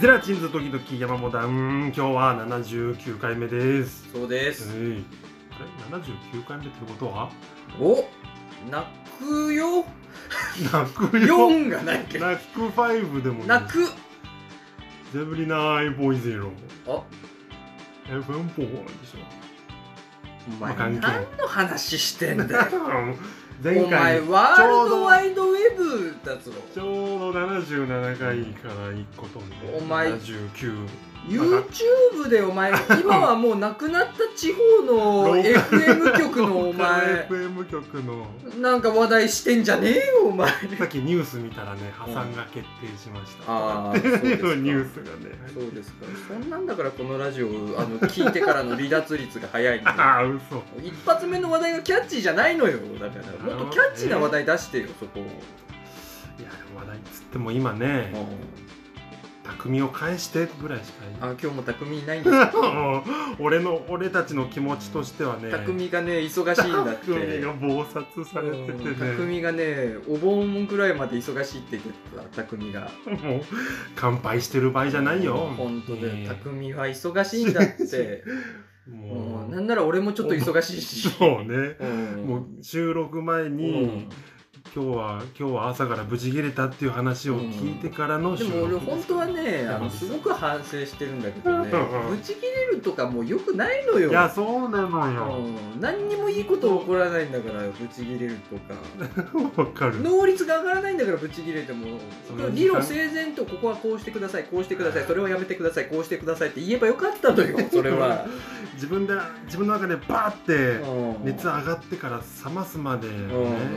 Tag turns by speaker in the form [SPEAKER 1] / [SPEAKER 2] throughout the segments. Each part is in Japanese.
[SPEAKER 1] ゼラチンズ時々山本うーん今日は79回目です
[SPEAKER 2] そうで
[SPEAKER 1] えい
[SPEAKER 2] す。
[SPEAKER 1] あれ79回目ってことは
[SPEAKER 2] お泣くよ
[SPEAKER 1] 泣くよ
[SPEAKER 2] 4がない けど。
[SPEAKER 1] 泣く5でもいい
[SPEAKER 2] 泣く
[SPEAKER 1] ゼブリ9.0
[SPEAKER 2] あお
[SPEAKER 1] FM4 で しょ
[SPEAKER 2] 前
[SPEAKER 1] まあ関係ない
[SPEAKER 2] 何の話してんだよ。
[SPEAKER 1] 前
[SPEAKER 2] お前
[SPEAKER 1] 回
[SPEAKER 2] ワ
[SPEAKER 1] ち
[SPEAKER 2] ー
[SPEAKER 1] ょう
[SPEAKER 2] ル
[SPEAKER 1] ど
[SPEAKER 2] ドワイドウェブだぞ。
[SPEAKER 1] ちょうど77回から1個飛んで
[SPEAKER 2] お前
[SPEAKER 1] 79
[SPEAKER 2] YouTube でお前、今はもうなくなった地方 の FM 局のお前、
[SPEAKER 1] FM 局の
[SPEAKER 2] なんか話題してんじゃねえよ、お前。
[SPEAKER 1] さっきニュース見たらね破産が決定しました、
[SPEAKER 2] ああ、
[SPEAKER 1] って
[SPEAKER 2] そうで
[SPEAKER 1] い
[SPEAKER 2] すか
[SPEAKER 1] うニュースがね
[SPEAKER 2] そうですか。そんなんだからこのラジオ、あの、聞いてからの離脱率が早いんだよ
[SPEAKER 1] ああ嘘
[SPEAKER 2] 一発目の話題がキャッチーじゃないのよだからもっとキャッチーな話題出してよそこを、
[SPEAKER 1] いやでも話題っつっても今ね匠を返してぐらいしか
[SPEAKER 2] あ
[SPEAKER 1] 言
[SPEAKER 2] 今日も匠いないんですよ
[SPEAKER 1] えない 俺の俺たちの気持ちとしてはね
[SPEAKER 2] 匠がね忙しいんだって
[SPEAKER 1] 匠が謀殺されてて
[SPEAKER 2] うん
[SPEAKER 1] ね
[SPEAKER 2] 匠がねお盆ぐらいまで忙しいって言ってた匠が
[SPEAKER 1] もう乾杯してる場合じゃないよ
[SPEAKER 2] 本当で、
[SPEAKER 1] ね
[SPEAKER 2] 匠は忙しいんだって
[SPEAKER 1] も
[SPEAKER 2] うん
[SPEAKER 1] う
[SPEAKER 2] なんなら俺もちょっと忙しいし
[SPEAKER 1] そうね
[SPEAKER 2] うん
[SPEAKER 1] もう収録前
[SPEAKER 2] う
[SPEAKER 1] に、
[SPEAKER 2] ん
[SPEAKER 1] 今日は今日は朝から無事切れたっていう話を聞いてからの
[SPEAKER 2] で
[SPEAKER 1] 収
[SPEAKER 2] も俺
[SPEAKER 1] 録
[SPEAKER 2] 本当はねあのすごく反省してるんだけどね
[SPEAKER 1] うん
[SPEAKER 2] ブチ切れるとかもうよくないのよ
[SPEAKER 1] いやそうなのよ
[SPEAKER 2] うん何にもいいこと起こらないんだからブチギレると か
[SPEAKER 1] わかる
[SPEAKER 2] 能率が上がらないんだからブチギレても
[SPEAKER 1] その時間
[SPEAKER 2] 理論整然とここはこうしてくださいこうしてくださいそれはやめてくださいこうしてくださいって言えばよかったのよそれ は、
[SPEAKER 1] 自分で自分の中でバーって
[SPEAKER 2] うん
[SPEAKER 1] 熱上がってから冷ますまで、ね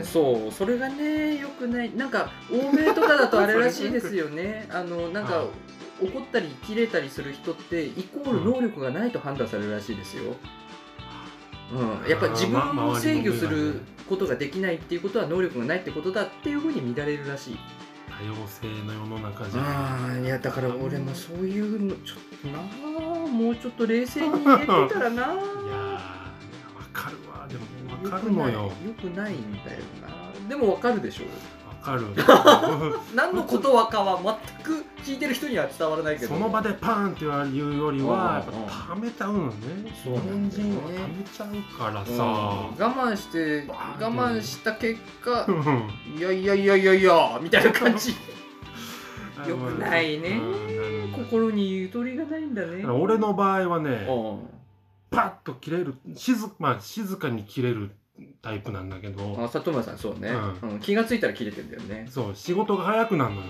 [SPEAKER 2] うん、そうそれがねよくないなんか欧米とかだとあれらしいですよね あのなん
[SPEAKER 1] は
[SPEAKER 2] か
[SPEAKER 1] い
[SPEAKER 2] 怒ったり切れたりする人ってイコール能力がないと判断されるらしいですよ、うん、やっぱ自分を制御することができないっていうことは能力がないってことだっていうふうに見られるらしい
[SPEAKER 1] 多様性の世の中じゃ
[SPEAKER 2] ああいやだから俺もそういうのちょっとなあもうちょっと冷静に言えてた
[SPEAKER 1] い
[SPEAKER 2] らな
[SPEAKER 1] やー
[SPEAKER 2] あ
[SPEAKER 1] わかるわでもわかるのよわ
[SPEAKER 2] よくないよくないんだよなでもわかるでしょ
[SPEAKER 1] かる
[SPEAKER 2] 何のことわかは全く聞いてる人には伝わらないけど
[SPEAKER 1] その場でパーンって言うよりは
[SPEAKER 2] うんうんうん
[SPEAKER 1] やっぱためちゃうのね
[SPEAKER 2] そうなん
[SPEAKER 1] 日本
[SPEAKER 2] だよね
[SPEAKER 1] 人はためちゃうから
[SPEAKER 2] うん
[SPEAKER 1] さ
[SPEAKER 2] 我、慢して
[SPEAKER 1] バーンって
[SPEAKER 2] 我慢した結果
[SPEAKER 1] うん
[SPEAKER 2] いやいやいやいやいやみたいな 感じよくない
[SPEAKER 1] うんな
[SPEAKER 2] ね
[SPEAKER 1] るほど
[SPEAKER 2] 心にゆとりがないんだね
[SPEAKER 1] 俺の場合は
[SPEAKER 2] う
[SPEAKER 1] ねパッと切れる静,、まあ、静かに切れるタイプなんだけ
[SPEAKER 2] んあ
[SPEAKER 1] ど
[SPEAKER 2] 佐藤村さんそうね、
[SPEAKER 1] う
[SPEAKER 2] うん気がついたら切れてんだよね
[SPEAKER 1] そう仕事が早くなる のよ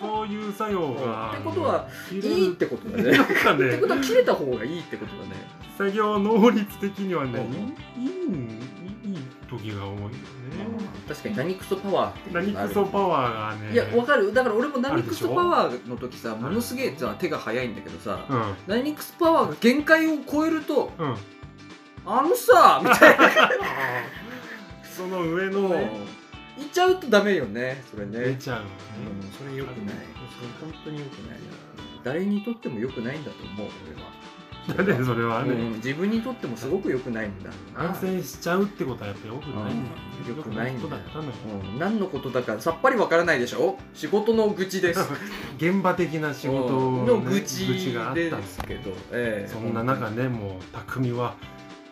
[SPEAKER 1] そういう作用が
[SPEAKER 2] ってことは
[SPEAKER 1] 切
[SPEAKER 2] い
[SPEAKER 1] れる
[SPEAKER 2] いってことだね
[SPEAKER 1] なん
[SPEAKER 2] っ
[SPEAKER 1] か
[SPEAKER 2] て
[SPEAKER 1] ね
[SPEAKER 2] ことは切れた方がいいってことだね
[SPEAKER 1] 作業能率的にはね
[SPEAKER 2] う
[SPEAKER 1] いいいいいい時が多いよね
[SPEAKER 2] 確かに何クソパワーっていう
[SPEAKER 1] 何
[SPEAKER 2] のがあ
[SPEAKER 1] ク
[SPEAKER 2] る
[SPEAKER 1] ソパワーがね
[SPEAKER 2] いやわかるだから俺も
[SPEAKER 1] あ
[SPEAKER 2] 何
[SPEAKER 1] るで
[SPEAKER 2] ク
[SPEAKER 1] しょ
[SPEAKER 2] ソパワーの時さものすげえさ手が早いんだけどさ、
[SPEAKER 1] うん
[SPEAKER 2] 何クソパワーが限界を超えると
[SPEAKER 1] うん
[SPEAKER 2] あのさみたいな
[SPEAKER 1] その上の
[SPEAKER 2] の
[SPEAKER 1] ね
[SPEAKER 2] 言っちゃうとダメよねそれね、
[SPEAKER 1] 出ちゃうね
[SPEAKER 2] うんそれ良くないそれ本当に良くない
[SPEAKER 1] いや
[SPEAKER 2] 誰にとっても良くないんだと思う
[SPEAKER 1] だってそれは
[SPEAKER 2] 俺は、
[SPEAKER 1] ね
[SPEAKER 2] うん自分にとってもすごく良くないんだろうな
[SPEAKER 1] 反省しちゃうってことはやっぱよくないんだ
[SPEAKER 2] うん良くないんだ
[SPEAKER 1] こと
[SPEAKER 2] よ
[SPEAKER 1] だったのよ
[SPEAKER 2] うん、何のことだかさっぱりわからないでしょ仕事の愚痴です
[SPEAKER 1] 現場的 な仕事
[SPEAKER 2] うん
[SPEAKER 1] ね
[SPEAKER 2] の愚痴
[SPEAKER 1] 愚痴があったん
[SPEAKER 2] で
[SPEAKER 1] だ
[SPEAKER 2] すけど、ええ
[SPEAKER 1] そんな中ねもう匠は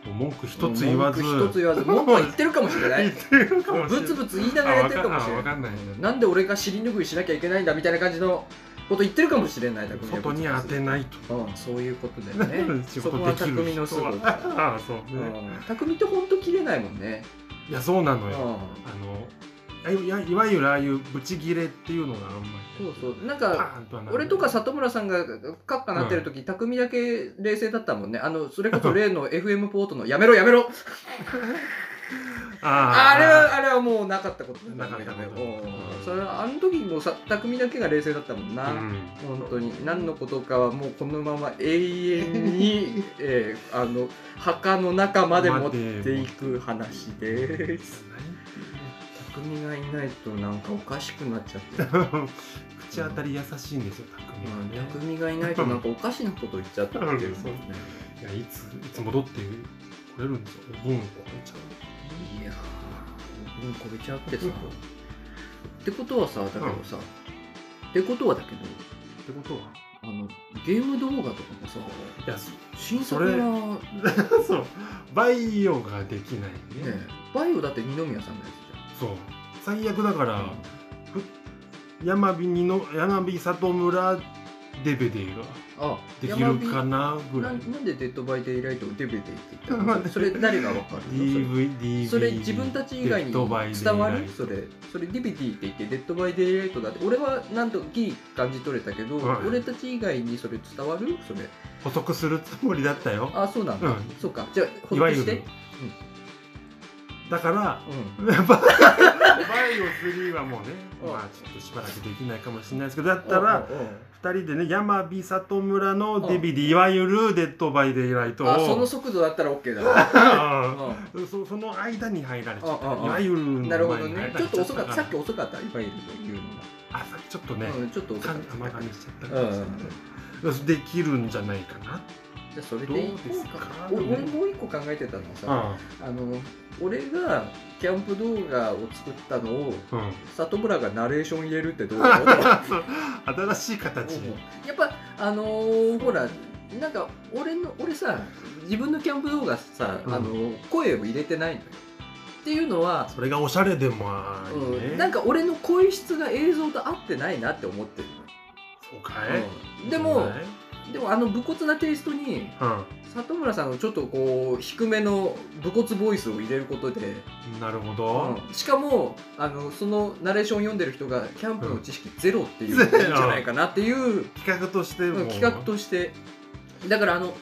[SPEAKER 1] もう文句一つ言わず
[SPEAKER 2] 文句一つ言 わず文句は言ってるかもしれな
[SPEAKER 1] 言
[SPEAKER 2] い
[SPEAKER 1] ってるかもしれな
[SPEAKER 2] ブ
[SPEAKER 1] い
[SPEAKER 2] ツブツ言いながらやってるかもしれ
[SPEAKER 1] あわかん
[SPEAKER 2] な
[SPEAKER 1] ないい
[SPEAKER 2] なんで俺が尻拭いしなきゃいけないんだみたいな感じのこと言ってるかもしれないだから
[SPEAKER 1] 外に当てないと
[SPEAKER 2] うん、そういうことだよね
[SPEAKER 1] 仕
[SPEAKER 2] そ
[SPEAKER 1] 事
[SPEAKER 2] こ
[SPEAKER 1] で
[SPEAKER 2] は
[SPEAKER 1] きる
[SPEAKER 2] 匠のす
[SPEAKER 1] 人
[SPEAKER 2] ご
[SPEAKER 1] は
[SPEAKER 2] さ
[SPEAKER 1] ああ そう
[SPEAKER 2] う
[SPEAKER 1] ね
[SPEAKER 2] ん匠ってほんと切れないもんね
[SPEAKER 1] いやそうなの
[SPEAKER 2] うん
[SPEAKER 1] よあのあいやいわゆるああいうブチギレっていうのがあんまり
[SPEAKER 2] そうそうなん
[SPEAKER 1] パ
[SPEAKER 2] か
[SPEAKER 1] ーンとはなる
[SPEAKER 2] 俺とか里村さんがカッカなってる時、匠だけ冷静だったもんねあのそれこそ例の FM ポートの「やめろやめろ!あ」あれはあれはもうなかったことだから
[SPEAKER 1] なかった
[SPEAKER 2] や
[SPEAKER 1] こと
[SPEAKER 2] めろうんそれはあの時もさ匠だけが冷静だったもんな、
[SPEAKER 1] うん
[SPEAKER 2] 本当に何のことかはもうこのまま永遠 に、えーあの墓の中まで持っていく話です匠がいないとなんかおかしくなっちゃってる、
[SPEAKER 1] 口当たり優しいんですよ
[SPEAKER 2] うん
[SPEAKER 1] 匠はね
[SPEAKER 2] 匠がいないとなんかおかしなこと言っちゃってるもんね
[SPEAKER 1] うんそういやいついつ戻ってこれるんですよお盆を超えちゃ
[SPEAKER 2] いやーうんこびちゃってさってことはさだけどさ、ってことはだけど
[SPEAKER 1] てことは
[SPEAKER 2] あのゲーム動画とかもさ
[SPEAKER 1] い やそ
[SPEAKER 2] 新作は
[SPEAKER 1] それ
[SPEAKER 2] ね
[SPEAKER 1] そうバイオができないね
[SPEAKER 2] バイオだって二宮さんのやつじ
[SPEAKER 1] そう最悪だか
[SPEAKER 2] ゃん
[SPEAKER 1] ら、山火にの山火里村デベデが
[SPEAKER 2] あ
[SPEAKER 1] できるか
[SPEAKER 2] な
[SPEAKER 1] なぐら
[SPEAKER 2] ないんでデッドバイデイライトをデベデイって言ったのそれ誰がわ かるのそれ
[SPEAKER 1] DVD
[SPEAKER 2] それ自分たち以外に伝わるそれそれディビティって言ってデッドバイデイライトだって俺はなんとギリ感じ取れたけど、
[SPEAKER 1] はい
[SPEAKER 2] 俺たち以外にそれ伝わるそれ
[SPEAKER 1] 補足するつもりだったよ
[SPEAKER 2] あそうなんだ、
[SPEAKER 1] うん
[SPEAKER 2] そうかじゃあほ
[SPEAKER 1] い
[SPEAKER 2] っと
[SPEAKER 1] わゆ
[SPEAKER 2] して
[SPEAKER 1] る、だから
[SPEAKER 2] うん
[SPEAKER 1] バイオ3はもうね、
[SPEAKER 2] うん
[SPEAKER 1] まあちょっとしばらくできないかもしれないですけどだったら
[SPEAKER 2] うんうん
[SPEAKER 1] 2人でね山火里村のデビディいわゆるデッド・バイ・デイ・ライトを
[SPEAKER 2] あその速度だったら OK だな、
[SPEAKER 1] うん
[SPEAKER 2] うん
[SPEAKER 1] そその間に入られちゃっ
[SPEAKER 2] うんうんう
[SPEAKER 1] た
[SPEAKER 2] ん
[SPEAKER 1] いわゆるの
[SPEAKER 2] なるほ
[SPEAKER 1] 前
[SPEAKER 2] ど
[SPEAKER 1] に
[SPEAKER 2] ね
[SPEAKER 1] 入ら
[SPEAKER 2] ちょ
[SPEAKER 1] れ
[SPEAKER 2] っと
[SPEAKER 1] ちゃ
[SPEAKER 2] 遅かったさ
[SPEAKER 1] ら
[SPEAKER 2] っき遅かったいわゆる言うの
[SPEAKER 1] あさっきちょっとね
[SPEAKER 2] が、うん、ちょっと遅か
[SPEAKER 1] か
[SPEAKER 2] っ
[SPEAKER 1] ん
[SPEAKER 2] た
[SPEAKER 1] 甘噛みしちゃった
[SPEAKER 2] う
[SPEAKER 1] か
[SPEAKER 2] んう
[SPEAKER 1] も
[SPEAKER 2] ん
[SPEAKER 1] しれ
[SPEAKER 2] うん
[SPEAKER 1] ないできるんじゃないかな
[SPEAKER 2] じゃあそれでいこ
[SPEAKER 1] どうで
[SPEAKER 2] う
[SPEAKER 1] す
[SPEAKER 2] か
[SPEAKER 1] か
[SPEAKER 2] お俺もう一個考えてたのはさ、あの俺がキャンプ動画を作ったのを
[SPEAKER 1] うん うん
[SPEAKER 2] 里村がナレーション入れるってどうだろ うと思って
[SPEAKER 1] そう新しい形
[SPEAKER 2] やっぱあのーほらなんか俺の俺さ自分のキャンプ動画さ、
[SPEAKER 1] うん
[SPEAKER 2] あのー声を入れてないのよっていうのは、
[SPEAKER 1] それがおしゃれでもありね、
[SPEAKER 2] うん、なんか俺の声質が映像と合ってないなって思ってる
[SPEAKER 1] そうか
[SPEAKER 2] の
[SPEAKER 1] い、
[SPEAKER 2] うんで
[SPEAKER 1] そう
[SPEAKER 2] も
[SPEAKER 1] かい
[SPEAKER 2] でもあの武骨なテイストに
[SPEAKER 1] う
[SPEAKER 2] 里村さんのちょっとこう低めの武骨ボイスを入れることで、
[SPEAKER 1] んなるほど、
[SPEAKER 2] しかもあのそのナレーションを読んでる人がキャンプの知識ゼロっていう
[SPEAKER 1] うん
[SPEAKER 2] のがいいんじゃないかなっていう
[SPEAKER 1] 企画としても、
[SPEAKER 2] 企画としてだからあの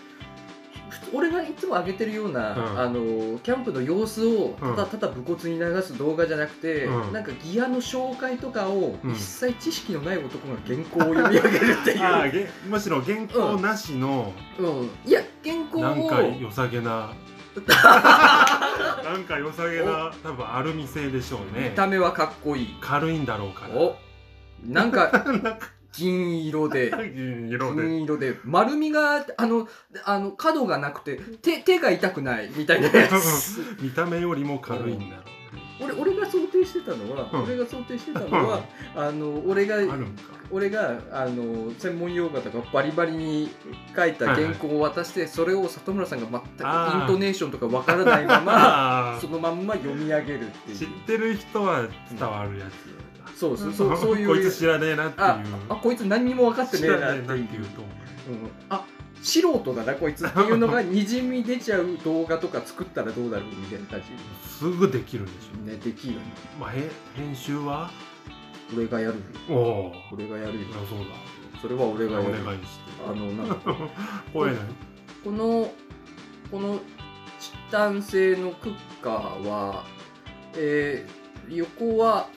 [SPEAKER 2] ふ俺がいつも上げてるような、
[SPEAKER 1] うん
[SPEAKER 2] あのキャンプの様子を
[SPEAKER 1] う
[SPEAKER 2] た
[SPEAKER 1] ん
[SPEAKER 2] だただ武骨に流す動画じゃなくて、
[SPEAKER 1] うん
[SPEAKER 2] なんかギアの紹介とかを
[SPEAKER 1] うん
[SPEAKER 2] 一切知識のない男が原稿を読み上げるってい
[SPEAKER 1] ああ
[SPEAKER 2] う、
[SPEAKER 1] げむしろ原稿なしの、
[SPEAKER 2] うん、いや原稿
[SPEAKER 1] なんか
[SPEAKER 2] を
[SPEAKER 1] 良さげな なんか良さげな多分アルミ製でしょう
[SPEAKER 2] 見
[SPEAKER 1] ね
[SPEAKER 2] た目はかっこいい、
[SPEAKER 1] 軽いんだろうから
[SPEAKER 2] おな んか銀色で。
[SPEAKER 1] 銀色で
[SPEAKER 2] 金色で丸みがあのあの角がなくて手手が痛くないみたいなやつ
[SPEAKER 1] 見た目よりも軽いんだろ
[SPEAKER 2] 俺俺が想定してたのは、
[SPEAKER 1] うん
[SPEAKER 2] 俺が想定してたのは、あの俺が
[SPEAKER 1] う、あるんか
[SPEAKER 2] 俺があの専門用語とかバリバリに書いた原稿を渡して、それを里村さんが全
[SPEAKER 1] あ
[SPEAKER 2] く
[SPEAKER 1] ー
[SPEAKER 2] イントネーションとかわからない まま
[SPEAKER 1] あ
[SPEAKER 2] そのまんま読み上げるって
[SPEAKER 1] ー
[SPEAKER 2] い
[SPEAKER 1] 知っ
[SPEAKER 2] う
[SPEAKER 1] てる人は伝わるやつ、
[SPEAKER 2] そうそうそうそうい
[SPEAKER 1] こいうつ知らねえなっていう
[SPEAKER 2] ああこいつ何にも分かってね
[SPEAKER 1] 知
[SPEAKER 2] え
[SPEAKER 1] ら
[SPEAKER 2] なっ
[SPEAKER 1] ねえ
[SPEAKER 2] て
[SPEAKER 1] なっ
[SPEAKER 2] いう
[SPEAKER 1] ていうと思う
[SPEAKER 2] うん、あ素人だなこいつってい うのがにじみ出ちゃう動画とか作ったらどうだろうみたいな感じ
[SPEAKER 1] すぐできるでしょ、
[SPEAKER 2] ねできるよね
[SPEAKER 1] まあ、へ編集は
[SPEAKER 2] 俺がやる
[SPEAKER 1] お
[SPEAKER 2] よ
[SPEAKER 1] お
[SPEAKER 2] 俺がやるよ
[SPEAKER 1] そうだ
[SPEAKER 2] それは俺
[SPEAKER 1] お
[SPEAKER 2] がやるよ
[SPEAKER 1] 願いして
[SPEAKER 2] あのなんか
[SPEAKER 1] 声ね
[SPEAKER 2] このこのチタン製のクッカーは、えー横は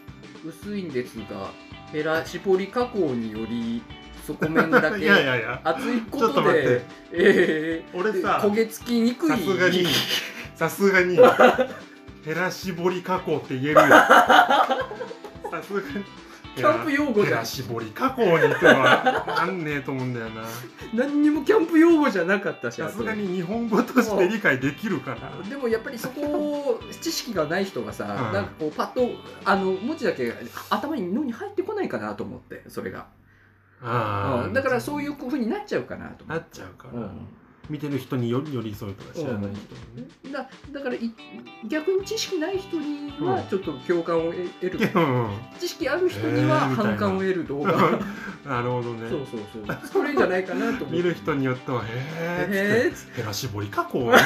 [SPEAKER 2] 薄いんですがヘラ絞り加工により底面だ
[SPEAKER 1] いやい
[SPEAKER 2] け
[SPEAKER 1] やいや
[SPEAKER 2] 厚いこ
[SPEAKER 1] ちょっと
[SPEAKER 2] と
[SPEAKER 1] 待っ
[SPEAKER 2] で
[SPEAKER 1] て
[SPEAKER 2] え
[SPEAKER 1] 俺
[SPEAKER 2] ー
[SPEAKER 1] さ
[SPEAKER 2] 焦げつきにくい
[SPEAKER 1] さすがにさすが にヘラ絞り加工って言えるよさすがに
[SPEAKER 2] キャンプ用語
[SPEAKER 1] ヘ
[SPEAKER 2] じゃん
[SPEAKER 1] ラ絞り加工にってのはなんねえと思うんだよな
[SPEAKER 2] 何にもキャンプ用語じゃなかったし
[SPEAKER 1] さすがに日本語として理解できるから
[SPEAKER 2] あとでもやっぱりそこを知識がない人がさ、
[SPEAKER 1] うん
[SPEAKER 2] なんかこうパッとあの文字だけ頭に脳に入ってこないかなと思ってそれが、
[SPEAKER 1] ああ
[SPEAKER 2] うんだからそういうふうになっちゃうかなと思
[SPEAKER 1] な
[SPEAKER 2] って
[SPEAKER 1] っちゃうから、
[SPEAKER 2] う
[SPEAKER 1] 見てる人によ寄り添うとか知らない人にね
[SPEAKER 2] ん、だだからい逆に知識ない人にはちょっと共感を得得る、
[SPEAKER 1] うん
[SPEAKER 2] 知識ある人には
[SPEAKER 1] えーみたいな
[SPEAKER 2] 反感を得る動画、
[SPEAKER 1] なるほど
[SPEAKER 2] そう
[SPEAKER 1] ね
[SPEAKER 2] そうそうそれじゃないかなと思って
[SPEAKER 1] 見る人によってはへ
[SPEAKER 2] え
[SPEAKER 1] えヘラ絞り加工って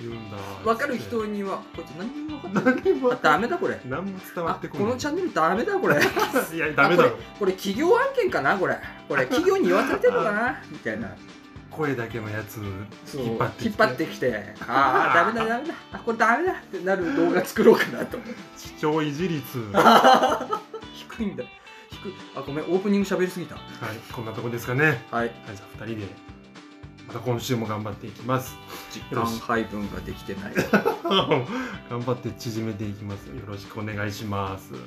[SPEAKER 1] 言 うんだ
[SPEAKER 2] ー、分かる人にはこいつ何にも分かってない
[SPEAKER 1] 何も
[SPEAKER 2] あダメだこ れ
[SPEAKER 1] 何も伝わ
[SPEAKER 2] あ
[SPEAKER 1] ってこ
[SPEAKER 2] こ
[SPEAKER 1] ない
[SPEAKER 2] のチャンネルダメだこれ
[SPEAKER 1] いやダメだろ
[SPEAKER 2] これ企業案件かなこれ これ企業に言わされてるのかなみたいな
[SPEAKER 1] 声だけのやつ
[SPEAKER 2] そう
[SPEAKER 1] 引っ張ってきて
[SPEAKER 2] 引っ張ってきて ああダメだダメだあこれダメだってなる動画作ろうかなと
[SPEAKER 1] 視聴維持率は
[SPEAKER 2] 低いんだ低いあごめんオープニング喋りすぎた
[SPEAKER 1] いこんなとこですかね
[SPEAKER 2] は
[SPEAKER 1] は
[SPEAKER 2] い
[SPEAKER 1] いじゃあ2人でまた今週も頑張っていきます
[SPEAKER 2] 時
[SPEAKER 1] よ
[SPEAKER 2] 間
[SPEAKER 1] ろし
[SPEAKER 2] 配分ができてない
[SPEAKER 1] 頑張って縮めていきますよろしくお願いします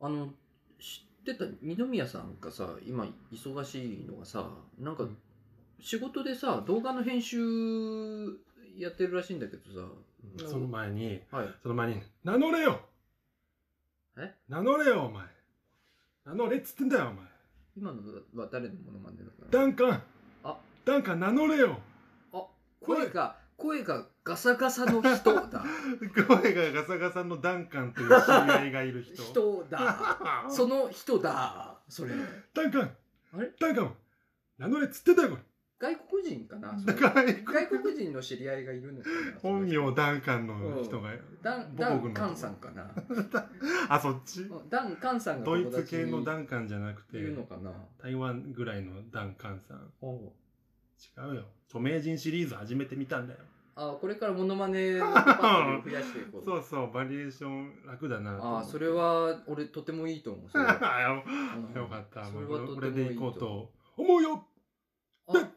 [SPEAKER 2] あの知ってた二宮さんがさ今忙しいのがさなんか仕事でさ動画の編集やってるらしいんだけどさ
[SPEAKER 1] うんその前に、
[SPEAKER 2] はい
[SPEAKER 1] その前に、名乗れよ
[SPEAKER 2] え
[SPEAKER 1] 名乗れよ、お前。名乗れっつってんだよ、お前。
[SPEAKER 2] 今のは誰のものまねだから
[SPEAKER 1] ダンカン
[SPEAKER 2] あ
[SPEAKER 1] ダンカン名乗れよ
[SPEAKER 2] 声が声がガサガサの人だ
[SPEAKER 1] 声がガサガサのダンカンという知り合いがいる 人。
[SPEAKER 2] 人だその人だそれ
[SPEAKER 1] ダンカン
[SPEAKER 2] あれ
[SPEAKER 1] ダンカン名乗れっつってんだよ、これ。
[SPEAKER 2] 外国人かなそれ
[SPEAKER 1] だから、
[SPEAKER 2] 外国人の知り合いがいるのかな
[SPEAKER 1] 本名
[SPEAKER 2] だ
[SPEAKER 1] ダンカンの人が、
[SPEAKER 2] ダンダ
[SPEAKER 1] 母国
[SPEAKER 2] ン
[SPEAKER 1] の
[SPEAKER 2] カンさんかな
[SPEAKER 1] あ、そっち
[SPEAKER 2] うんダンカンさんが
[SPEAKER 1] ドイ
[SPEAKER 2] 友
[SPEAKER 1] ツ
[SPEAKER 2] 達に
[SPEAKER 1] 系の
[SPEAKER 2] い
[SPEAKER 1] ダンカンじゃなくて
[SPEAKER 2] る、のかな
[SPEAKER 1] 台湾ぐらいのダンカンさん。
[SPEAKER 2] おう
[SPEAKER 1] 違うよ。著名人シリーズ始めてみたんだよ。
[SPEAKER 2] あこれからモノマネの パートを増やしていこう
[SPEAKER 1] そうそう、バリエーション楽だなと思っ
[SPEAKER 2] ああ
[SPEAKER 1] て
[SPEAKER 2] それ。 は俺とてもいいと思うそれは
[SPEAKER 1] あ
[SPEAKER 2] うん
[SPEAKER 1] よかった。
[SPEAKER 2] それはと
[SPEAKER 1] こ
[SPEAKER 2] て
[SPEAKER 1] れ
[SPEAKER 2] もいい
[SPEAKER 1] でい
[SPEAKER 2] と
[SPEAKER 1] こうと思うよ
[SPEAKER 2] ああ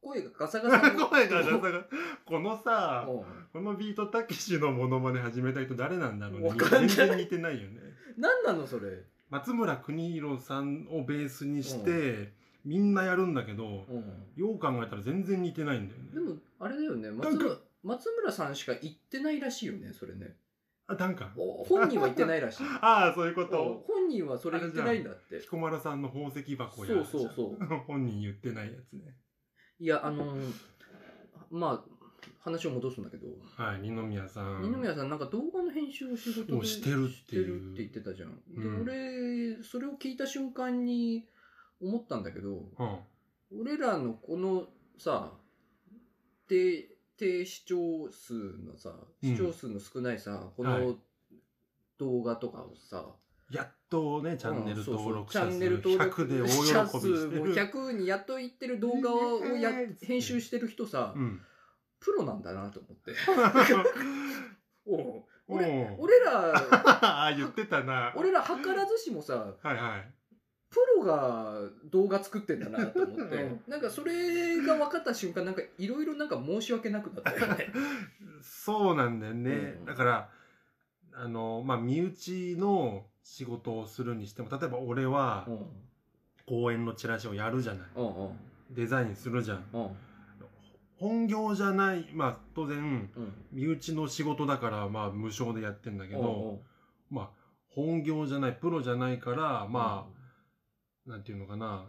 [SPEAKER 2] 声がガサガサの
[SPEAKER 1] 声がガサガサ。このさ、
[SPEAKER 2] おう
[SPEAKER 1] このビートたけしのモノマネ始めた人誰なんだろうね
[SPEAKER 2] わかんない
[SPEAKER 1] 全然似てないよね
[SPEAKER 2] 何なのそれ
[SPEAKER 1] 松村邦弘さんをベースにしてみんなやるんだけど
[SPEAKER 2] うん
[SPEAKER 1] よう考えたら全然似てないんだよね
[SPEAKER 2] でもあれだよね
[SPEAKER 1] なん
[SPEAKER 2] 松
[SPEAKER 1] か
[SPEAKER 2] 村松村さんしか行ってないらしいよねそれね
[SPEAKER 1] あダンカン
[SPEAKER 2] お本人は行ってないらしい
[SPEAKER 1] ああそういうこ
[SPEAKER 2] お
[SPEAKER 1] と
[SPEAKER 2] 本人はそれ言ってないんだって
[SPEAKER 1] 彦摩呂さんの宝石箱や
[SPEAKER 2] そうそうそう
[SPEAKER 1] う本人言ってないやつね
[SPEAKER 2] いやあのーまあ話を戻すんだけど、
[SPEAKER 1] はい二宮さん
[SPEAKER 2] 二宮さんなんか動画の編集を仕事
[SPEAKER 1] もう
[SPEAKER 2] で
[SPEAKER 1] してるっていう
[SPEAKER 2] してるって言ってたじゃん、
[SPEAKER 1] うん
[SPEAKER 2] で俺それを聞いた瞬間に思ったんだけど
[SPEAKER 1] うん
[SPEAKER 2] 俺らのこのさ低低視聴数のさ
[SPEAKER 1] うん
[SPEAKER 2] 視聴数の少ないさ、こ
[SPEAKER 1] はい
[SPEAKER 2] の動画とかをさ、
[SPEAKER 1] やっとねチャンネル登録者数
[SPEAKER 2] うんそうそうチャンネル登
[SPEAKER 1] 100
[SPEAKER 2] 録
[SPEAKER 1] で大
[SPEAKER 2] 者
[SPEAKER 1] 喜
[SPEAKER 2] 数
[SPEAKER 1] びして
[SPEAKER 2] も
[SPEAKER 1] る
[SPEAKER 2] 100にやっといってる動画をや
[SPEAKER 1] イエーイ
[SPEAKER 2] 編集してる人さ、
[SPEAKER 1] うん
[SPEAKER 2] プロなんだなと思って。 おう俺
[SPEAKER 1] 俺
[SPEAKER 2] 俺ら、
[SPEAKER 1] ああ言ってたな
[SPEAKER 2] 俺ら図らずしもさ、
[SPEAKER 1] はいはい
[SPEAKER 2] プロが動画作ってんだなと思って、
[SPEAKER 1] う
[SPEAKER 2] なんかそれが分かった瞬間、なんかいろいろなんか申し訳なくなったよ ね。
[SPEAKER 1] そうなんだよね、
[SPEAKER 2] うん
[SPEAKER 1] だからあのまあ身内の仕事をするにしても例えば俺は
[SPEAKER 2] うん
[SPEAKER 1] 公演のチラシをやるじゃない、
[SPEAKER 2] うんうん
[SPEAKER 1] デザインするじゃん
[SPEAKER 2] うん
[SPEAKER 1] 本業じゃないまあ当然
[SPEAKER 2] うん
[SPEAKER 1] 身内の仕事だからまあ無償でやってんだけど、まあ本業じゃないプロじゃないからまあ、なんていうのかな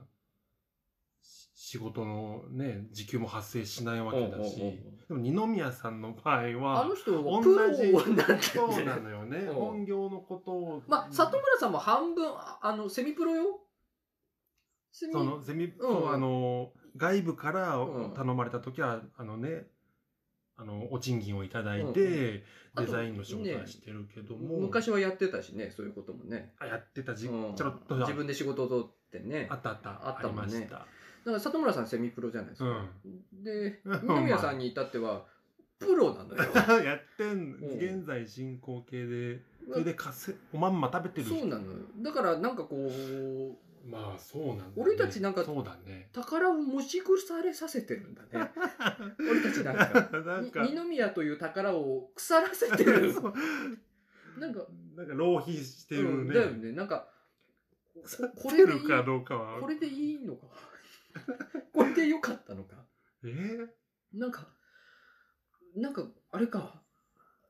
[SPEAKER 1] し仕事のね時給も発生しないわけだし、
[SPEAKER 2] うんうん
[SPEAKER 1] でも二宮さんの場合
[SPEAKER 2] ああ
[SPEAKER 1] は
[SPEAKER 2] の人
[SPEAKER 1] 同
[SPEAKER 2] は
[SPEAKER 1] じ
[SPEAKER 2] プロなんだ
[SPEAKER 1] そ
[SPEAKER 2] よ
[SPEAKER 1] う
[SPEAKER 2] ね
[SPEAKER 1] なのよね、
[SPEAKER 2] うん
[SPEAKER 1] 本業のことを
[SPEAKER 2] まあ、里村さんも半分、ああの、セミプロよ。セミ
[SPEAKER 1] そのゼミ、そうあの外部から
[SPEAKER 2] うん
[SPEAKER 1] 頼まれた時は、あのねあのお賃金をいただいて、
[SPEAKER 2] うんうん
[SPEAKER 1] デ
[SPEAKER 2] あと
[SPEAKER 1] ザインの仕事はしてるけども、
[SPEAKER 2] 昔はやってたしね、そういうこともね。
[SPEAKER 1] あやってた時、
[SPEAKER 2] うん
[SPEAKER 1] ちょろっと
[SPEAKER 2] 自分で仕事を取ってね。
[SPEAKER 1] あ
[SPEAKER 2] だ
[SPEAKER 1] ったあった
[SPEAKER 2] あったもん
[SPEAKER 1] り
[SPEAKER 2] ね
[SPEAKER 1] ました
[SPEAKER 2] から里村さんセミプロじゃないです
[SPEAKER 1] う
[SPEAKER 2] か。
[SPEAKER 1] ん
[SPEAKER 2] で、
[SPEAKER 1] うん
[SPEAKER 2] 二宮さんに至っては、プロなのよ。
[SPEAKER 1] やってん、
[SPEAKER 2] うん
[SPEAKER 1] 現在進行形でそれでかせおまんま食べてる
[SPEAKER 2] そうなのよ。だからなんかこう、
[SPEAKER 1] まあそうなんだね、
[SPEAKER 2] 俺たちなんか
[SPEAKER 1] そうだね
[SPEAKER 2] 宝を持ち腐れさせてるんだね。俺たちなんか。
[SPEAKER 1] なん
[SPEAKER 2] に
[SPEAKER 1] か
[SPEAKER 2] 二宮という宝を腐らせて る。
[SPEAKER 1] そう
[SPEAKER 2] なんか、
[SPEAKER 1] なんか浪費してるね、
[SPEAKER 2] うんだよね。なんか、
[SPEAKER 1] 腐っ
[SPEAKER 2] こ
[SPEAKER 1] て
[SPEAKER 2] れで
[SPEAKER 1] る
[SPEAKER 2] いい
[SPEAKER 1] かどうかは
[SPEAKER 2] これでいいのか これで良かったのか
[SPEAKER 1] えー
[SPEAKER 2] なんかなんかあれか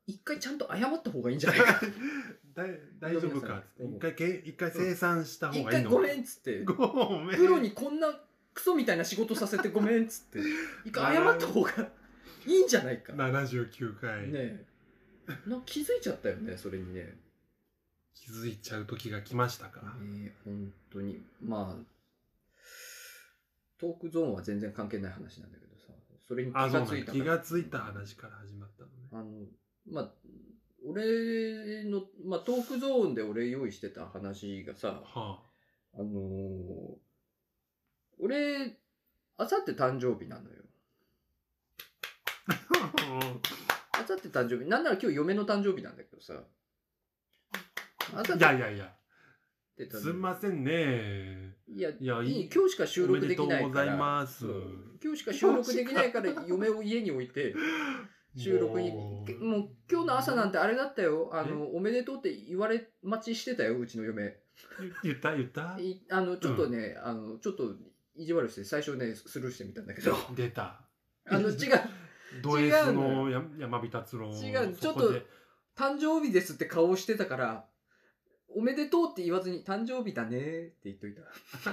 [SPEAKER 2] 一回ちゃんと謝った方がいいんじゃな いか
[SPEAKER 1] だ大丈夫かっつって一回け一回清算した方
[SPEAKER 2] 一
[SPEAKER 1] がいい
[SPEAKER 2] 回
[SPEAKER 1] の
[SPEAKER 2] ごめんっつって
[SPEAKER 1] ごめん
[SPEAKER 2] プロにこんなクソみたいな仕事させてごめんっつ って一回謝った方がいいんじゃないかね
[SPEAKER 1] 79回、
[SPEAKER 2] えなんか気づいちゃったよねそれにねね
[SPEAKER 1] 気づいちゃう時が来ましたか、
[SPEAKER 2] え本当にまあトークゾーンは全然関係ない話なんだけどさそれに気
[SPEAKER 1] あそう
[SPEAKER 2] が
[SPEAKER 1] なん
[SPEAKER 2] つ
[SPEAKER 1] だ
[SPEAKER 2] いたか
[SPEAKER 1] 気
[SPEAKER 2] ら
[SPEAKER 1] がついた話から始まったのね
[SPEAKER 2] あの、まあ、俺の、まあ、トークゾーンで俺用意してた話がさ、
[SPEAKER 1] は
[SPEAKER 2] あのー俺、あさって誕生日なのよ。あさって誕生日、なんなら今日嫁の誕生日なんだけどさ。あさ
[SPEAKER 1] あ
[SPEAKER 2] っ
[SPEAKER 1] いやいやいや
[SPEAKER 2] て誕生日
[SPEAKER 1] すんませんね
[SPEAKER 2] いや、
[SPEAKER 1] いやい
[SPEAKER 2] い
[SPEAKER 1] い
[SPEAKER 2] い今日しか収
[SPEAKER 1] おめ
[SPEAKER 2] 録
[SPEAKER 1] で
[SPEAKER 2] で
[SPEAKER 1] と
[SPEAKER 2] きな
[SPEAKER 1] う
[SPEAKER 2] い
[SPEAKER 1] ご
[SPEAKER 2] か
[SPEAKER 1] ざい
[SPEAKER 2] ら。
[SPEAKER 1] ます
[SPEAKER 2] そう今日しか収録できな いから嫁を家に置いて収録に
[SPEAKER 1] もう
[SPEAKER 2] けもう今日の朝なんてあれだったよあのおめでとうって言われ待ちしてたようちの嫁
[SPEAKER 1] 言った言った
[SPEAKER 2] いあのちょっとね、あのちょっと意地悪して最初ねスルーしてみたんだけど
[SPEAKER 1] 出た。
[SPEAKER 2] あの違う
[SPEAKER 1] ド S のや山火達郎
[SPEAKER 2] 違う
[SPEAKER 1] そこ
[SPEAKER 2] ちょっと
[SPEAKER 1] で
[SPEAKER 2] 誕生日ですって顔してたからおめでとうって言わずに誕生日だねって言っといた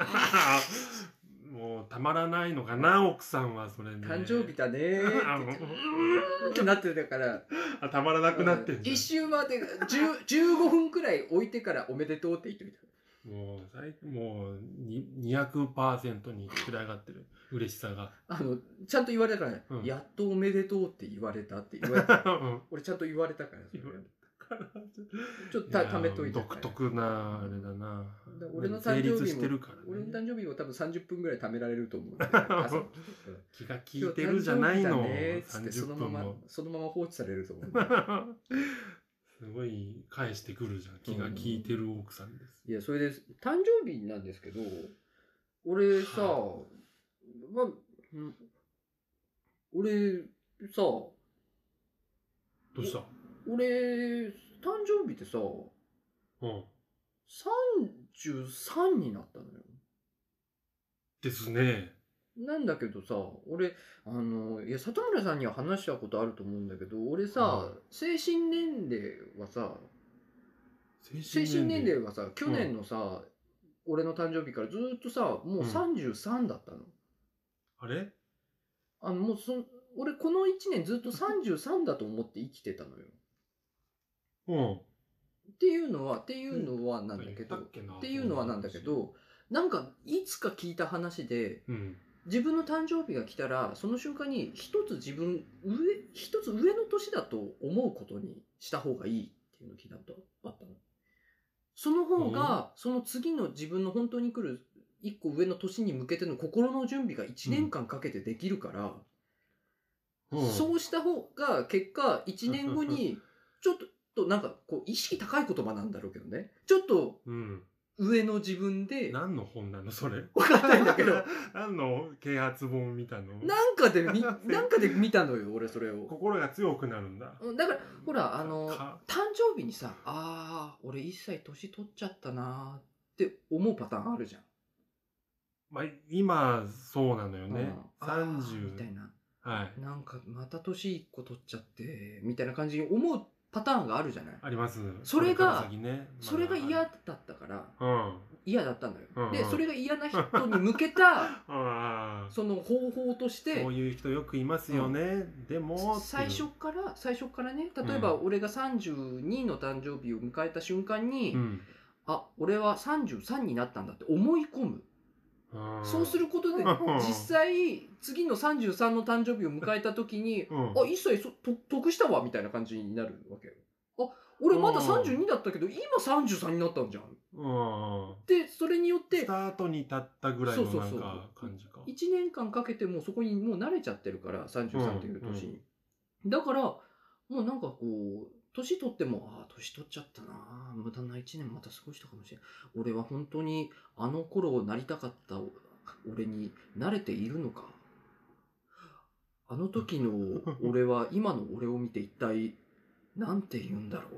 [SPEAKER 1] もうたまらないのかな奥さんはそれね
[SPEAKER 2] 誕生日だねーって言ってうーんってなってたから
[SPEAKER 1] あたまらなくなってんじ
[SPEAKER 2] 一周回って10 15分くらい置いてからおめでとうって言っといた
[SPEAKER 1] ゃんもう最もうに200%に膨れ上がってる嬉しさが
[SPEAKER 2] あのちゃんと言われたから、ね
[SPEAKER 1] うん
[SPEAKER 2] やっとおめでとうって言われたって言われ た
[SPEAKER 1] うん
[SPEAKER 2] 俺ちゃんと言われたからそれ
[SPEAKER 1] 言われ
[SPEAKER 2] ちょっと た
[SPEAKER 1] や
[SPEAKER 2] ためといたか
[SPEAKER 1] 独
[SPEAKER 2] ら
[SPEAKER 1] 特なあれだな
[SPEAKER 2] だ俺の
[SPEAKER 1] 成
[SPEAKER 2] 誕生日も
[SPEAKER 1] 立してるからね
[SPEAKER 2] 俺の誕生日を多分30分ぐらい貯められる と思うんで朝うん
[SPEAKER 1] 気が利いてるじゃないの
[SPEAKER 2] 今日誕生日だねっつってその
[SPEAKER 1] 30
[SPEAKER 2] ま
[SPEAKER 1] 分
[SPEAKER 2] ま
[SPEAKER 1] も
[SPEAKER 2] そのまま放置されると思 うんで
[SPEAKER 1] すごい返してくるじゃん気が利いてる奥さんです
[SPEAKER 2] いや、それで、誕生日なんですけど、俺さ、
[SPEAKER 1] は
[SPEAKER 2] まあ、うん俺さ、
[SPEAKER 1] どうした
[SPEAKER 2] 俺、誕生日ってさ、
[SPEAKER 1] うん
[SPEAKER 2] 33になったのよ。
[SPEAKER 1] ですね
[SPEAKER 2] なんだけどさ、俺、あの、いや、里村さんには話したことあると思うんだけど、俺さ
[SPEAKER 1] う、
[SPEAKER 2] 精神年齢はさ、精
[SPEAKER 1] 精
[SPEAKER 2] 神年齢はさ、去年のさ、俺の誕生日からずーっとさ、もう33だったの。
[SPEAKER 1] あれ
[SPEAKER 2] あのもうそん俺この1年ずっと33だと思って生きてたのよ。
[SPEAKER 1] うん
[SPEAKER 2] っていうのはっていうのはなんだけ
[SPEAKER 1] 言
[SPEAKER 2] ど、
[SPEAKER 1] たっけな
[SPEAKER 2] っていうのはなんだけどなんかいつか聞いた話で
[SPEAKER 1] うん
[SPEAKER 2] 自分の誕生日が来たらその瞬間に一つ自分上一つ上の年だと思うことにした方がいいっていうのを聞いたことあったの。その方がその次の自分の本当に来る一個上の年に向けての心の準備が1年間かけてできるから。
[SPEAKER 1] うん
[SPEAKER 2] そうした方が結果1年後 にちょっとなんかこう意識高い言葉なんだろうけどねちょっと
[SPEAKER 1] うん
[SPEAKER 2] 上の自分で
[SPEAKER 1] 何の本なのそれ
[SPEAKER 2] 分かんないんだけど
[SPEAKER 1] 何の啓発本みたいの
[SPEAKER 2] なんかで見なんかで見たのよ俺それを
[SPEAKER 1] 心が強くなるんだ
[SPEAKER 2] うんだからほらあの誕
[SPEAKER 1] か
[SPEAKER 2] 生日にさあー俺一切年取っちゃったなーって思うパターンあるじゃん、
[SPEAKER 1] まあ今そうなのよ
[SPEAKER 2] うん
[SPEAKER 1] ね
[SPEAKER 2] あーみた
[SPEAKER 1] 30
[SPEAKER 2] いな
[SPEAKER 1] はい
[SPEAKER 2] なんかまた年一個取っちゃってみたいな感じに思うパターンがあるじゃない
[SPEAKER 1] あります
[SPEAKER 2] それが
[SPEAKER 1] こから先ねまだ
[SPEAKER 2] それが嫌だったから
[SPEAKER 1] うん
[SPEAKER 2] 嫌だったんだよ、
[SPEAKER 1] うんうん
[SPEAKER 2] でそれが嫌な人に向け た
[SPEAKER 1] ああ
[SPEAKER 2] その方法として
[SPEAKER 1] そういう人よくいますよねでも
[SPEAKER 2] 最初から最初からね例え
[SPEAKER 1] う
[SPEAKER 2] ば
[SPEAKER 1] ん
[SPEAKER 2] 俺が32の誕生日を迎えた瞬間に、
[SPEAKER 1] うん
[SPEAKER 2] あ俺は33になったんだって思い込む、そうすること
[SPEAKER 1] う
[SPEAKER 2] で
[SPEAKER 1] ん
[SPEAKER 2] 実際次の33の誕生日を迎えた時に
[SPEAKER 1] うん
[SPEAKER 2] あ一切そと得したわみたいな感じになるわけよ。あ俺まだ32だったけど今33になったんじゃん。
[SPEAKER 1] うん
[SPEAKER 2] でそれによって
[SPEAKER 1] スタートに立ったぐらいの
[SPEAKER 2] そう
[SPEAKER 1] な
[SPEAKER 2] そ
[SPEAKER 1] ん
[SPEAKER 2] う
[SPEAKER 1] か
[SPEAKER 2] そう
[SPEAKER 1] 感じか
[SPEAKER 2] 1年間かけてもうそこにもう慣れちゃってるから33っていう年に、だからもうなんかこう年取ってもああ年取っちゃったなあ無駄な1年また過ごしたかもしれない俺は本当にあの頃をなりたかった俺に慣れているのかあの時の俺は今の俺を見て一体なんて言うん だろ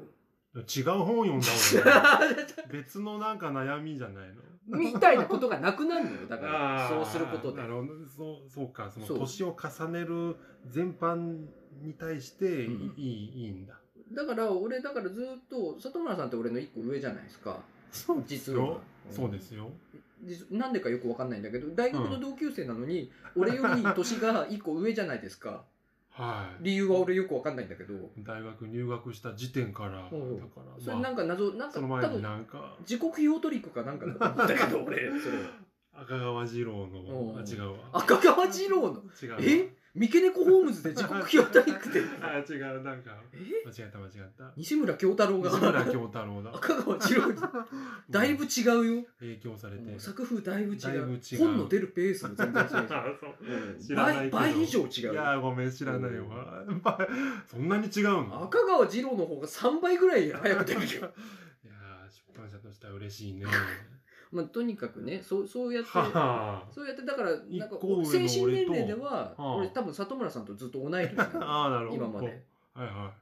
[SPEAKER 1] 違う本読んだ方がいい
[SPEAKER 2] う
[SPEAKER 1] 別のなんか悩みじゃないの
[SPEAKER 2] みたいなことがなくなるのよだから
[SPEAKER 1] あー
[SPEAKER 2] そうすることで
[SPEAKER 1] なるほどそうそうかその
[SPEAKER 2] そう
[SPEAKER 1] 年を重ねる全般に対していい,、
[SPEAKER 2] うん
[SPEAKER 1] いいいいんだ
[SPEAKER 2] だから俺だからずっと里村さんって俺の一個上じゃないですか
[SPEAKER 1] そう
[SPEAKER 2] 実は
[SPEAKER 1] そうですよ
[SPEAKER 2] 実なんでかよくわかんないんだけど大学の同級生なのに、俺より年が一個上じゃないで すか
[SPEAKER 1] はい
[SPEAKER 2] 理由は俺よくわかんないんだけど、
[SPEAKER 1] 大学入学した時点からだか
[SPEAKER 2] おう
[SPEAKER 1] ら
[SPEAKER 2] それなん
[SPEAKER 1] か、
[SPEAKER 2] か謎なん
[SPEAKER 1] まあ
[SPEAKER 2] か
[SPEAKER 1] そ
[SPEAKER 2] 多
[SPEAKER 1] の前に
[SPEAKER 2] 分
[SPEAKER 1] なんか
[SPEAKER 2] 時刻表トリックかなんかだと思うんだけど 俺それ
[SPEAKER 1] 赤川次郎の
[SPEAKER 2] おう
[SPEAKER 1] あ違うわ
[SPEAKER 2] 赤川次郎の
[SPEAKER 1] 違うわ
[SPEAKER 2] え 三毛猫ホームズで時刻表トリックって
[SPEAKER 1] あ違うなんか
[SPEAKER 2] え
[SPEAKER 1] 間違えた間違った
[SPEAKER 2] 西村京太郎が
[SPEAKER 1] 西村京太郎だ
[SPEAKER 2] 赤川次 郎に だいぶ違うよ
[SPEAKER 1] 影響されて
[SPEAKER 2] 作風だいぶ違う
[SPEAKER 1] だいぶ違う
[SPEAKER 2] 本の出るペースも全然違うし
[SPEAKER 1] そう知らない
[SPEAKER 2] 倍
[SPEAKER 1] けど
[SPEAKER 2] 倍以上違う
[SPEAKER 1] い
[SPEAKER 2] よ
[SPEAKER 1] やーごめん知らないわ倍 そんなに違うの
[SPEAKER 2] 赤川次郎の方が3倍ぐらい早くできる よ
[SPEAKER 1] いやー出版社としては嬉しいね
[SPEAKER 2] まあとにかくねそうそうやって
[SPEAKER 1] はは
[SPEAKER 2] そうやってだからなんか
[SPEAKER 1] 一個上の
[SPEAKER 2] 精
[SPEAKER 1] 俺と
[SPEAKER 2] 神年齢では
[SPEAKER 1] ああ
[SPEAKER 2] 俺多分里村さんとずっと同い年な の
[SPEAKER 1] ああなるほど
[SPEAKER 2] 今まで
[SPEAKER 1] はいは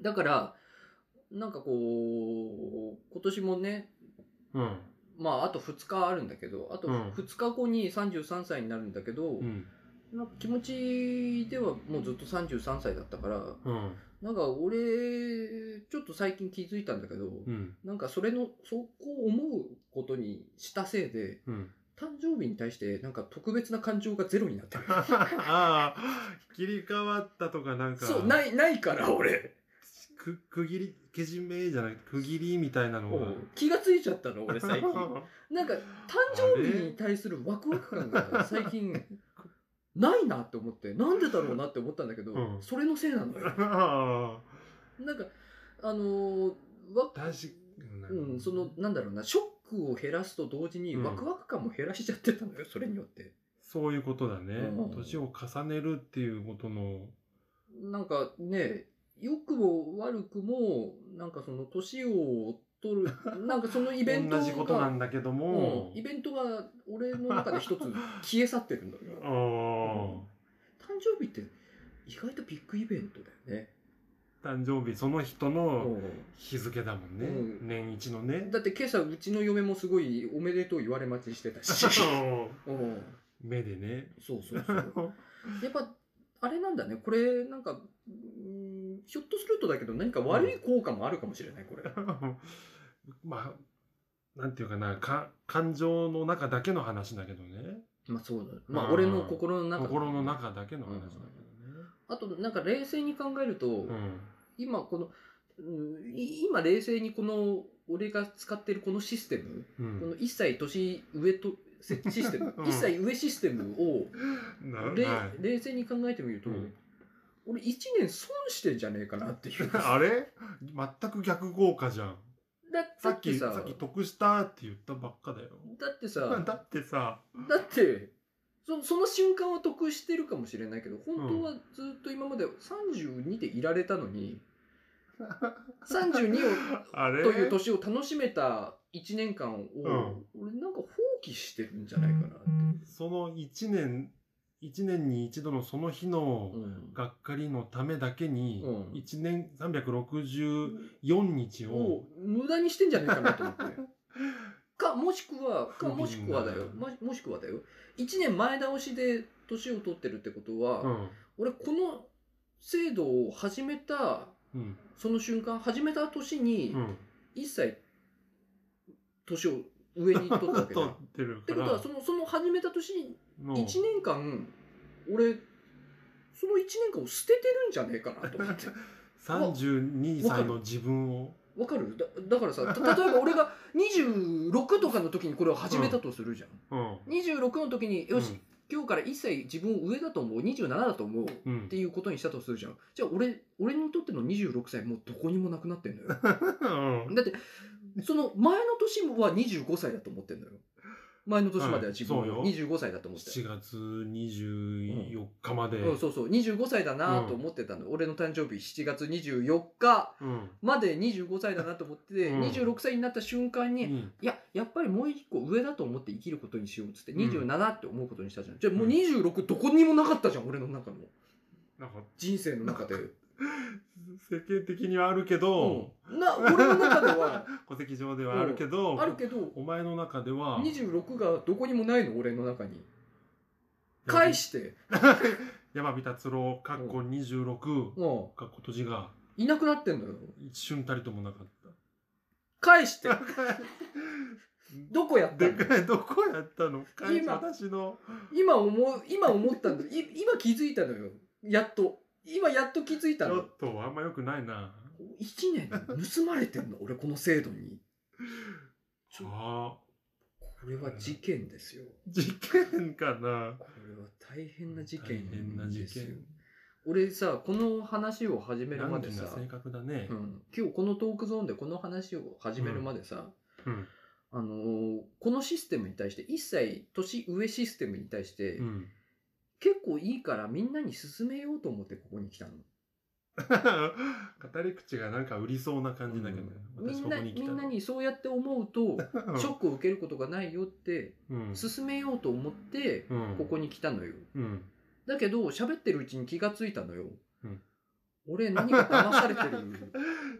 [SPEAKER 2] だからなんかこう今年もね
[SPEAKER 1] いうん
[SPEAKER 2] まああと2日あるんだけどあと
[SPEAKER 1] うん
[SPEAKER 2] 2日後に33歳になるんだけど、
[SPEAKER 1] うん。
[SPEAKER 2] なんか気持ちではもうずっと33歳だったから
[SPEAKER 1] うん。
[SPEAKER 2] なんか俺ちょっと最近気づいたんだけど、
[SPEAKER 1] うん。
[SPEAKER 2] なんかそれのそこを思うことにしたせいで
[SPEAKER 1] うん。
[SPEAKER 2] 誕生日に対してなんか特別な感情がゼロになってる
[SPEAKER 1] ああ、切り替わったとかなんか、
[SPEAKER 2] そうないないから俺
[SPEAKER 1] く区切り、けじめじゃない、区切りみたいなのが。
[SPEAKER 2] 気がついちゃったの俺最近なんか誕生日に対するワクワク感が最近ないなって思ってなんでだろうなって思ったんだけど、
[SPEAKER 1] うん
[SPEAKER 2] それのせいなのよ
[SPEAKER 1] あ
[SPEAKER 2] なんかあのーわ
[SPEAKER 1] あ、確かに。
[SPEAKER 2] うん、そのなんだろうなショックを減らすと同時に
[SPEAKER 1] うん
[SPEAKER 2] ワクワク感も減らしちゃってたのよ、それによって
[SPEAKER 1] そういうことだね
[SPEAKER 2] うん。
[SPEAKER 1] 年を重ねるっていうことの、
[SPEAKER 2] なんかね良くも悪くもなんかその年を 取るなんかそのイベント
[SPEAKER 1] 同
[SPEAKER 2] が
[SPEAKER 1] じことなんだけども
[SPEAKER 2] うん、イ、ベントが俺の中で一つ消え去ってるんだ よ
[SPEAKER 1] あー
[SPEAKER 2] 誕生日って意外とビッグイベントだよね、
[SPEAKER 1] 誕生日、その人の
[SPEAKER 2] う
[SPEAKER 1] 日付だもんね
[SPEAKER 2] う。ん
[SPEAKER 1] 年一の
[SPEAKER 2] ん
[SPEAKER 1] ね。
[SPEAKER 2] だって今朝うちの嫁もすごいおめでとう言われ待ちして たしうん
[SPEAKER 1] 目でね。
[SPEAKER 2] そうそうそうやっぱあれなんだねこれなんかうーんひょっとするとだけど何か悪い効果もあるかもしれないこれ、
[SPEAKER 1] まあ、なんていうかな、か感情の中だけの話だけどね。
[SPEAKER 2] まあそうだねま
[SPEAKER 1] う
[SPEAKER 2] あ
[SPEAKER 1] ん
[SPEAKER 2] 俺の心の中
[SPEAKER 1] 心の中だけの話だけ
[SPEAKER 2] あとなんか冷静に考えると、
[SPEAKER 1] どね。
[SPEAKER 2] 今この、うんい今冷静にこの俺が使ってるこのシステム、
[SPEAKER 1] うん。
[SPEAKER 2] この一切年上とせシステム、
[SPEAKER 1] うん
[SPEAKER 2] 一切上システムを
[SPEAKER 1] うん。な
[SPEAKER 2] れ
[SPEAKER 1] ない
[SPEAKER 2] 冷静に考えてみると、
[SPEAKER 1] うん
[SPEAKER 2] 俺1年損してんじゃねえかなっていう
[SPEAKER 1] あれ全く逆効果じゃん。
[SPEAKER 2] だって
[SPEAKER 1] さっき、
[SPEAKER 2] さ
[SPEAKER 1] さっき得したって言ったばっかだよ。
[SPEAKER 2] だってさ
[SPEAKER 1] だってさ、
[SPEAKER 2] だってそその瞬間は得してるかもしれないけど本当はずっと今まで32でいられた のに、32を
[SPEAKER 1] あれ
[SPEAKER 2] という年を楽しめた1年間を、
[SPEAKER 1] ん
[SPEAKER 2] 俺なんか放棄してるんじゃないかなって、
[SPEAKER 1] その一年、一年に一度のその日の
[SPEAKER 2] うん
[SPEAKER 1] がっかりのためだけに
[SPEAKER 2] うん、
[SPEAKER 1] 一年364日を
[SPEAKER 2] を無駄にしてんじゃないかなと 思って。かもしくはかもしくはだよ
[SPEAKER 1] 不憫
[SPEAKER 2] まもしくはだよ1年前倒しで年を取ってるってことは、
[SPEAKER 1] うん。
[SPEAKER 2] 俺この制度を始めた
[SPEAKER 1] うん。
[SPEAKER 2] その瞬間始めた年に、
[SPEAKER 1] うん。
[SPEAKER 2] 一切年を上に取ったわ けだ
[SPEAKER 1] 取
[SPEAKER 2] よ。
[SPEAKER 1] ってる
[SPEAKER 2] っ
[SPEAKER 1] か
[SPEAKER 2] てこと
[SPEAKER 1] ら
[SPEAKER 2] はそのその始めた年に
[SPEAKER 1] の
[SPEAKER 2] 1年間俺その1年間を捨ててるんじゃねえかなと 思って
[SPEAKER 1] 32歳の自分を
[SPEAKER 2] わかるだだからさた例えば俺が26とかの時にこれを始めたとするじゃん、
[SPEAKER 1] うん
[SPEAKER 2] 26の時によし、
[SPEAKER 1] うん
[SPEAKER 2] 今日から一切自分を上だと思う27だと思うっ
[SPEAKER 1] うん
[SPEAKER 2] ていうことにしたとするじゃんじゃあ俺俺にとっての26歳もうどこにもなくなってんのよ
[SPEAKER 1] うん
[SPEAKER 2] だってその前の年は25歳だと思ってんのよ前の年までは自分
[SPEAKER 1] うんそうよ
[SPEAKER 2] を25歳だと思ってた
[SPEAKER 1] 7月24日まで
[SPEAKER 2] うん、そうそう25歳だなと思ってたの、俺の誕生日7月24日
[SPEAKER 1] うん
[SPEAKER 2] まで25歳だなと思ってて、
[SPEAKER 1] うん
[SPEAKER 2] 26歳になった瞬間に、い
[SPEAKER 1] うん
[SPEAKER 2] ややっぱりもう一個上だと思って生きることにしようっつって
[SPEAKER 1] うん
[SPEAKER 2] 27って思うことにしたじゃん、じゃあもううん26どこにもなかったじゃん俺の中の
[SPEAKER 1] なんか
[SPEAKER 2] 人生の中で、
[SPEAKER 1] 世間的にはあるけど
[SPEAKER 2] うんな俺の中では
[SPEAKER 1] 戸籍上ではあるけど
[SPEAKER 2] あるけど
[SPEAKER 1] お前の中では
[SPEAKER 2] 26がどこにもないの俺の中に返して、
[SPEAKER 1] 山火達郎かっこ26
[SPEAKER 2] うん、
[SPEAKER 1] かっこ閉じが
[SPEAKER 2] いなくなってんだよ
[SPEAKER 1] 一瞬たりともなかった
[SPEAKER 2] 返してどこやった
[SPEAKER 1] で
[SPEAKER 2] の
[SPEAKER 1] かいどこやったのかい
[SPEAKER 2] 今
[SPEAKER 1] 私の
[SPEAKER 2] 今思う今思ったんだい今気づいたのよやっと今やっと気づい
[SPEAKER 1] ち
[SPEAKER 2] た
[SPEAKER 1] ょ
[SPEAKER 2] の
[SPEAKER 1] っとあんま良くないな
[SPEAKER 2] 1年盗まれてんの俺この制度にちょ
[SPEAKER 1] あ
[SPEAKER 2] これは事件ですよ
[SPEAKER 1] ー事件かな
[SPEAKER 2] これは大変な事件
[SPEAKER 1] 大変な事
[SPEAKER 2] ですよ
[SPEAKER 1] 件
[SPEAKER 2] 俺さこの話を始めるま
[SPEAKER 1] 何
[SPEAKER 2] で
[SPEAKER 1] 気
[SPEAKER 2] さ
[SPEAKER 1] な、性格だね
[SPEAKER 2] うん、今日このトークゾーンでこの話を始めるまでさ、
[SPEAKER 1] うん
[SPEAKER 2] あのーこのシステムに対して一切年上システムに対して、
[SPEAKER 1] うん
[SPEAKER 2] 結構いいからみんなに勧めようと思ってここに来たの。
[SPEAKER 1] 語り口がなんか売りそうな感じだけど、
[SPEAKER 2] うんみ
[SPEAKER 1] 私
[SPEAKER 2] ん
[SPEAKER 1] こ
[SPEAKER 2] な
[SPEAKER 1] こに来
[SPEAKER 2] み
[SPEAKER 1] た
[SPEAKER 2] んなにそうやって思うとショックを受けることがないよって
[SPEAKER 1] うん
[SPEAKER 2] 進めようと思って
[SPEAKER 1] うん
[SPEAKER 2] ここに来たのよ
[SPEAKER 1] うん
[SPEAKER 2] だけど喋ってるうちに気がついたのよ、
[SPEAKER 1] うん
[SPEAKER 2] 俺何か騙されてる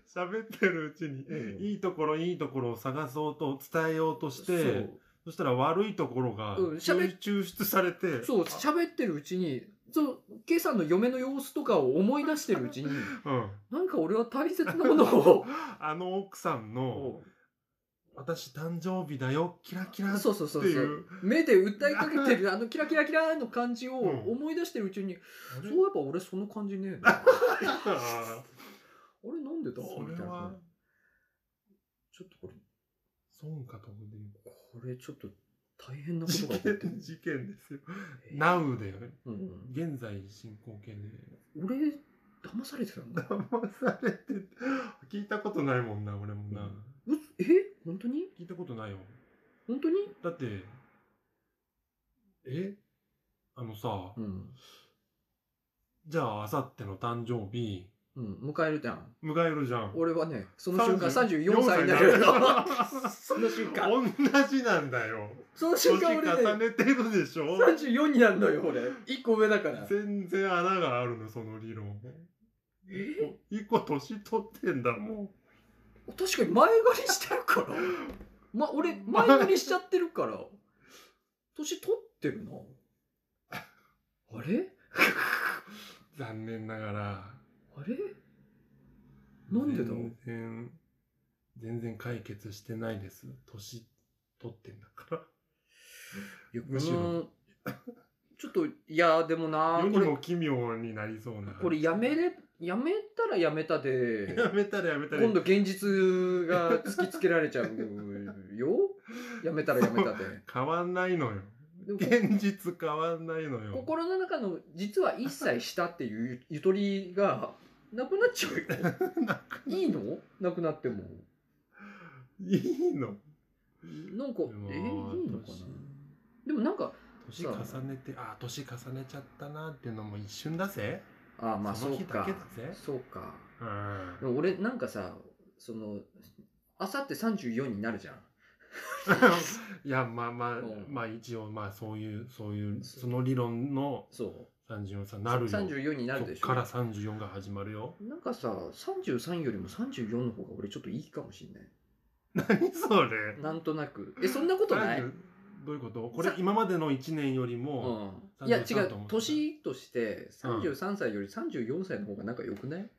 [SPEAKER 1] 喋ってるうちに、
[SPEAKER 2] うん
[SPEAKER 1] いいところいいところを探そうと伝えようとし
[SPEAKER 2] そ
[SPEAKER 1] て
[SPEAKER 2] う
[SPEAKER 1] そしたら悪いところが
[SPEAKER 2] うん
[SPEAKER 1] 抽
[SPEAKER 2] 喋
[SPEAKER 1] 抽出されて
[SPEAKER 2] そう喋ってるうちにそう圭さんの嫁の様子とかを思い出してるうちに
[SPEAKER 1] うん、
[SPEAKER 2] なんか俺は大切なものを
[SPEAKER 1] あの奥さんの「私誕生日だよキラキラ」って
[SPEAKER 2] そうそうそうそう
[SPEAKER 1] いう
[SPEAKER 2] 目で訴えかけてるあのキラキラキラーの感じを
[SPEAKER 1] うん
[SPEAKER 2] 思い出してるうちに、
[SPEAKER 1] あれ
[SPEAKER 2] そういえば俺その感じね えなあ
[SPEAKER 1] あ
[SPEAKER 2] れなんでだ
[SPEAKER 1] ーそ
[SPEAKER 2] み
[SPEAKER 1] れ
[SPEAKER 2] たい
[SPEAKER 1] は
[SPEAKER 2] なちょっとこれ
[SPEAKER 1] 損かと思って
[SPEAKER 2] これちょっと大変なこと
[SPEAKER 1] 事
[SPEAKER 2] が起こって
[SPEAKER 1] 件
[SPEAKER 2] る、
[SPEAKER 1] 事件ですよ
[SPEAKER 2] えー
[SPEAKER 1] NOW だよね
[SPEAKER 2] うん
[SPEAKER 1] 現在進行形で
[SPEAKER 2] 俺騙されてたんだ
[SPEAKER 1] 騙されて聞いたことないもんな俺もな、
[SPEAKER 2] うえ本当に
[SPEAKER 1] 聞いたことないよ
[SPEAKER 2] 本当に
[SPEAKER 1] だってえあのさ、
[SPEAKER 2] うん、
[SPEAKER 1] じゃああさっての誕生日
[SPEAKER 2] うん、迎えるじゃん
[SPEAKER 1] 迎えるじゃん
[SPEAKER 2] 俺はねその瞬間
[SPEAKER 1] 30
[SPEAKER 2] 34歳になるの
[SPEAKER 1] 34
[SPEAKER 2] その瞬 間
[SPEAKER 1] 同じなんだよ
[SPEAKER 2] その
[SPEAKER 1] 年
[SPEAKER 2] 瞬間俺
[SPEAKER 1] 重
[SPEAKER 2] ね
[SPEAKER 1] ねてるでしょ
[SPEAKER 2] 34になるのよ俺1個上だから
[SPEAKER 1] 全然穴があるのその理論
[SPEAKER 2] え
[SPEAKER 1] 一個年取ってんだも
[SPEAKER 2] 確かに前借りしてるからま俺前借りしちゃってるから年取ってるなあれ
[SPEAKER 1] ん残念ながら
[SPEAKER 2] あれなんでだ
[SPEAKER 1] 全然全然解決してないです年取ってんだから
[SPEAKER 2] いや
[SPEAKER 1] むしろ
[SPEAKER 2] うんちょっといやでもな
[SPEAKER 1] 世に
[SPEAKER 2] これ
[SPEAKER 1] も奇妙になりそうな
[SPEAKER 2] これやめれやめたらやめたで
[SPEAKER 1] やめたらやめたら
[SPEAKER 2] 今度現実が突きつけられちゃうよやめたらやめたで
[SPEAKER 1] 変わんないのよ
[SPEAKER 2] でも
[SPEAKER 1] 現実変わんないのよ
[SPEAKER 2] 心の中の実は一切したっていうゆゆとりがなくなっちゃう
[SPEAKER 1] な
[SPEAKER 2] よいいのなくなっても
[SPEAKER 1] いいの
[SPEAKER 2] なんか
[SPEAKER 1] うわー
[SPEAKER 2] えいいのかなでもなんか
[SPEAKER 1] 年重ねてああ年重ねちゃったなっていうのも一瞬だぜ
[SPEAKER 2] ああまあ
[SPEAKER 1] そ
[SPEAKER 2] そ
[SPEAKER 1] の
[SPEAKER 2] う
[SPEAKER 1] 日だ
[SPEAKER 2] か
[SPEAKER 1] けだぜ
[SPEAKER 2] そうか
[SPEAKER 1] うん
[SPEAKER 2] でも俺なんかさそのあさって34になるじゃん
[SPEAKER 1] いやまあまあ、
[SPEAKER 2] うん
[SPEAKER 1] まあ一応まあそういうそういう
[SPEAKER 2] そう
[SPEAKER 1] その理論の
[SPEAKER 2] そう
[SPEAKER 1] 34さんなるよ
[SPEAKER 2] 34になるでし
[SPEAKER 1] そっから
[SPEAKER 2] ょ
[SPEAKER 1] 34が始まるよ
[SPEAKER 2] なんかさ33よりも34の方が俺ちょっといいかもしんない
[SPEAKER 1] 何それ
[SPEAKER 2] なんとなくえそんなことない、う
[SPEAKER 1] 30どういうことこれ
[SPEAKER 2] さ
[SPEAKER 1] 今までの1年よりも、
[SPEAKER 2] ん、いや違
[SPEAKER 1] 33
[SPEAKER 2] う
[SPEAKER 1] と思ってた
[SPEAKER 2] 年として33歳より34歳の方がなんか良くない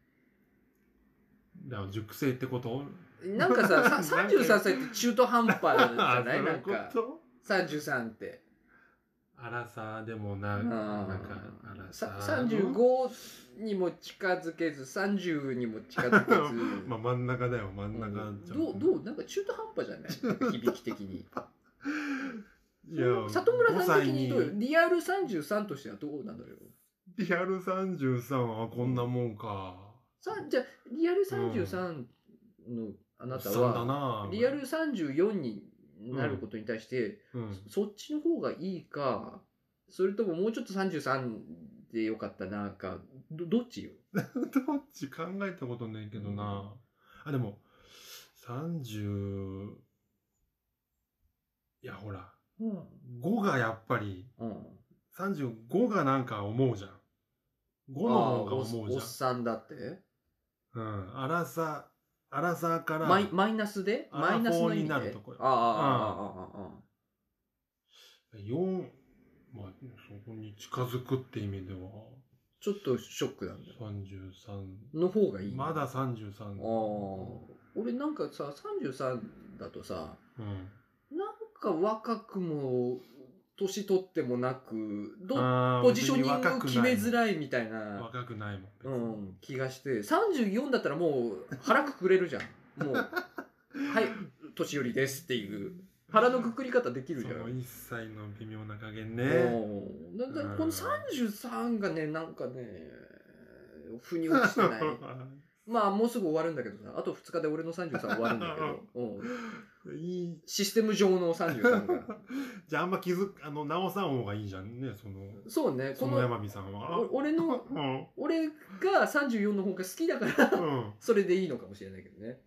[SPEAKER 1] だから熟成ってこと
[SPEAKER 2] なん かささ33歳って中途半端じゃない
[SPEAKER 1] そう
[SPEAKER 2] ないん
[SPEAKER 1] うこ
[SPEAKER 2] か
[SPEAKER 1] と
[SPEAKER 2] 33って
[SPEAKER 1] あらさでもな
[SPEAKER 2] うん
[SPEAKER 1] なんかあら
[SPEAKER 2] さ
[SPEAKER 1] さ
[SPEAKER 2] 35にも近づけず30にも近づけず
[SPEAKER 1] まあ真ん中だよ真ん中じゃん
[SPEAKER 2] どうどうなんか中途半端じ ゃない響き的に
[SPEAKER 1] いや
[SPEAKER 2] 里村さん的にどうよ
[SPEAKER 1] 5歳
[SPEAKER 2] リアル33としてはどうなのよ
[SPEAKER 1] リアル33はこんなもんか
[SPEAKER 2] さじゃあリアル33のあなた
[SPEAKER 1] おっさんだ
[SPEAKER 2] は、
[SPEAKER 1] な
[SPEAKER 2] リアル34になることに対して、
[SPEAKER 1] うん
[SPEAKER 2] そっちの方がいいかそれとももうちょっと33でよかったなかどどっちよ
[SPEAKER 1] どっち考えたことないけどな。あ、でも、30、いや、ほら、
[SPEAKER 2] うん、
[SPEAKER 1] 5がやっぱり、35がなんか思うじゃん。5の方が
[SPEAKER 2] お
[SPEAKER 1] 思うじ
[SPEAKER 2] おっさんだって
[SPEAKER 1] ゃん。うん。荒さ、荒さから、
[SPEAKER 2] マイマイナスで
[SPEAKER 1] アラフォー
[SPEAKER 2] マイナスの意味
[SPEAKER 1] に
[SPEAKER 2] で
[SPEAKER 1] なるとこよ
[SPEAKER 2] ああああああああ
[SPEAKER 1] 4、まあ、そこに近づくって意味では、
[SPEAKER 2] ちょっとショックなんだよ
[SPEAKER 1] 33、
[SPEAKER 2] の方がいい
[SPEAKER 1] まだ
[SPEAKER 2] あ
[SPEAKER 1] 33。
[SPEAKER 2] ー俺なんかさ33だとさ
[SPEAKER 1] うん。
[SPEAKER 2] なんか若くも年取ってもなくど
[SPEAKER 1] あー
[SPEAKER 2] ポジショニングを決めづ
[SPEAKER 1] 別に
[SPEAKER 2] らいみたいな、
[SPEAKER 1] 若くないもん。若くないも。
[SPEAKER 2] うんん、気がして34だったらもう腹くくれるじゃん もうはい年寄りですっていう腹のくくり方できるじゃ
[SPEAKER 1] その
[SPEAKER 2] ん
[SPEAKER 1] 一切の微妙な加減
[SPEAKER 2] う
[SPEAKER 1] ね。
[SPEAKER 2] んだから
[SPEAKER 1] うん
[SPEAKER 2] この33がねなんかね腑に落ちて ないまあもうすぐ終わるんだけどさあと2日で俺の33終わるんだけど、うん、
[SPEAKER 1] いい。
[SPEAKER 2] システム上の33が。
[SPEAKER 1] じゃああんま気づく、あの、直さん方がいいじゃんね、その、
[SPEAKER 2] そうね、こ
[SPEAKER 1] その
[SPEAKER 2] の、
[SPEAKER 1] 山美さんは。
[SPEAKER 2] お俺の、
[SPEAKER 1] うん。
[SPEAKER 2] 俺が34の方が好きだから、
[SPEAKER 1] うん。
[SPEAKER 2] それでいいのかもしれないけどね。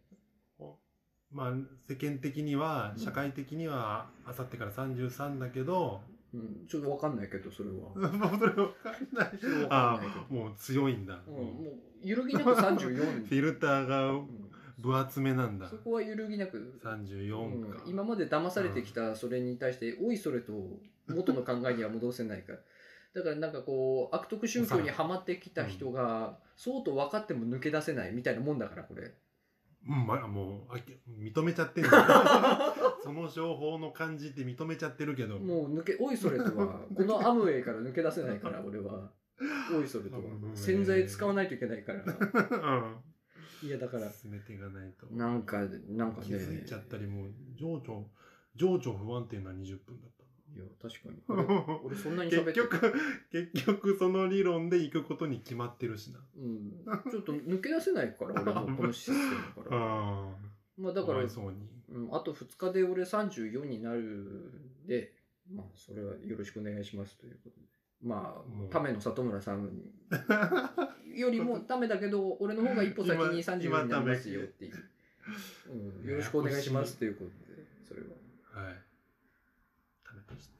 [SPEAKER 1] まあ、世間的には、社会的には、あさってから33だけど、
[SPEAKER 2] うん、ちょっとわかんないけどそれは。
[SPEAKER 1] もうそれわかんない。
[SPEAKER 2] それはわかん
[SPEAKER 1] あ
[SPEAKER 2] ないけど
[SPEAKER 1] あ、もう強いんだ。
[SPEAKER 2] うん、もう揺るぎ なく34
[SPEAKER 1] フィルターが分厚めなんだ
[SPEAKER 2] そ。こは揺るぎなく、
[SPEAKER 1] 34か
[SPEAKER 2] うん。今まで騙されてきたそれに対して、おいそれと元の考えには戻せないからだからなんかこう悪徳宗教にはまってきた人が、そうと分かっても抜け出せないみたいなもんだからこれ
[SPEAKER 1] うん、まあ、もう、あき認めちゃって る。その情報の感じって認めちゃってるけど。
[SPEAKER 2] もう抜けおいそれとはこのアムウェイから抜け出せないから俺はおいそれとは
[SPEAKER 1] アムウェイ
[SPEAKER 2] 洗剤使わないといけないから
[SPEAKER 1] うん。
[SPEAKER 2] いやだから
[SPEAKER 1] 進めていかないと。
[SPEAKER 2] なんかなんかね
[SPEAKER 1] 気づいちゃったり、もう、情緒、情緒不安定な20分だっ
[SPEAKER 2] いや確かに
[SPEAKER 1] た。
[SPEAKER 2] 俺俺そんなに喋っ
[SPEAKER 1] 結
[SPEAKER 2] て
[SPEAKER 1] 局、結局その理論で行くことに決まってるしな。
[SPEAKER 2] うん、ちょっと抜け出せな いから俺もこのシステムから
[SPEAKER 1] あ
[SPEAKER 2] まあ
[SPEAKER 1] あ。
[SPEAKER 2] だから
[SPEAKER 1] かわいそうに。
[SPEAKER 2] うん、あと2日で俺34になるんで、まあ、それはよろしくお願いしますということで。ま
[SPEAKER 1] うん
[SPEAKER 2] あ、ための里村さんより もためだけど、俺の方が一歩先に
[SPEAKER 1] 今
[SPEAKER 2] 34になりますよっていう。
[SPEAKER 1] め
[SPEAKER 2] うん、よろしくお願いしますということで、それは。
[SPEAKER 1] はい。食べてきて。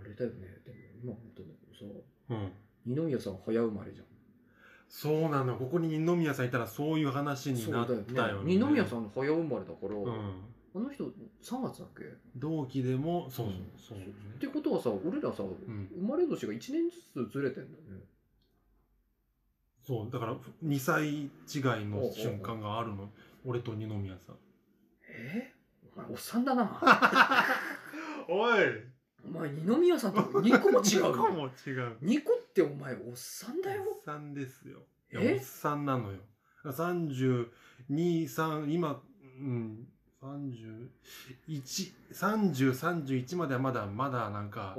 [SPEAKER 2] あれだよね、でも今本当にさ、
[SPEAKER 1] うん。
[SPEAKER 2] 二宮さん早生まれじゃん。
[SPEAKER 1] そうなの。ここに二宮さんいたらそういう話になったよね。
[SPEAKER 2] 二宮さんの早生まれだから、
[SPEAKER 1] うん。
[SPEAKER 2] あの人3月だっけ
[SPEAKER 1] 同期でも、そうそう。そう
[SPEAKER 2] ってことはさ、俺らさ、
[SPEAKER 1] ん
[SPEAKER 2] 生まれ年が1年ずつずれてんだよね。
[SPEAKER 1] そう、だから2歳違いの瞬間があるの。俺と二宮 さん。
[SPEAKER 2] えお前おっさんだな
[SPEAKER 1] おい
[SPEAKER 2] お前二宮さんと2個も違う
[SPEAKER 1] か
[SPEAKER 2] よ
[SPEAKER 1] も違う。
[SPEAKER 2] 2個ってお前おっさんだよ
[SPEAKER 1] おっさんですよ。いや、お
[SPEAKER 2] え
[SPEAKER 1] っさんなのよ。32、3、今、うん、31、30、31まではまだ、まだなんか、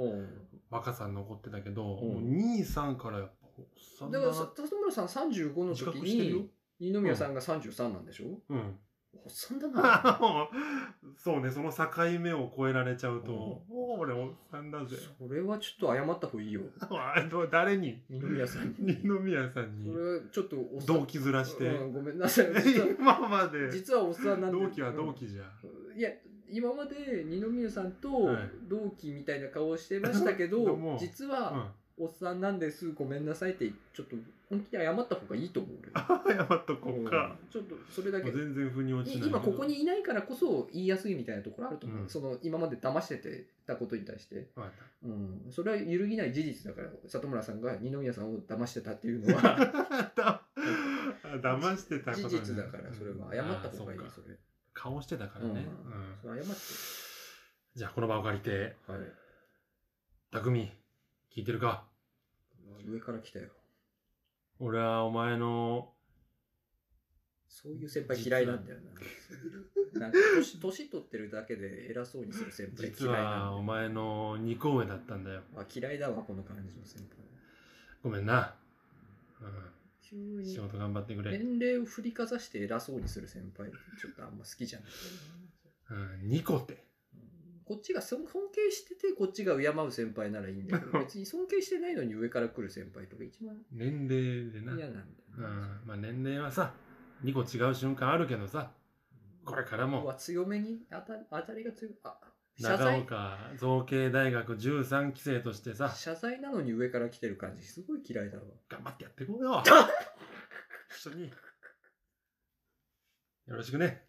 [SPEAKER 1] 若さ残ってたけど、
[SPEAKER 2] うん
[SPEAKER 1] もう2、3からやっぱ、おっさんだ
[SPEAKER 2] だか
[SPEAKER 1] な
[SPEAKER 2] らさ田村さん35の
[SPEAKER 1] 自
[SPEAKER 2] 時
[SPEAKER 1] 覚してるよ
[SPEAKER 2] に。二宮さんが33なんでしょ、
[SPEAKER 1] うん。
[SPEAKER 2] おっさんだな
[SPEAKER 1] もうそうね、その境目を越えられちゃうと、おー俺おっさんだぜ。
[SPEAKER 2] それはちょっと謝った方がいいよ
[SPEAKER 1] あど誰 に
[SPEAKER 2] 二宮さん
[SPEAKER 1] 二
[SPEAKER 2] に
[SPEAKER 1] 宮さん
[SPEAKER 2] そ
[SPEAKER 1] に
[SPEAKER 2] れはちょっとおっさん
[SPEAKER 1] 同期ずらして。
[SPEAKER 2] うんごめんなさい実 は
[SPEAKER 1] 今まで、
[SPEAKER 2] 実はおっさんなんで
[SPEAKER 1] 同期は同期じゃ。
[SPEAKER 2] うんいや今まで二宮さんと
[SPEAKER 1] はい
[SPEAKER 2] 同期みたいな顔をしてましたけ
[SPEAKER 1] で
[SPEAKER 2] ど、
[SPEAKER 1] も
[SPEAKER 2] 実は、
[SPEAKER 1] うん。
[SPEAKER 2] おっさんなんです、ごめんなさいって、ちょっと、本気に謝った方がいいと思う。俺
[SPEAKER 1] 謝っと こうか。
[SPEAKER 2] うんちょっと、それだけ。い
[SPEAKER 1] 全然腑に落ちない
[SPEAKER 2] 今ここにいないからこそ言いやすいみたいなところあると思う。
[SPEAKER 1] うん
[SPEAKER 2] その、今まで騙しててたことに対して。
[SPEAKER 1] はい
[SPEAKER 2] うん。それは揺るぎない事実だから、里村さんが二宮さんを騙してたっていうのは、
[SPEAKER 1] だ 騙してたこと
[SPEAKER 2] 事
[SPEAKER 1] ね
[SPEAKER 2] 実だから、それは謝った方がいい
[SPEAKER 1] あー、
[SPEAKER 2] そ
[SPEAKER 1] そうか
[SPEAKER 2] れ。
[SPEAKER 1] 顔してたからね、
[SPEAKER 2] うん
[SPEAKER 1] うん
[SPEAKER 2] それ謝っ
[SPEAKER 1] じゃあこの場を借りて
[SPEAKER 2] て。はい。
[SPEAKER 1] 匠聞いてるか
[SPEAKER 2] 上から来たよ。
[SPEAKER 1] 俺はお前の
[SPEAKER 2] そういう先輩嫌いなんだよ な。なんか年、年取ってるだけで偉そうにする先輩
[SPEAKER 1] 実
[SPEAKER 2] 嫌いなんだ
[SPEAKER 1] は
[SPEAKER 2] よ
[SPEAKER 1] お前の二個上だったんだよ
[SPEAKER 2] あ嫌いだわこの感じの先輩
[SPEAKER 1] ごめんな、
[SPEAKER 2] 急
[SPEAKER 1] うん、仕
[SPEAKER 2] に
[SPEAKER 1] 事頑張ってくれ、
[SPEAKER 2] 年齢を振りかざして偉そうにする先輩ってちょっとあんま好きじゃない、
[SPEAKER 1] うん、二個って
[SPEAKER 2] うんこっちがそ尊敬しててこっちが敬う先輩ならいいんだけ ど別に尊敬してないのに上から来る先輩とか一番
[SPEAKER 1] 年齢でな、
[SPEAKER 2] 嫌なんだよ
[SPEAKER 1] う
[SPEAKER 2] ね、
[SPEAKER 1] ん、まあ年齢はさ二個違う瞬間あるけどさこれからも
[SPEAKER 2] うわ強めに当た当たりが強いあ謝
[SPEAKER 1] 長
[SPEAKER 2] 罪
[SPEAKER 1] 岡造形大学13期生としてさ
[SPEAKER 2] 謝罪なのに上から来てる感じすごい嫌いだわ
[SPEAKER 1] 頑張ってやっていこうよ一緒によろしくね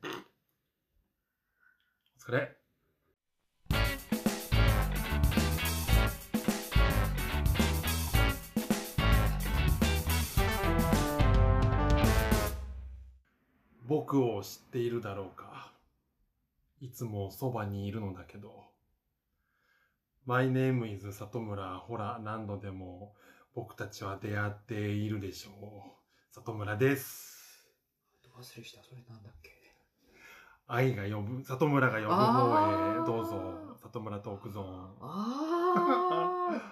[SPEAKER 1] お疲れ僕を知っているだろうかいつもそばにいるのだけど My name is 里村ほら何度でも僕たちは出会っているでしょう。里村です。
[SPEAKER 2] 忘れしたそれなんだっけ
[SPEAKER 1] 愛が呼ぶ、里村が呼ぶ
[SPEAKER 2] あ
[SPEAKER 1] 方へ
[SPEAKER 2] ー
[SPEAKER 1] どうぞ、里村トークゾ
[SPEAKER 2] あ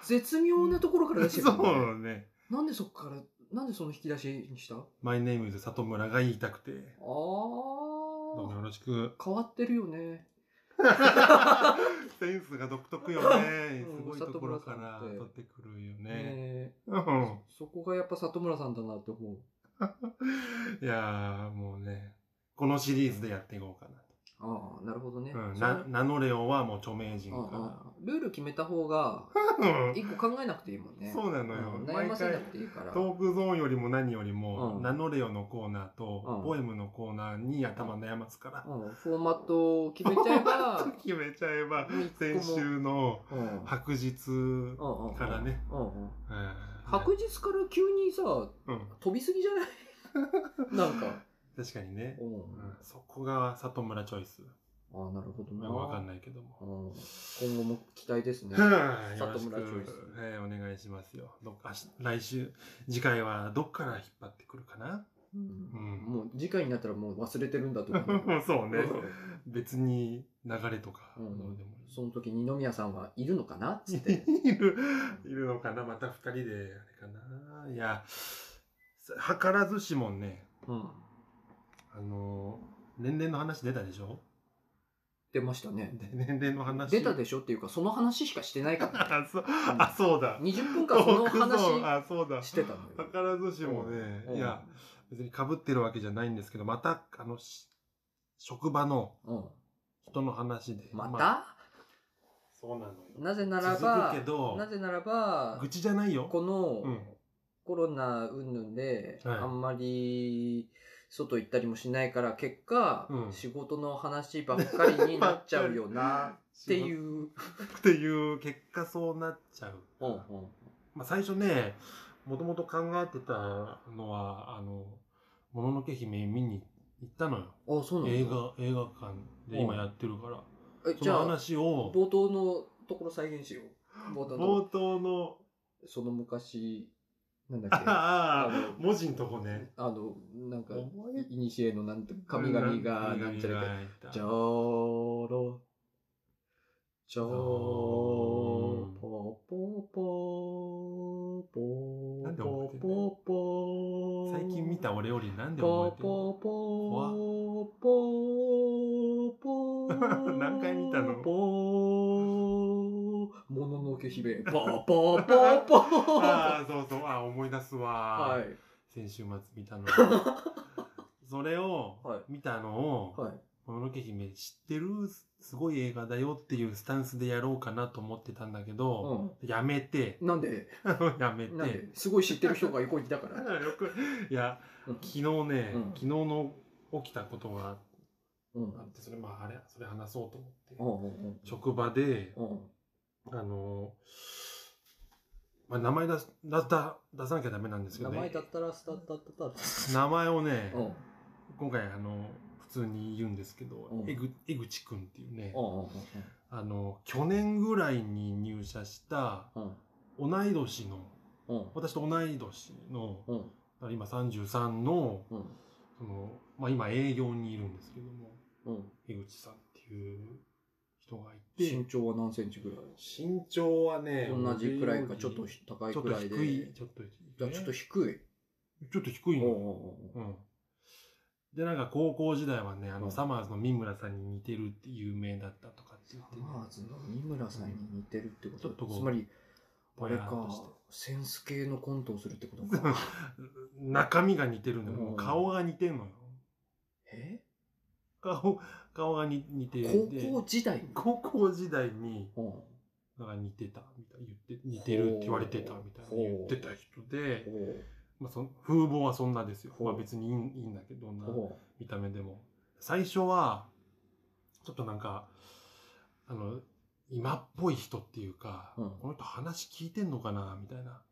[SPEAKER 2] ー絶妙なところから
[SPEAKER 1] ーン。
[SPEAKER 2] 出してる、ね、
[SPEAKER 1] そうね。
[SPEAKER 2] なんでそこからなんでその引き出しにしたあ
[SPEAKER 1] My name is 里村が言いたくて。どうも
[SPEAKER 2] あ。
[SPEAKER 1] よろしく
[SPEAKER 2] 変わってるよね
[SPEAKER 1] センスが独特よね。
[SPEAKER 2] うん
[SPEAKER 1] すごいところから
[SPEAKER 2] 里村さん
[SPEAKER 1] 取っ
[SPEAKER 2] って
[SPEAKER 1] くるよね。
[SPEAKER 2] ね
[SPEAKER 1] うん
[SPEAKER 2] そこがやっぱ里村さんだなって思う
[SPEAKER 1] いやー、もうね、このシリーズでやっていこうかなと。
[SPEAKER 2] ああなるほどね、
[SPEAKER 1] うん、
[SPEAKER 2] それ
[SPEAKER 1] な名乗れよはもう著名人
[SPEAKER 2] ああ
[SPEAKER 1] か
[SPEAKER 2] ああルール決めた方が
[SPEAKER 1] ら。うん
[SPEAKER 2] 一個考えなくていいもん ね
[SPEAKER 1] そうなのよ。
[SPEAKER 2] うん悩
[SPEAKER 1] 毎
[SPEAKER 2] ませな
[SPEAKER 1] 回
[SPEAKER 2] くていいから
[SPEAKER 1] トークゾーンよりも何よりも、
[SPEAKER 2] うん
[SPEAKER 1] 名乗れよのコーナーと
[SPEAKER 2] う、ん
[SPEAKER 1] ポエムのコーナーに頭悩ますから。
[SPEAKER 2] うん、フォーマットを決めちゃえ ば、
[SPEAKER 1] 決めちゃえば、
[SPEAKER 2] 一個も
[SPEAKER 1] 先週の
[SPEAKER 2] うんうん
[SPEAKER 1] 白日
[SPEAKER 2] うんうん
[SPEAKER 1] からね。
[SPEAKER 2] うんうん
[SPEAKER 1] うん
[SPEAKER 2] 白日から急にさ、
[SPEAKER 1] うん
[SPEAKER 2] 飛びすぎじゃない なんか。
[SPEAKER 1] 確かにね。
[SPEAKER 2] う
[SPEAKER 1] うん
[SPEAKER 2] ん、
[SPEAKER 1] そこが里村チョイス。
[SPEAKER 2] ああ、なるほど
[SPEAKER 1] ま
[SPEAKER 2] な。
[SPEAKER 1] あわかん
[SPEAKER 2] い。
[SPEAKER 1] ないけども。
[SPEAKER 2] うん、今後も期待ですね。
[SPEAKER 1] はい
[SPEAKER 2] 里村
[SPEAKER 1] よろしく
[SPEAKER 2] チョイス
[SPEAKER 1] はい、お願いしますよ。どっか、明日来週、次回はどっから引っ張ってくるかな
[SPEAKER 2] うん
[SPEAKER 1] うん
[SPEAKER 2] もう次回になったらもう忘れてるんだと思 う。
[SPEAKER 1] そうね。
[SPEAKER 2] うん
[SPEAKER 1] 別に流れとか、
[SPEAKER 2] うん
[SPEAKER 1] どうでもいい。
[SPEAKER 2] その時二宮さんはいるのかなっつって。
[SPEAKER 1] いる、いるのかなまた二人で、あれかな。いや、図らずしもね、
[SPEAKER 2] うん、
[SPEAKER 1] あの、年齢の話出たでしょ
[SPEAKER 2] 出ましたね。
[SPEAKER 1] で年齢の話。
[SPEAKER 2] 出たでしょっていうか、その話しかしてないか ら。
[SPEAKER 1] あ、そう、あ、そうだ。
[SPEAKER 2] 20分間その話
[SPEAKER 1] あ、そうだ。
[SPEAKER 2] してたのよ。
[SPEAKER 1] 図らずしもね、
[SPEAKER 2] うん
[SPEAKER 1] いや、、別に被ってるわけじゃないんですけど、また、あの、し職場の
[SPEAKER 2] うん、
[SPEAKER 1] 人の話で。
[SPEAKER 2] また、
[SPEAKER 1] あそうなのよ。
[SPEAKER 2] なぜな
[SPEAKER 1] 続
[SPEAKER 2] ら
[SPEAKER 1] くけ
[SPEAKER 2] ば、
[SPEAKER 1] ど、
[SPEAKER 2] なぜならば
[SPEAKER 1] 愚、痴じゃないよ。
[SPEAKER 2] この、
[SPEAKER 1] うん
[SPEAKER 2] コロナ云々で、
[SPEAKER 1] はい
[SPEAKER 2] あんまり外行ったりもしないから、結果、
[SPEAKER 1] うん
[SPEAKER 2] 仕事の話ばっかりになっちゃう よな、ってい
[SPEAKER 1] っ
[SPEAKER 2] う。
[SPEAKER 1] ていう結果そうなっちゃう。
[SPEAKER 2] うん
[SPEAKER 1] まあ、最初ね、もともと考えてたのは、あの、もののけ姫見に行ったのよ。
[SPEAKER 2] うんあ、そうなんだ
[SPEAKER 1] 映画、映画館で今やってるから。
[SPEAKER 2] え
[SPEAKER 1] そ
[SPEAKER 2] じゃ
[SPEAKER 1] の
[SPEAKER 2] あ、
[SPEAKER 1] 話を、
[SPEAKER 2] 冒頭のところ再現しよう。冒頭
[SPEAKER 1] 冒
[SPEAKER 2] の、
[SPEAKER 1] 頭の、
[SPEAKER 2] その昔、なんだっけ、あ
[SPEAKER 1] あ
[SPEAKER 2] の
[SPEAKER 1] あ、文字のとこ ね。
[SPEAKER 2] の、なんか、
[SPEAKER 1] 覚え
[SPEAKER 2] いにしえのなんて、神々が、なんちゃらか、じゃ
[SPEAKER 1] ゃ
[SPEAKER 2] ろ。じゃろ。ぽぽぽぽ。
[SPEAKER 1] なんで
[SPEAKER 2] ぽ
[SPEAKER 1] 覚えてんだよ
[SPEAKER 2] ぽぽ。
[SPEAKER 1] 最近見た俺よりなんで覚
[SPEAKER 2] ぽ
[SPEAKER 1] えてるの
[SPEAKER 2] ぽぽ。ぽぽ。
[SPEAKER 1] 何回見たの
[SPEAKER 2] ぽ。もののけ 姫。ぽぽぽぽ。
[SPEAKER 1] ああ、そうそう、あー思い出すわ。
[SPEAKER 2] はい。
[SPEAKER 1] 先週末見 たの。それを
[SPEAKER 2] はい、
[SPEAKER 1] 見たのを、
[SPEAKER 2] はい。
[SPEAKER 1] もののけ姫知ってるすすごい映画だよっていうスタンスでやろうかなと思ってたんだけど、
[SPEAKER 2] う
[SPEAKER 1] やめて、
[SPEAKER 2] ん。なんで、
[SPEAKER 1] やめ
[SPEAKER 2] なんで
[SPEAKER 1] て。、
[SPEAKER 2] すごい知ってる人が横にいたから。
[SPEAKER 1] よく、いや、
[SPEAKER 2] うん
[SPEAKER 1] 昨日ね、
[SPEAKER 2] うん
[SPEAKER 1] 昨日の起きたことが
[SPEAKER 2] うん
[SPEAKER 1] あって、それ、まあ、あれ、それ話そうと思って
[SPEAKER 2] う、んうんうん
[SPEAKER 1] 職場で、
[SPEAKER 2] うん
[SPEAKER 1] あのまあ、名前出す出さ出さなきゃダメなんですけ
[SPEAKER 2] 名
[SPEAKER 1] ど
[SPEAKER 2] 前
[SPEAKER 1] ね
[SPEAKER 2] だ。ったらスタッタッタッタ
[SPEAKER 1] 名前をね、
[SPEAKER 2] うんうん
[SPEAKER 1] 今回あの普通に言うんですけど、
[SPEAKER 2] うん
[SPEAKER 1] えぐ江口くんっていうね、
[SPEAKER 2] うん
[SPEAKER 1] あの去年ぐらいに入社した
[SPEAKER 2] うん
[SPEAKER 1] 同い年の
[SPEAKER 2] うん
[SPEAKER 1] 私と同い年の
[SPEAKER 2] うん
[SPEAKER 1] 今33の
[SPEAKER 2] うん
[SPEAKER 1] その、まあ、今営業にいるんですけども
[SPEAKER 2] うん
[SPEAKER 1] 江口さんっていう人がいて
[SPEAKER 2] 身長は何センチぐらい
[SPEAKER 1] 身長はね
[SPEAKER 2] 同じくらいかちょっと
[SPEAKER 1] 低
[SPEAKER 2] 高い
[SPEAKER 1] ちょっ
[SPEAKER 2] く
[SPEAKER 1] と
[SPEAKER 2] らいで
[SPEAKER 1] 低いちょっと低い
[SPEAKER 2] じゃあちょっと低い
[SPEAKER 1] ちょっと低い
[SPEAKER 2] うんう
[SPEAKER 1] の、
[SPEAKER 2] ん
[SPEAKER 1] うん、でなんか高校時代はねあの、
[SPEAKER 2] うん
[SPEAKER 1] サマーズの三村さんに似てるって有名だったとかって言ってね、
[SPEAKER 2] うんマーズの三村さんに似てるってこ
[SPEAKER 1] ちょっと
[SPEAKER 2] と
[SPEAKER 1] こう
[SPEAKER 2] つまりあ
[SPEAKER 1] ぼ
[SPEAKER 2] れ
[SPEAKER 1] やっと
[SPEAKER 2] か
[SPEAKER 1] して
[SPEAKER 2] センス系のコントをするってことか
[SPEAKER 1] 中身が似てるんだよ。もう顔が似てんのよ。
[SPEAKER 2] え
[SPEAKER 1] 顔、顔がに似て
[SPEAKER 2] 高
[SPEAKER 1] て
[SPEAKER 2] 校時代に
[SPEAKER 1] 高校時代に、
[SPEAKER 2] うん
[SPEAKER 1] なんか似てた、みたいな言って、似てるって言われてた、みたいな言ってた人で、まあその、風貌はそんなですよ。
[SPEAKER 2] ほう
[SPEAKER 1] まあ別にいいいいんだけど、どんな
[SPEAKER 2] おお
[SPEAKER 1] 見た目でも。最初は、ちょっとなんか、あの、今っぽい人っていうか、
[SPEAKER 2] うん
[SPEAKER 1] この人話聞いてんのかな、みたいな。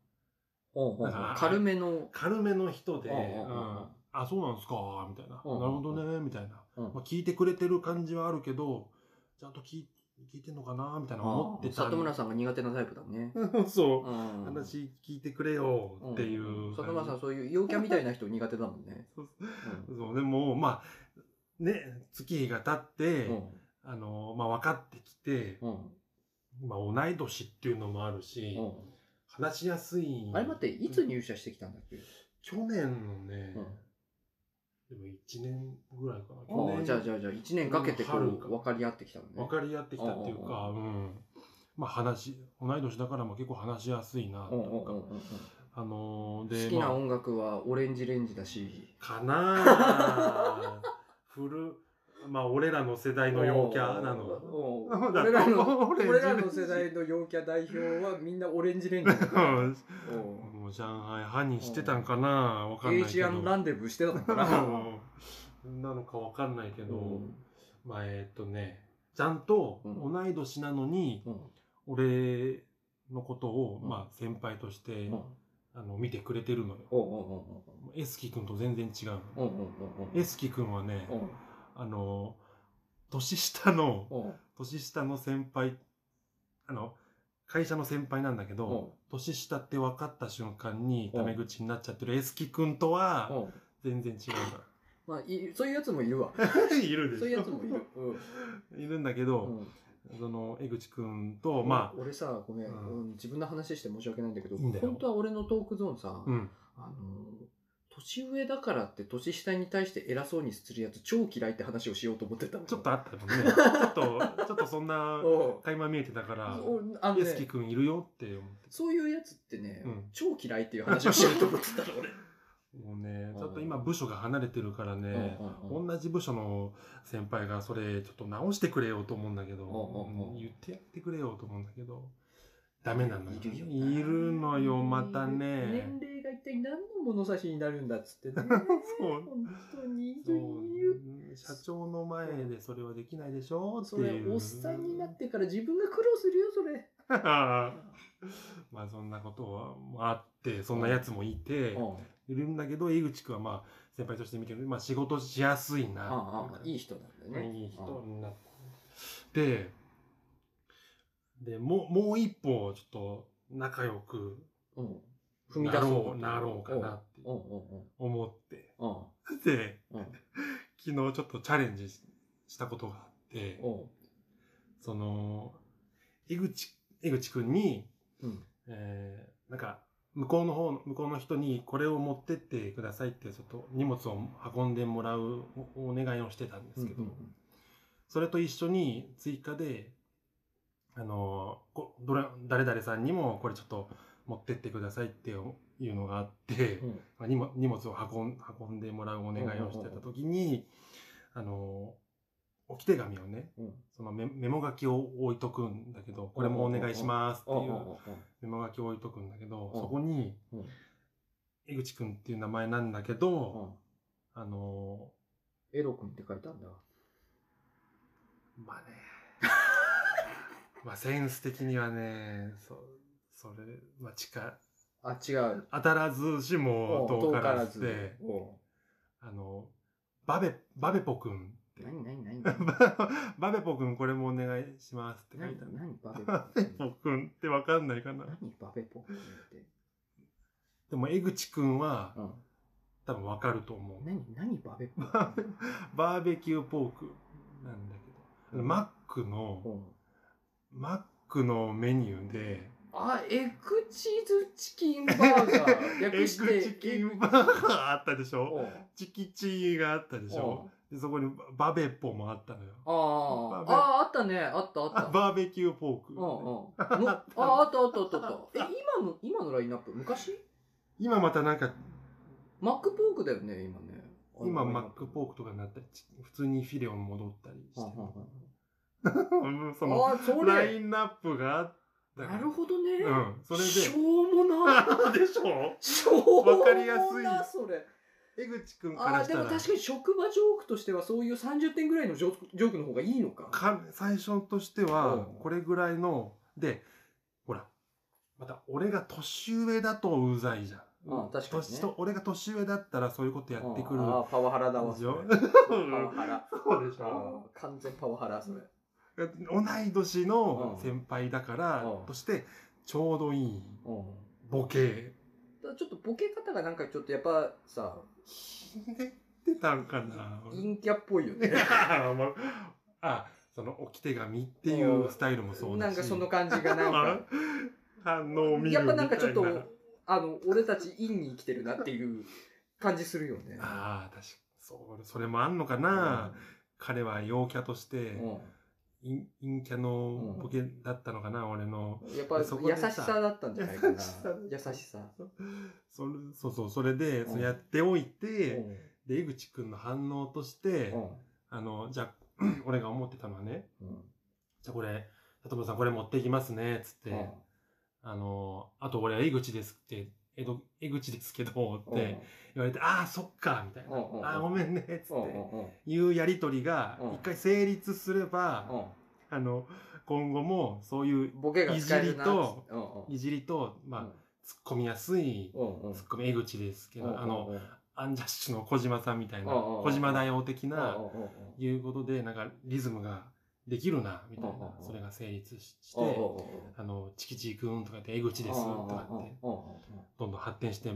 [SPEAKER 2] おうおう
[SPEAKER 1] なんか
[SPEAKER 2] 軽めの
[SPEAKER 1] 軽めの人で、
[SPEAKER 2] う
[SPEAKER 1] うん
[SPEAKER 2] うんうんうん
[SPEAKER 1] んあ、そうなんですか、みたいな。なる
[SPEAKER 2] うんうん
[SPEAKER 1] ほどね、みたいな。
[SPEAKER 2] うん
[SPEAKER 1] まあ、聞いてくれてる感じはあるけど、ちゃんと聞い聞いてんのかな、みたいな思ってた。
[SPEAKER 2] 里村さんが苦手なタイプだ ね
[SPEAKER 1] そうう。
[SPEAKER 2] ん
[SPEAKER 1] 話聞いてくれよ、っていう感じ。
[SPEAKER 2] 佐久間さんそういう陽キャみたいな人苦手だもんね
[SPEAKER 1] そうそう、でも、まあ、ね、月日が経って、
[SPEAKER 2] うん
[SPEAKER 1] あの、まあ、分かってきて、
[SPEAKER 2] うん
[SPEAKER 1] まあ、同い年っていうのもあるし、
[SPEAKER 2] う
[SPEAKER 1] 話しやすい。
[SPEAKER 2] んあれ待っていつ入社してきたんだっけ
[SPEAKER 1] 去年のね、
[SPEAKER 2] うん
[SPEAKER 1] でも1年ぐらいかな。去
[SPEAKER 2] ああ
[SPEAKER 1] 年
[SPEAKER 2] じゃあじゃあじゃあ1年かけてこ
[SPEAKER 1] 春
[SPEAKER 2] う
[SPEAKER 1] か
[SPEAKER 2] 分かり合ってきたのね
[SPEAKER 1] 分かり合ってきたっていうか、うん。まあ話、同い年だからも結構話しやすいな、
[SPEAKER 2] うんうん
[SPEAKER 1] と
[SPEAKER 2] うん
[SPEAKER 1] か。
[SPEAKER 2] うんうん
[SPEAKER 1] あのー
[SPEAKER 2] 好
[SPEAKER 1] で、
[SPEAKER 2] きな
[SPEAKER 1] ま
[SPEAKER 2] 音楽はオレンジレンジだし
[SPEAKER 1] あ、かなあ古、まあ俺らの世代の陽キャなの。
[SPEAKER 2] の
[SPEAKER 1] 俺
[SPEAKER 2] 俺らの
[SPEAKER 1] 俺
[SPEAKER 2] 俺らの世代の陽キャ代表はみんなオレンジレンジだから
[SPEAKER 1] うん
[SPEAKER 2] うん
[SPEAKER 1] もう上海犯人してたんかなわかん
[SPEAKER 2] エ
[SPEAKER 1] ない
[SPEAKER 2] イ
[SPEAKER 1] け
[SPEAKER 2] ジ
[SPEAKER 1] ど。
[SPEAKER 2] アンランデブーしてたのかな
[SPEAKER 1] うんなのかわかんないけど、
[SPEAKER 2] うん
[SPEAKER 1] まあえっ、とね、ちゃんと
[SPEAKER 2] うん
[SPEAKER 1] 同い年なのに、俺のことを、まあ先輩として、
[SPEAKER 2] うん
[SPEAKER 1] あの見てくれてるのよ。
[SPEAKER 2] おうお
[SPEAKER 1] エスキ君と全然違うの。
[SPEAKER 2] うおうおうおうおうおう
[SPEAKER 1] エスキ君はね、
[SPEAKER 2] おう
[SPEAKER 1] あの、年下の、
[SPEAKER 2] おう
[SPEAKER 1] 年下の先輩、あの、会社の先輩なんだけど、
[SPEAKER 2] おう
[SPEAKER 1] 年下って分かった瞬間に
[SPEAKER 2] お
[SPEAKER 1] タメ口になっちゃってるエスキ君とは
[SPEAKER 2] おう
[SPEAKER 1] 全然違う
[SPEAKER 2] まあいそういうやつもいるわ
[SPEAKER 1] から。 いるでしょ
[SPEAKER 2] そういうやつもいる。うん
[SPEAKER 1] いるんだけ
[SPEAKER 2] う
[SPEAKER 1] ど、
[SPEAKER 2] ん
[SPEAKER 1] その江口君と、ま
[SPEAKER 2] 俺さごめん、
[SPEAKER 1] う
[SPEAKER 2] うんん自分の話して申し訳ないんだけど
[SPEAKER 1] いいんだよ
[SPEAKER 2] 本当は俺のトークゾーンさ、
[SPEAKER 1] あ、うん。
[SPEAKER 2] あの年上だからって年下に対して偉そうにするやつ超嫌いって話をしようと思ってたの
[SPEAKER 1] ちょっとあったもん ね。ちょっと、ちょっとそんな
[SPEAKER 2] おう
[SPEAKER 1] 垣間見えてたから、
[SPEAKER 2] おあの
[SPEAKER 1] エスキ
[SPEAKER 2] ね
[SPEAKER 1] 君いるよって思って。
[SPEAKER 2] そういうやつってね、
[SPEAKER 1] うん
[SPEAKER 2] 超嫌いっていう話をしようと思ってた の俺
[SPEAKER 1] もうね、ちょっと今部署が離れてるからね、
[SPEAKER 2] うん
[SPEAKER 1] 同じ部署の先輩がそれちょっと直してくれよと思うんだけど、
[SPEAKER 2] うんうんう
[SPEAKER 1] う
[SPEAKER 2] ん
[SPEAKER 1] ん言ってやってくれよと思うんだけど、ダメなのよ。
[SPEAKER 2] いるよ
[SPEAKER 1] いるのよ、また
[SPEAKER 2] 年
[SPEAKER 1] ね。
[SPEAKER 2] 齢が一体何の物差しになるんだっつってね
[SPEAKER 1] そう
[SPEAKER 2] 本当にい
[SPEAKER 1] そ
[SPEAKER 2] るいる
[SPEAKER 1] う社長の前でそれはできないでしょって
[SPEAKER 2] それ
[SPEAKER 1] いう。
[SPEAKER 2] おっさんになってから自分が苦労するよそれ
[SPEAKER 1] まあそんなことはあって、そんなやつもいて、いるんだけど、井口くんはまあ先輩として見てる、まあ仕事しやすいな
[SPEAKER 2] ああああいい人なんだよね
[SPEAKER 1] いい人になって、でもうもう一歩ちょっと仲良く
[SPEAKER 2] うんうん踏み
[SPEAKER 1] な
[SPEAKER 2] 出そう
[SPEAKER 1] ろうなろうかなって
[SPEAKER 2] うんうん
[SPEAKER 1] 思って
[SPEAKER 2] うん
[SPEAKER 1] で
[SPEAKER 2] うん
[SPEAKER 1] 昨日ちょっとチャレンジししたことがあって
[SPEAKER 2] うん
[SPEAKER 1] その江口江口くんに、
[SPEAKER 2] うん
[SPEAKER 1] えーなんか向こうの方の向こうの人にこれを持ってってくださいってちょっと荷物を運んでもらうおお願いをしてたんですけど、それと一緒に追加で、あの、こどれ誰々さんにもこれちょっと持ってってくださいっていうのがあって
[SPEAKER 2] う、ん
[SPEAKER 1] まあ荷物荷物を運ん運んでもらうお願いをしてた時に、あの、置き手紙をね、
[SPEAKER 2] うん
[SPEAKER 1] そのメメモ書きを置いとくんだけど、これもお願いしますって
[SPEAKER 2] うん
[SPEAKER 1] いうメモ書きを置いとくんだけど、そこに
[SPEAKER 2] うん、
[SPEAKER 1] 江口くんっていう名前なんだけ
[SPEAKER 2] う
[SPEAKER 1] ど、
[SPEAKER 2] ん
[SPEAKER 1] あの、
[SPEAKER 2] エロ君って書いたんだ
[SPEAKER 1] まあね。 まあセンス的にはね、そ、それ、まあ近、
[SPEAKER 2] あ違う
[SPEAKER 1] 当たらずしも遠からずで
[SPEAKER 2] で、お
[SPEAKER 1] あの、バベ、バベポくんって、
[SPEAKER 2] 何何何何
[SPEAKER 1] バベポくんこれもお願いしますって書い
[SPEAKER 2] 何
[SPEAKER 1] てある。
[SPEAKER 2] 何バベポ
[SPEAKER 1] バベポくんってわかんないかな。
[SPEAKER 2] 何バベポって
[SPEAKER 1] でも江口くんは
[SPEAKER 2] うん
[SPEAKER 1] 多分わかると思う。
[SPEAKER 2] 何何バベ ポ
[SPEAKER 1] バーベバーベキューポークなんだけど、あのマック
[SPEAKER 2] う
[SPEAKER 1] の、
[SPEAKER 2] ん
[SPEAKER 1] マックのメニューで、
[SPEAKER 2] あ、エクチーズチキンバー ガー。
[SPEAKER 1] エ
[SPEAKER 2] 略
[SPEAKER 1] ッ
[SPEAKER 2] し
[SPEAKER 1] グ
[SPEAKER 2] て。
[SPEAKER 1] チキンバーガ ーあったでしょ
[SPEAKER 2] おう
[SPEAKER 1] チキチがあったでしょ
[SPEAKER 2] おう
[SPEAKER 1] でそこにバベッポもあったのよ。
[SPEAKER 2] あ
[SPEAKER 1] バ
[SPEAKER 2] あ
[SPEAKER 1] ーベ
[SPEAKER 2] ああ、あったね。あったあった。
[SPEAKER 1] あバーベキューポーク。
[SPEAKER 2] うんうん。のああ、あったあったあったあった。え、今の、今のラインナップ、昔
[SPEAKER 1] 今またなんか、
[SPEAKER 2] マックポークだよね、今ね。
[SPEAKER 1] 今マックポ
[SPEAKER 2] ーク。
[SPEAKER 1] ークとかになったり、チ普通にフィレオン戻ったりして
[SPEAKER 2] は
[SPEAKER 1] る
[SPEAKER 2] んはんは
[SPEAKER 1] う
[SPEAKER 2] ん
[SPEAKER 1] んその
[SPEAKER 2] あー、そ
[SPEAKER 1] ラ
[SPEAKER 2] れ。
[SPEAKER 1] インナップがあったから
[SPEAKER 2] なるほどね。
[SPEAKER 1] うん、それ
[SPEAKER 2] しょ
[SPEAKER 1] で。
[SPEAKER 2] うもな。
[SPEAKER 1] でしょ
[SPEAKER 2] しょうもな。
[SPEAKER 1] わかりやすい
[SPEAKER 2] それ。
[SPEAKER 1] 江口くんか
[SPEAKER 2] あ
[SPEAKER 1] ら
[SPEAKER 2] あ、
[SPEAKER 1] し
[SPEAKER 2] で
[SPEAKER 1] た
[SPEAKER 2] も
[SPEAKER 1] ら、
[SPEAKER 2] 確かに職場ジョークとしては、そういう30点ぐらいのジョークジョークの方がいいのか。
[SPEAKER 1] か最初としては
[SPEAKER 2] うん、
[SPEAKER 1] これぐらいの、で、ほら、また俺が年上だとうざいじゃん。
[SPEAKER 2] あー確かにね
[SPEAKER 1] 年と俺が年上だったらそういうことやってくる。
[SPEAKER 2] ああ、パワハラだわ。
[SPEAKER 1] でしょ
[SPEAKER 2] それパワハラ。
[SPEAKER 1] そうでし
[SPEAKER 2] ああ完全パワハラそれ
[SPEAKER 1] 同い年の
[SPEAKER 2] うん
[SPEAKER 1] 先輩だから
[SPEAKER 2] うん
[SPEAKER 1] としてちょうどいい
[SPEAKER 2] うん
[SPEAKER 1] ボケ
[SPEAKER 2] ちょっとボケ方がなんかちょっとやっぱさ
[SPEAKER 1] ひねってたんかな
[SPEAKER 2] 陰キャっぽいよね
[SPEAKER 1] まああその置き手紙っていうスタイルも そうだ
[SPEAKER 2] な
[SPEAKER 1] し
[SPEAKER 2] んかその感じ がなんか
[SPEAKER 1] 反応を見るみた
[SPEAKER 2] や
[SPEAKER 1] い
[SPEAKER 2] っ
[SPEAKER 1] な
[SPEAKER 2] ぱなんかちょっとあの俺たち陰に生きてるなっていう感じするよね
[SPEAKER 1] ああ確かそうそれもあんのかな、彼は陽キャとして
[SPEAKER 2] うん
[SPEAKER 1] 陰陰キャのボケだったのかな、俺の
[SPEAKER 2] やっぱ優
[SPEAKER 1] そこでさ
[SPEAKER 2] しさだったんじゃないかな
[SPEAKER 1] 優しさ
[SPEAKER 2] 優しさ
[SPEAKER 1] それそうそうそれで、
[SPEAKER 2] うん
[SPEAKER 1] それやっておいて、
[SPEAKER 2] うん
[SPEAKER 1] で江口くんの反応として、
[SPEAKER 2] うん
[SPEAKER 1] あの、じゃあ、 俺が思ってたのはね、
[SPEAKER 2] うん
[SPEAKER 1] じゃあこれ、佐藤さんこれ持っていきますね、つって、あの、あと俺は江口ですって、江戸、江口ですけど、って
[SPEAKER 2] うん
[SPEAKER 1] 言われて、ああ、そっか、みたいな。
[SPEAKER 2] うんうんうん
[SPEAKER 1] ああ、ごめんね、つって、
[SPEAKER 2] うんうんうん
[SPEAKER 1] いうやりとりが
[SPEAKER 2] うん、
[SPEAKER 1] 一回成立すれば、
[SPEAKER 2] う
[SPEAKER 1] あの、今後もそういうん
[SPEAKER 2] ボケが使えるなっ
[SPEAKER 1] いじり
[SPEAKER 2] つ
[SPEAKER 1] と
[SPEAKER 2] うんうん
[SPEAKER 1] いじりと、まあ、突っ込みやすい、
[SPEAKER 2] うんうん
[SPEAKER 1] 突っ込み江口ですけ
[SPEAKER 2] うん
[SPEAKER 1] ど、
[SPEAKER 2] うん
[SPEAKER 1] あの、アンジャッシュの小島さんみたいな、
[SPEAKER 2] うんうんうん
[SPEAKER 1] 小島大王的
[SPEAKER 2] うん
[SPEAKER 1] な
[SPEAKER 2] う、んうんうん
[SPEAKER 1] いうことで、なんかリズムができるな、みたい
[SPEAKER 2] うんうん
[SPEAKER 1] な
[SPEAKER 2] う、ん
[SPEAKER 1] それが成立しし
[SPEAKER 2] うんうんうん
[SPEAKER 1] て、あの、チキチキくんとかって、江口です、とかって、
[SPEAKER 2] うんうんうん
[SPEAKER 1] どんどん発展して、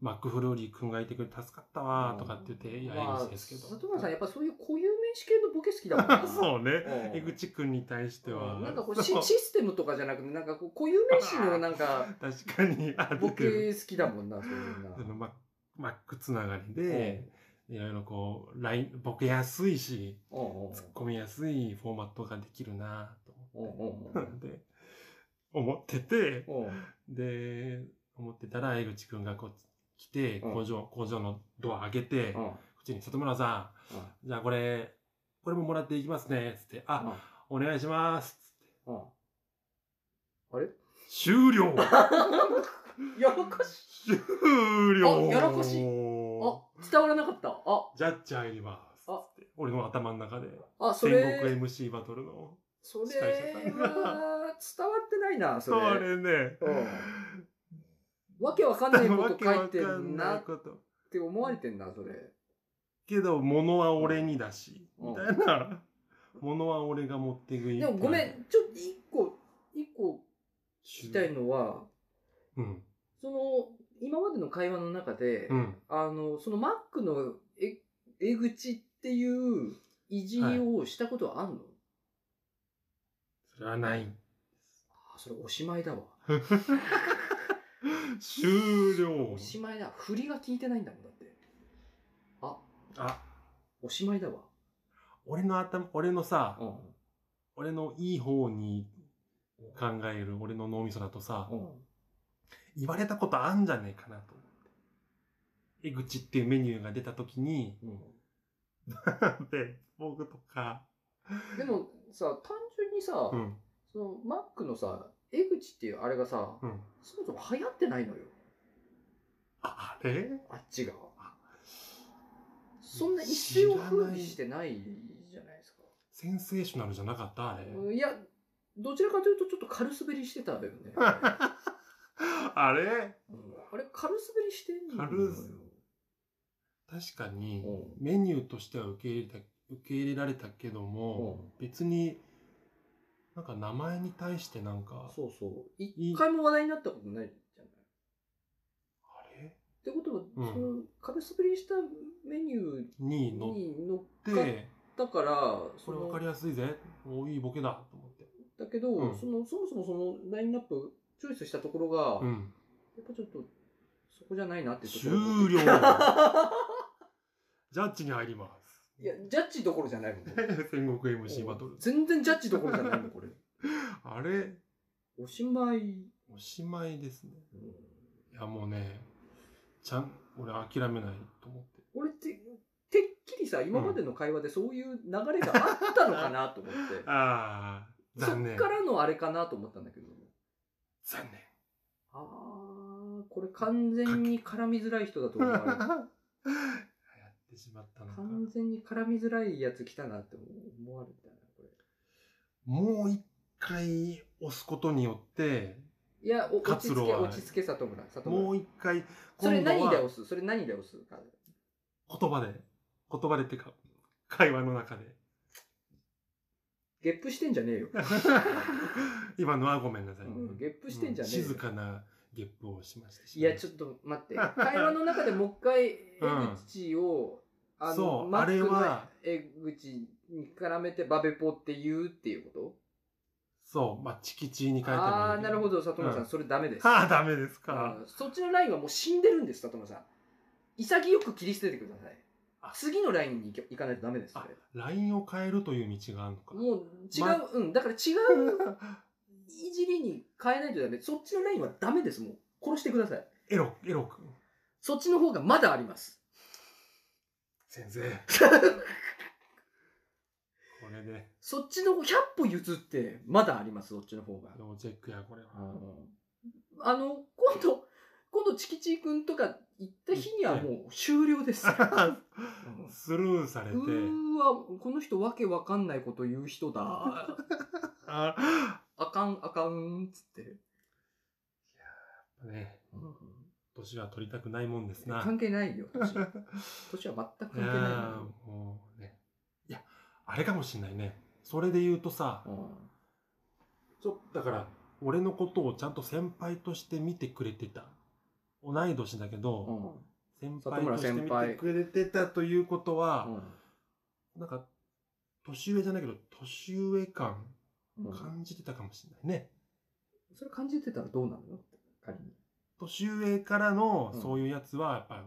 [SPEAKER 1] マックフルーリーくんがいてくれて助かったわ、とかって言って、いや、
[SPEAKER 2] まあ
[SPEAKER 1] 江口ですけ
[SPEAKER 2] 里
[SPEAKER 1] ど。
[SPEAKER 2] 村さんやっぱそういう固有名詞系のボケ好きだもん な
[SPEAKER 1] そうね。
[SPEAKER 2] うん
[SPEAKER 1] 江口くんに対しては。
[SPEAKER 2] なんかこうシ
[SPEAKER 1] そう
[SPEAKER 2] システムとかじゃなくてなんかこう固有名詞のなん か
[SPEAKER 1] 確かに、あ
[SPEAKER 2] ボ
[SPEAKER 1] 出てる
[SPEAKER 2] ケ好きだもんなそうい うな
[SPEAKER 1] あの、ママックつながりで、いろいろこう、ライン、ボケやすいし、
[SPEAKER 2] うんうんうん
[SPEAKER 1] 突っ込みやすいフォーマットができるなと
[SPEAKER 2] うんうんうん
[SPEAKER 1] 思って、で、思ってて、
[SPEAKER 2] うんうん
[SPEAKER 1] で、思ってたら、江口くんがこう、来て、
[SPEAKER 2] うん
[SPEAKER 1] 工場、工場のドア開けて、
[SPEAKER 2] う
[SPEAKER 1] こ
[SPEAKER 2] ん
[SPEAKER 1] っちに、里村さん、じゃあこれ、これももらっていきますね、つって、あ、お願いします、つって
[SPEAKER 2] うんうんあれ
[SPEAKER 1] 終了
[SPEAKER 2] やらかし
[SPEAKER 1] 終了
[SPEAKER 2] あやらかしあ伝わらなかったあ
[SPEAKER 1] ジャッジ入ります。
[SPEAKER 2] あ
[SPEAKER 1] つって俺の頭の中で。
[SPEAKER 2] あそ
[SPEAKER 1] 戦
[SPEAKER 2] れ
[SPEAKER 1] 国 MC バトルの。
[SPEAKER 2] それ
[SPEAKER 1] 司会者さん
[SPEAKER 2] は伝わってないなそ
[SPEAKER 1] それ
[SPEAKER 2] れ
[SPEAKER 1] ね。
[SPEAKER 2] わけわかんないこと書いてんなっ
[SPEAKER 1] こと。
[SPEAKER 2] て思われてんなそれ
[SPEAKER 1] けど、物は俺にだし、
[SPEAKER 2] うん
[SPEAKER 1] みたいな。物は俺が持ってくい。
[SPEAKER 2] でもごめんちょっと一個一個聞きたいのは
[SPEAKER 1] うん。
[SPEAKER 2] その今までの会話の中で、
[SPEAKER 1] うん。
[SPEAKER 2] あのそのマックのえ江口っていういじりをしたことはあんの、
[SPEAKER 1] それはない。
[SPEAKER 2] あそれおしまいだわ
[SPEAKER 1] 終了
[SPEAKER 2] お。しまいだ振りが効いてないんだもんだってあ
[SPEAKER 1] あ、
[SPEAKER 2] おしまいだわ
[SPEAKER 1] 俺の頭、俺のさ、
[SPEAKER 2] うん
[SPEAKER 1] 俺のいい方に考える俺の脳みそだとさ、
[SPEAKER 2] うん
[SPEAKER 1] 言われたことあんじゃねえかなと思って。江口っていうメニューが出た時に、で、僕とか、
[SPEAKER 2] でもさ単純にさ、
[SPEAKER 1] うん、
[SPEAKER 2] そのマックのさ江口っていうあれがさ、
[SPEAKER 1] うん。
[SPEAKER 2] そもそも流行ってないのよ
[SPEAKER 1] あれ
[SPEAKER 2] あっちが
[SPEAKER 1] あ
[SPEAKER 2] そんな一世を風靡してないじゃないですか
[SPEAKER 1] センセーショナルじゃなかったあれ。
[SPEAKER 2] うんいや、どちらかというとちょっと軽滑りしてた よね。うんあ
[SPEAKER 1] あれ
[SPEAKER 2] れ、軽滑りしてんのよ
[SPEAKER 1] 軽確かに、メニューとしては受け入れた、受け入れられたけども、別に、なんか名前に対してなんか、
[SPEAKER 2] そうそう。
[SPEAKER 1] い
[SPEAKER 2] 一回も話題になったことないじゃない。っ
[SPEAKER 1] あれ
[SPEAKER 2] てことは、
[SPEAKER 1] うん
[SPEAKER 2] その軽滑りしたメニュー
[SPEAKER 1] に乗っ、
[SPEAKER 2] に乗ってたから、
[SPEAKER 1] こ
[SPEAKER 2] そ
[SPEAKER 1] れ分かり
[SPEAKER 2] の
[SPEAKER 1] やすいぜ。おいいボケだ。と思って。
[SPEAKER 2] だけど、
[SPEAKER 1] うん
[SPEAKER 2] そのそもそもそのラインナップチョイスしたところが、
[SPEAKER 1] う
[SPEAKER 2] や
[SPEAKER 1] ん。
[SPEAKER 2] っぱちょっと、そこじゃないなってとこ
[SPEAKER 1] 終
[SPEAKER 2] ろ
[SPEAKER 1] 了ジャッジに入ります。
[SPEAKER 2] いや、ジャッジどころじゃないもん。
[SPEAKER 1] 戦国 MC バトル。
[SPEAKER 2] 全然ジャッジどころじゃない もん、これ。
[SPEAKER 1] あれ
[SPEAKER 2] おしまい。
[SPEAKER 1] おしまいですね。いや、もうね、ちゃん、俺諦めないと思って。
[SPEAKER 2] 俺って、てっきりさ、今までの会話でそういう流れがあったのかなと思って、
[SPEAKER 1] ああ、
[SPEAKER 2] そ
[SPEAKER 1] 残
[SPEAKER 2] っ
[SPEAKER 1] 念。
[SPEAKER 2] からのあれかなと思ったんだけど、
[SPEAKER 1] 残
[SPEAKER 2] あー、これ完全に絡みづらい人だと思
[SPEAKER 1] 念。や
[SPEAKER 2] われ る。
[SPEAKER 1] ってしまったのか。
[SPEAKER 2] 完全に絡みづらいやつ来たなって思われたな、これ。
[SPEAKER 1] もう一回押すことによって、
[SPEAKER 2] いや、お落ち
[SPEAKER 1] 活
[SPEAKER 2] 着
[SPEAKER 1] 路
[SPEAKER 2] け、
[SPEAKER 1] は
[SPEAKER 2] 落ち着け、里村。里村
[SPEAKER 1] もう一回、
[SPEAKER 2] それ
[SPEAKER 1] 今度
[SPEAKER 2] 何で
[SPEAKER 1] は
[SPEAKER 2] 押すそれ何で押すか
[SPEAKER 1] 言葉で、言葉でってか、会話の中 で。
[SPEAKER 2] ゲップしてんじゃね えよ。
[SPEAKER 1] 今のはごめんなさいね。
[SPEAKER 2] うんゲップしてんじゃねえ
[SPEAKER 1] う
[SPEAKER 2] よ。
[SPEAKER 1] 静かなゲップをしました。
[SPEAKER 2] いや、ちょっと待って。会話の中でもう一回、
[SPEAKER 1] うん
[SPEAKER 2] 江口を、あ
[SPEAKER 1] そ
[SPEAKER 2] の、
[SPEAKER 1] う
[SPEAKER 2] マッ
[SPEAKER 1] あ
[SPEAKER 2] ク
[SPEAKER 1] れ
[SPEAKER 2] の
[SPEAKER 1] は
[SPEAKER 2] 江口に絡めてバベポって言うっていうこ
[SPEAKER 1] そう、まあ、チキチに変え
[SPEAKER 2] と
[SPEAKER 1] てもいいけ
[SPEAKER 2] ああー、なるほ。ど、里村さ
[SPEAKER 1] うん
[SPEAKER 2] ん、それダメです。
[SPEAKER 1] ああ、ダメですか。
[SPEAKER 2] うんそっちのラインはもう死んでるんです、里村さん。潔く切り捨ててください
[SPEAKER 1] あ。
[SPEAKER 2] 次のラインに行け行かないとダメです、そ
[SPEAKER 1] あ
[SPEAKER 2] れ。、
[SPEAKER 1] ラインを変えるという道があるのか。
[SPEAKER 2] もう違う、
[SPEAKER 1] ま
[SPEAKER 2] うん、 だから違ういじりに変えないとダメ。そっちのラインはダメです、もう。殺してください。
[SPEAKER 1] エロ、エロくん。
[SPEAKER 2] そっちの方がまだあります。
[SPEAKER 1] 先生。れで。
[SPEAKER 2] そっちの方、100歩譲って、まだあります、そっちの方が。
[SPEAKER 1] ノーチェックや、これは。
[SPEAKER 2] あの、今度、今度、チキチー君とか行った日にはもう終了ですよ。 う ん
[SPEAKER 1] スルーされて
[SPEAKER 2] う、ーわ、この人わけわかんないこと言う人だ。
[SPEAKER 1] あ
[SPEAKER 2] あかん、あかん、つって。
[SPEAKER 1] ね、年は取りたくないもんですな。
[SPEAKER 2] 関係ないよ、 年。年は全く関係ない
[SPEAKER 1] あーもうね。いや、あれかもしんないね。それで言うとさ、
[SPEAKER 2] よ。
[SPEAKER 1] ちょだから、俺のことをちゃんと先輩として見てくれてた。同い年だけ
[SPEAKER 2] う
[SPEAKER 1] ど、先
[SPEAKER 2] ん。里
[SPEAKER 1] 輩
[SPEAKER 2] 村
[SPEAKER 1] として
[SPEAKER 2] 先
[SPEAKER 1] 見
[SPEAKER 2] 輩
[SPEAKER 1] てくれてたということは、
[SPEAKER 2] う
[SPEAKER 1] なんか、年上じゃないけど、年上感
[SPEAKER 2] ん。
[SPEAKER 1] 感じてたかもしれないね。
[SPEAKER 2] それ感じてたらどうなるの仮に。
[SPEAKER 1] 年上からの
[SPEAKER 2] うん
[SPEAKER 1] そういうやつは、やっぱ、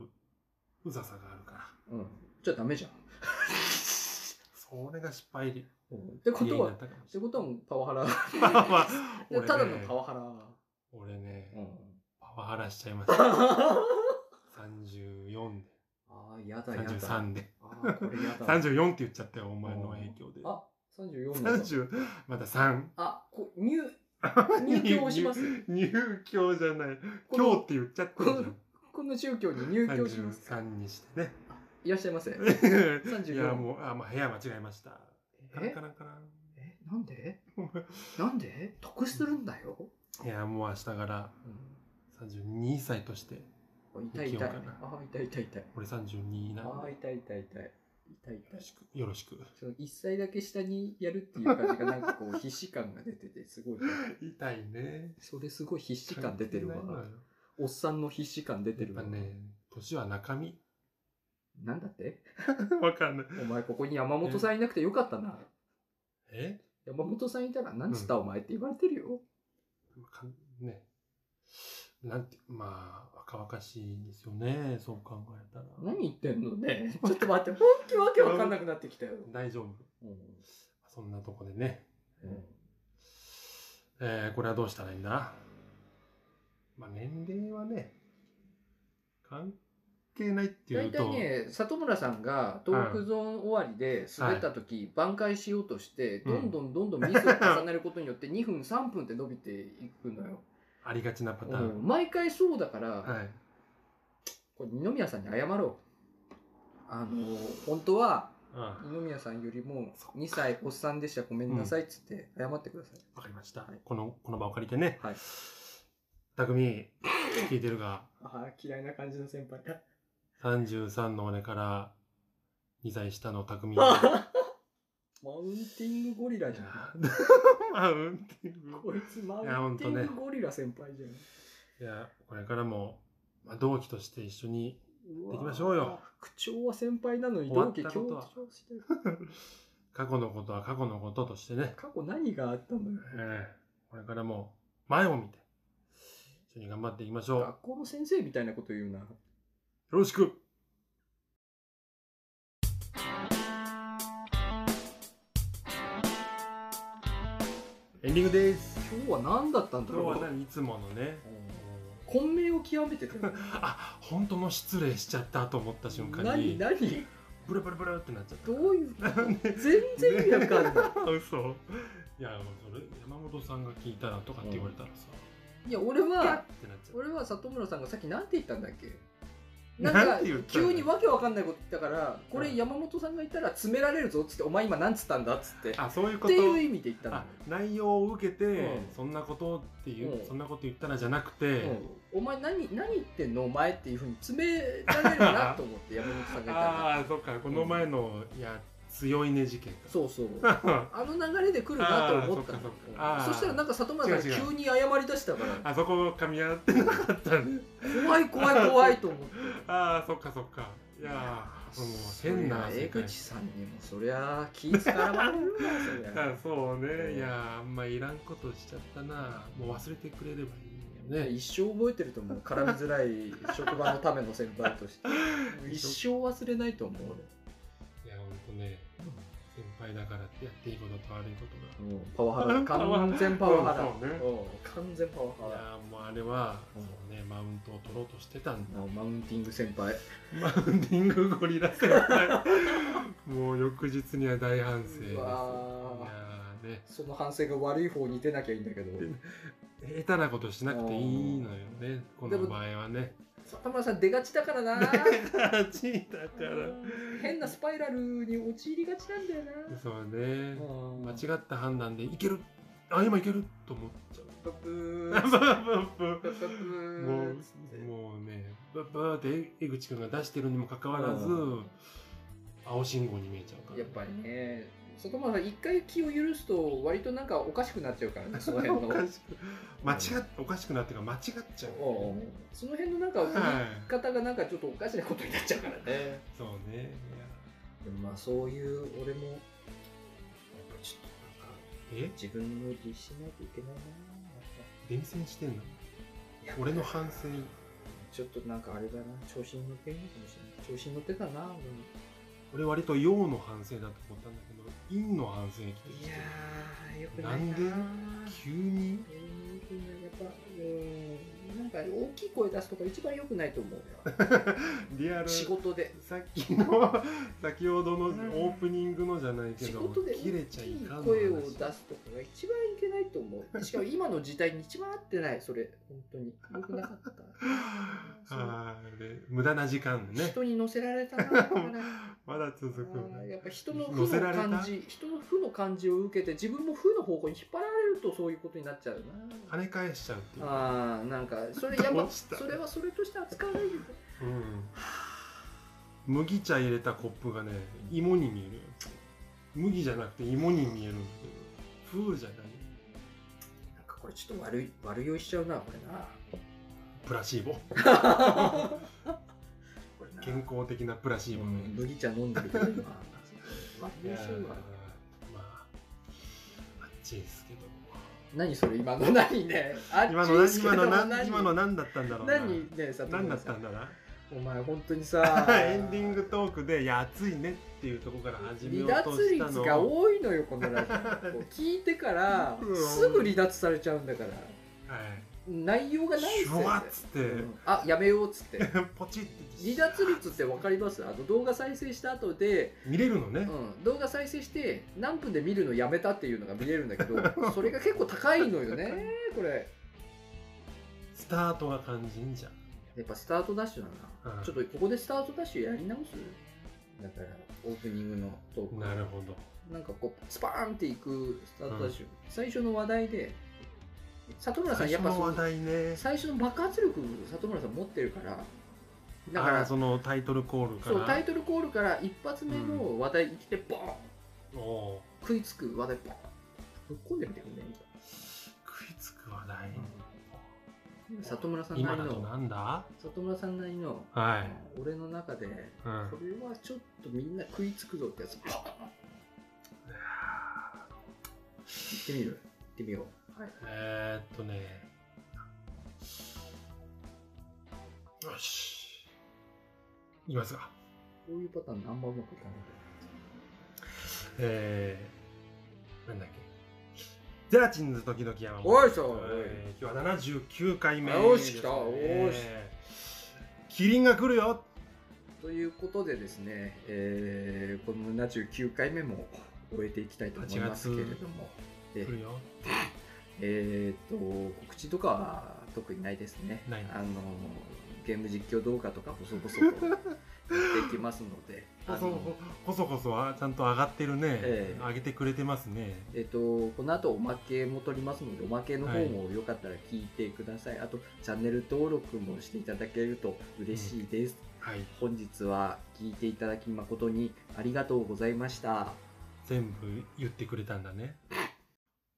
[SPEAKER 1] うざさがあるから。
[SPEAKER 2] うん。じゃあダメじゃん。
[SPEAKER 1] それが失敗で。
[SPEAKER 2] ってことは、
[SPEAKER 1] 原因だ
[SPEAKER 2] っ
[SPEAKER 1] ったかもしてれ
[SPEAKER 2] ことはもうパワハラ。
[SPEAKER 1] ない まあ俺ね
[SPEAKER 2] ただのパワハラ。
[SPEAKER 1] 俺
[SPEAKER 2] う
[SPEAKER 1] ね、
[SPEAKER 2] ん。
[SPEAKER 1] パワハラしちゃいました。
[SPEAKER 2] あ
[SPEAKER 1] 34で、
[SPEAKER 2] あ、やだやだ。
[SPEAKER 1] 33で。
[SPEAKER 2] ああ、これやだ。
[SPEAKER 1] 34って言っちゃったよ、お前の影響で。
[SPEAKER 2] あ、34なんだ。
[SPEAKER 1] 30、また3。
[SPEAKER 2] あ、こ入、入教します。
[SPEAKER 1] 入教じゃない。
[SPEAKER 2] この
[SPEAKER 1] 今日って言っちゃったじゃん。
[SPEAKER 2] この宗教に入教します。
[SPEAKER 1] 33にして ね。
[SPEAKER 2] いらっしゃいませ。34
[SPEAKER 1] いや、もう、あ、まあ、部屋間違えました。カラン
[SPEAKER 2] え
[SPEAKER 1] カランカラン。
[SPEAKER 2] え、な んでなんで得するんだよ。
[SPEAKER 1] いや、もう明日から32歳として、
[SPEAKER 2] うん、痛い
[SPEAKER 1] 生
[SPEAKER 2] 痛い。
[SPEAKER 1] きよ
[SPEAKER 2] あ
[SPEAKER 1] うかな
[SPEAKER 2] あ、痛い痛い痛い。
[SPEAKER 1] 俺32な
[SPEAKER 2] あ
[SPEAKER 1] ん
[SPEAKER 2] あ、
[SPEAKER 1] で、よ
[SPEAKER 2] 痛い痛い痛い。痛い痛
[SPEAKER 1] ろ
[SPEAKER 2] い。
[SPEAKER 1] しく。よろしく。
[SPEAKER 2] その1歳だけ下にやるっていう感じがなんかこう 必死感が出ててすごい。
[SPEAKER 1] 痛いね。
[SPEAKER 2] それすごい必死感出てるわ。
[SPEAKER 1] 関係ないのよ
[SPEAKER 2] おっさんの必死感出てる
[SPEAKER 1] や
[SPEAKER 2] わ。
[SPEAKER 1] っぱね、年は中 身。
[SPEAKER 2] なんだって
[SPEAKER 1] わかんない。
[SPEAKER 2] お前ここに山本さんいなくてよかったな。
[SPEAKER 1] え
[SPEAKER 2] 山本さんいたらなんつったお前って言われてるよ。
[SPEAKER 1] かんね。なんて、まあ、若々しいですよね。そう考えたら。
[SPEAKER 2] 何言ってんのね。ちょっと待って、本気わけわかんなくなってきたよ。
[SPEAKER 1] 大丈夫。
[SPEAKER 2] うん
[SPEAKER 1] そんなとこでね。
[SPEAKER 2] うん
[SPEAKER 1] えーこれはどうしたらいいんだまあ、年齢はね、関係ないってい
[SPEAKER 2] 大
[SPEAKER 1] うと。
[SPEAKER 2] 体ね、里村さんがトークゾーン終わりで滑った時、挽回しようとし
[SPEAKER 1] う
[SPEAKER 2] て、ど
[SPEAKER 1] ん
[SPEAKER 2] んどんどんどんミスを重ねることによって2分3分って伸びていくのよ。
[SPEAKER 1] ありがちなパター
[SPEAKER 2] うん
[SPEAKER 1] ン。
[SPEAKER 2] 毎回そうだから、
[SPEAKER 1] はい。
[SPEAKER 2] これ二宮さんに謝ろう。あの本当は
[SPEAKER 1] あ
[SPEAKER 2] 二宮さんよりも
[SPEAKER 1] そっか
[SPEAKER 2] 2歳おっさんでしたごめんなさいっつって謝ってください。
[SPEAKER 1] わかりました、
[SPEAKER 2] はい
[SPEAKER 1] この、この場を借りてね。
[SPEAKER 2] はい。
[SPEAKER 1] 匠、聞いてるが、
[SPEAKER 2] ああ嫌いな感じの 先輩。
[SPEAKER 1] 33の俺から2歳下の匠。
[SPEAKER 2] マウンティングゴリラ
[SPEAKER 1] い
[SPEAKER 2] じゃ
[SPEAKER 1] や
[SPEAKER 2] ん。
[SPEAKER 1] マウンティング。
[SPEAKER 2] こいつマウ
[SPEAKER 1] いやほ
[SPEAKER 2] ン
[SPEAKER 1] ん
[SPEAKER 2] テ
[SPEAKER 1] と
[SPEAKER 2] ィン
[SPEAKER 1] ね
[SPEAKER 2] グゴリラ先輩じゃん。
[SPEAKER 1] いや、これからも、まあ、同期として一緒に、
[SPEAKER 2] うわ
[SPEAKER 1] 行きましょうよ。
[SPEAKER 2] 口調は先輩なのに
[SPEAKER 1] 終わ
[SPEAKER 2] 同
[SPEAKER 1] っ
[SPEAKER 2] 期
[SPEAKER 1] た
[SPEAKER 2] 強
[SPEAKER 1] ことは
[SPEAKER 2] 調してる。
[SPEAKER 1] 過去のことは過去のこととしてね、
[SPEAKER 2] 過去何があったのよ。
[SPEAKER 1] ええこれからも前を見て、一緒に頑張っていきましょう。よ
[SPEAKER 2] 学校の先生みたいなこと言うな。
[SPEAKER 1] ろしくエンディングです。
[SPEAKER 2] 今日は何だったんだ
[SPEAKER 1] 今日
[SPEAKER 2] ろう
[SPEAKER 1] は。何いつものね、
[SPEAKER 2] 混迷を極めてたよ。
[SPEAKER 1] あ、本当の失礼しちゃったと思った瞬間
[SPEAKER 2] 何
[SPEAKER 1] に、
[SPEAKER 2] 何
[SPEAKER 1] ブルブルブルってなっちゃった。
[SPEAKER 2] どういうこと
[SPEAKER 1] なんで
[SPEAKER 2] 全然意味わかんない。
[SPEAKER 1] 嘘いやもうそれ山本さんが聞いたらとかって言われたらさ、
[SPEAKER 2] いや、俺
[SPEAKER 1] キャッ
[SPEAKER 2] は、
[SPEAKER 1] てなっちゃう
[SPEAKER 2] 俺は里村さんがさっきなんて言ったんだっけなん
[SPEAKER 1] な
[SPEAKER 2] か
[SPEAKER 1] んて言ったの
[SPEAKER 2] 急にわけわかんないこと言ったから、こ
[SPEAKER 1] う
[SPEAKER 2] れ
[SPEAKER 1] ん
[SPEAKER 2] 山本さんがいたら詰められるぞっつって、お前今なんつったんだっつって。っ
[SPEAKER 1] あそういうこと
[SPEAKER 2] ていう意味で言ったの
[SPEAKER 1] あ。内容を受けて、
[SPEAKER 2] うん
[SPEAKER 1] そんなことっていう、
[SPEAKER 2] うん
[SPEAKER 1] そんなこと言ったらじゃなくて、
[SPEAKER 2] うんお前何何言ってんのお前っていうふうに詰められるなと思って 山本さんが言ったから
[SPEAKER 1] ああそっかこの前の、いや強いね事件か
[SPEAKER 2] そう そう
[SPEAKER 1] あ
[SPEAKER 2] あの流れで来るなと思った
[SPEAKER 1] あーそっかそっか
[SPEAKER 2] の
[SPEAKER 1] あー
[SPEAKER 2] そしたらなんか里村さん
[SPEAKER 1] 違う違う
[SPEAKER 2] が急に謝り出したから
[SPEAKER 1] そこ噛み合ってなかったね
[SPEAKER 2] 怖い怖い怖いと思 って
[SPEAKER 1] ああそっかそっかいやーもう変な
[SPEAKER 2] そりゃ
[SPEAKER 1] 世
[SPEAKER 2] 江
[SPEAKER 1] 界
[SPEAKER 2] 口さんにもそりゃ気ぃ使われるわ そりゃ
[SPEAKER 1] あ そうね、
[SPEAKER 2] うん
[SPEAKER 1] いやーあんまいらんことしちゃったなもう忘れてくれればいいよね
[SPEAKER 2] 一生覚えてると思う絡みづらい職場のための先 輩として一生忘れないと思う
[SPEAKER 1] いや、ほんとね、先ぱいだからってやっていいことと悪いことが。
[SPEAKER 2] うん パワハラ完全 パワハラ、
[SPEAKER 1] そうね
[SPEAKER 2] うん完全パワ
[SPEAKER 1] い
[SPEAKER 2] ハ
[SPEAKER 1] やーもうあれは、
[SPEAKER 2] うん
[SPEAKER 1] そうね、マウントを取ろうとしてたんだ。
[SPEAKER 2] ラマウンティング先輩
[SPEAKER 1] マウンティングゴリラ先輩。 もう翌日には大反省です。いうや
[SPEAKER 2] わ
[SPEAKER 1] ーね、
[SPEAKER 2] その反省が悪い方に出なきゃいいんだけど
[SPEAKER 1] 下手なことしなくていいのよね、この場合はね。
[SPEAKER 2] 里村さん出がちだからな
[SPEAKER 1] 勝ちだから。
[SPEAKER 2] 変なスパイラルに陥りがちなんだよな
[SPEAKER 1] そうね。
[SPEAKER 2] うん
[SPEAKER 1] 間違った判断でいける。あ、今いけると思っちゃう。
[SPEAKER 2] ププ
[SPEAKER 1] ブ
[SPEAKER 2] ー
[SPEAKER 1] ーブーブ
[SPEAKER 2] プ
[SPEAKER 1] ー
[SPEAKER 2] プー
[SPEAKER 1] もう
[SPEAKER 2] つって
[SPEAKER 1] もうね、ブーブーって江口くんが出してるにもかかわらず、
[SPEAKER 2] うん
[SPEAKER 1] 青信号に見えちゃうから。
[SPEAKER 2] やっぱりね外村さん一回気を許すと割となんかおかしくなっちゃうからねその辺
[SPEAKER 1] お
[SPEAKER 2] の
[SPEAKER 1] かしく間違っおかしくなっていうか間違っちゃう、
[SPEAKER 2] うんうんその辺のなんか動
[SPEAKER 1] はい
[SPEAKER 2] き方がなんかちょっとおかしなことになっちゃうからね
[SPEAKER 1] そうねいや
[SPEAKER 2] でもまあそういう俺もやっぱりちょっとなんか
[SPEAKER 1] え
[SPEAKER 2] 自分の律しないといけないなやっ
[SPEAKER 1] 伝染してんの
[SPEAKER 2] ぱやっぱ
[SPEAKER 1] 俺の反省
[SPEAKER 2] ちょっとなんかあれだな調子に乗ってんのかもしれない調子に乗ってたな俺も
[SPEAKER 1] 俺割と陽の反省だと思ったんだけど陰の反省来て
[SPEAKER 2] い
[SPEAKER 1] る
[SPEAKER 2] やーよくないな
[SPEAKER 1] なん急に
[SPEAKER 2] うーんやっぱうーんなんか大きい声出すとか一番良くないと思うよ
[SPEAKER 1] リアル
[SPEAKER 2] 仕事で
[SPEAKER 1] さっきの 先ほどのオープニングのじゃないけ
[SPEAKER 2] 仕
[SPEAKER 1] ど
[SPEAKER 2] 事で
[SPEAKER 1] 切れ
[SPEAKER 2] 大
[SPEAKER 1] ちゃ
[SPEAKER 2] き
[SPEAKER 1] い
[SPEAKER 2] い
[SPEAKER 1] かんの話
[SPEAKER 2] 声を出すとかが一番いけないと思うしかも今の時代に一番合ってないそれ本当に良くな かったそう
[SPEAKER 1] あーで無駄な時間ね
[SPEAKER 2] 人に乗せられたなだから
[SPEAKER 1] まだ続く
[SPEAKER 2] あーやっぱ人の負
[SPEAKER 1] 乗せら
[SPEAKER 2] の
[SPEAKER 1] れた
[SPEAKER 2] 感じ人の負の感じを受けて自分も負の方向に引っ張られるとそういうことになっちゃう
[SPEAKER 1] 跳
[SPEAKER 2] な
[SPEAKER 1] ね返しちゃうっていうか
[SPEAKER 2] あーなんかそれやっ
[SPEAKER 1] ど
[SPEAKER 2] ぱ
[SPEAKER 1] うした
[SPEAKER 2] それはそれとして扱わないで
[SPEAKER 1] うん麦茶入れたコップがね芋に見えるよ麦じゃなくて芋に見えるんだけど風じゃない
[SPEAKER 2] なんかこれちょっと悪い悪酔いしちゃうなこれな
[SPEAKER 1] プラシ ーボ
[SPEAKER 2] これな
[SPEAKER 1] 健康的なプラシーボね、
[SPEAKER 2] うん麦茶飲んでるけど今悪
[SPEAKER 1] い
[SPEAKER 2] 酔
[SPEAKER 1] や
[SPEAKER 2] いしちゃう
[SPEAKER 1] ー
[SPEAKER 2] わ
[SPEAKER 1] まああっちいですけど
[SPEAKER 2] 何それ今の何ねあっ ち
[SPEAKER 1] 今の
[SPEAKER 2] ですけ
[SPEAKER 1] 今
[SPEAKER 2] ど
[SPEAKER 1] の何
[SPEAKER 2] 何
[SPEAKER 1] 今の何だったんだろうな
[SPEAKER 2] 何ねさ
[SPEAKER 1] 何だったんだな
[SPEAKER 2] お前本当にさ
[SPEAKER 1] エンディングトークで「いや暑いね」っていうところから始めよう
[SPEAKER 2] 離
[SPEAKER 1] と
[SPEAKER 2] 脱
[SPEAKER 1] し
[SPEAKER 2] 率
[SPEAKER 1] たの
[SPEAKER 2] が多いのよこのラジオこう 聞いてから
[SPEAKER 1] うん
[SPEAKER 2] すぐ離脱されちゃうんだから
[SPEAKER 1] はい
[SPEAKER 2] 内容がない
[SPEAKER 1] シ
[SPEAKER 2] っす
[SPEAKER 1] ュ
[SPEAKER 2] よね
[SPEAKER 1] ワッつって、
[SPEAKER 2] うんあやめようっつって
[SPEAKER 1] ポチって
[SPEAKER 2] 離脱率って分かりますあの動画再生した後で
[SPEAKER 1] 見れるのね、
[SPEAKER 2] うん、動画再生して何分で見るのやめたっていうのが見れるんだ けどそれが結構高いのよねこれ
[SPEAKER 1] スタートが肝心じゃん
[SPEAKER 2] やっぱスタートダッシュだな、
[SPEAKER 1] うん
[SPEAKER 2] ちょっとここでスタートダッシュやり直すだからオープニングのトーク
[SPEAKER 1] なるほど
[SPEAKER 2] なんかこうスパーンっていくスタートダッシュ、最初の話題で里村さんやっぱ
[SPEAKER 1] 最初の話
[SPEAKER 2] その
[SPEAKER 1] 題ね
[SPEAKER 2] 最初の爆発力里村さん持ってるからだか
[SPEAKER 1] あ
[SPEAKER 2] ら
[SPEAKER 1] ーそのタイトルコールか
[SPEAKER 2] そうタイ
[SPEAKER 1] ら
[SPEAKER 2] トルコールから一発目の話題に来てボーン
[SPEAKER 1] おお
[SPEAKER 2] 食いつく話題ボーンぶっ込んでみてくんね
[SPEAKER 1] ー食いつく話題、
[SPEAKER 2] 里村さんな
[SPEAKER 1] 今だ
[SPEAKER 2] り
[SPEAKER 1] と
[SPEAKER 2] の
[SPEAKER 1] なんだ
[SPEAKER 2] 里村さんなりの、
[SPEAKER 1] はい、
[SPEAKER 2] 俺の中で、
[SPEAKER 1] うん、
[SPEAKER 2] これはちょっとみんな食いつくぞってやつポン行ってみる行ってみよう、はい、
[SPEAKER 1] えー、っとねよしいきますか
[SPEAKER 2] こういうパターンあんまうまくいかない
[SPEAKER 1] えー、なんだっけゼラチンズ時々山本
[SPEAKER 2] おいそう
[SPEAKER 1] えー今日は79回目
[SPEAKER 2] よし来た
[SPEAKER 1] ね
[SPEAKER 2] おし
[SPEAKER 1] キリンが来るよ
[SPEAKER 2] ということでですね、えーこの79回目も終えていきたいと思いますけれども
[SPEAKER 1] 来
[SPEAKER 2] で
[SPEAKER 1] るよ
[SPEAKER 2] えー、と告知とかは特にないですね
[SPEAKER 1] ない
[SPEAKER 2] あのゲーム実況動画とか細々とやっていきますの で
[SPEAKER 1] こ
[SPEAKER 2] あ
[SPEAKER 1] そ
[SPEAKER 2] の
[SPEAKER 1] こそこそはちゃんと上がってるね、
[SPEAKER 2] ええ
[SPEAKER 1] 上げてくれてますね
[SPEAKER 2] えっと、この後おまけも取りますのでおまけの方もよかったら聞いてください、あとチャンネル登録もしていただけると嬉しいです、
[SPEAKER 1] はい
[SPEAKER 2] 本日は聞いていただき誠にありがとうございました
[SPEAKER 1] 全部言ってくれたんだね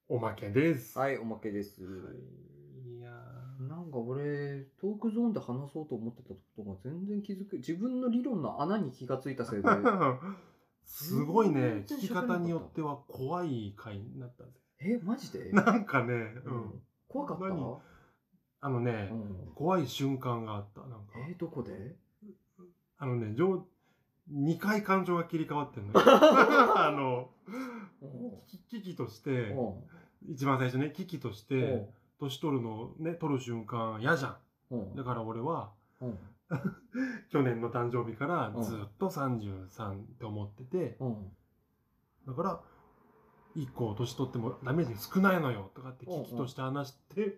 [SPEAKER 1] おまけです、
[SPEAKER 2] はいおまけです、
[SPEAKER 1] い、いや
[SPEAKER 2] なんか俺トークゾーンで話そうと思ってたことが全然気づく自分の理論の穴に気がついたせい で
[SPEAKER 1] ーすごいね
[SPEAKER 2] 全
[SPEAKER 1] 聞
[SPEAKER 2] 然
[SPEAKER 1] き
[SPEAKER 2] 喋れなかった
[SPEAKER 1] 方によっては怖い回になったぜ
[SPEAKER 2] えマジで、
[SPEAKER 1] なんかね、う
[SPEAKER 2] うんん怖かった、
[SPEAKER 1] 何あのね、
[SPEAKER 2] うん
[SPEAKER 1] 怖い瞬間があったなんか
[SPEAKER 2] えどこで
[SPEAKER 1] あのね上2回感情が切り替わってんの よ。あの、き危機として、一番最初ね、危機として、年取るのをね、取る瞬間嫌じゃん。だから俺は、去年の誕生日からずっと33って思ってて、だから、1個年取ってもダメージ少ないのよとかって危機として話して、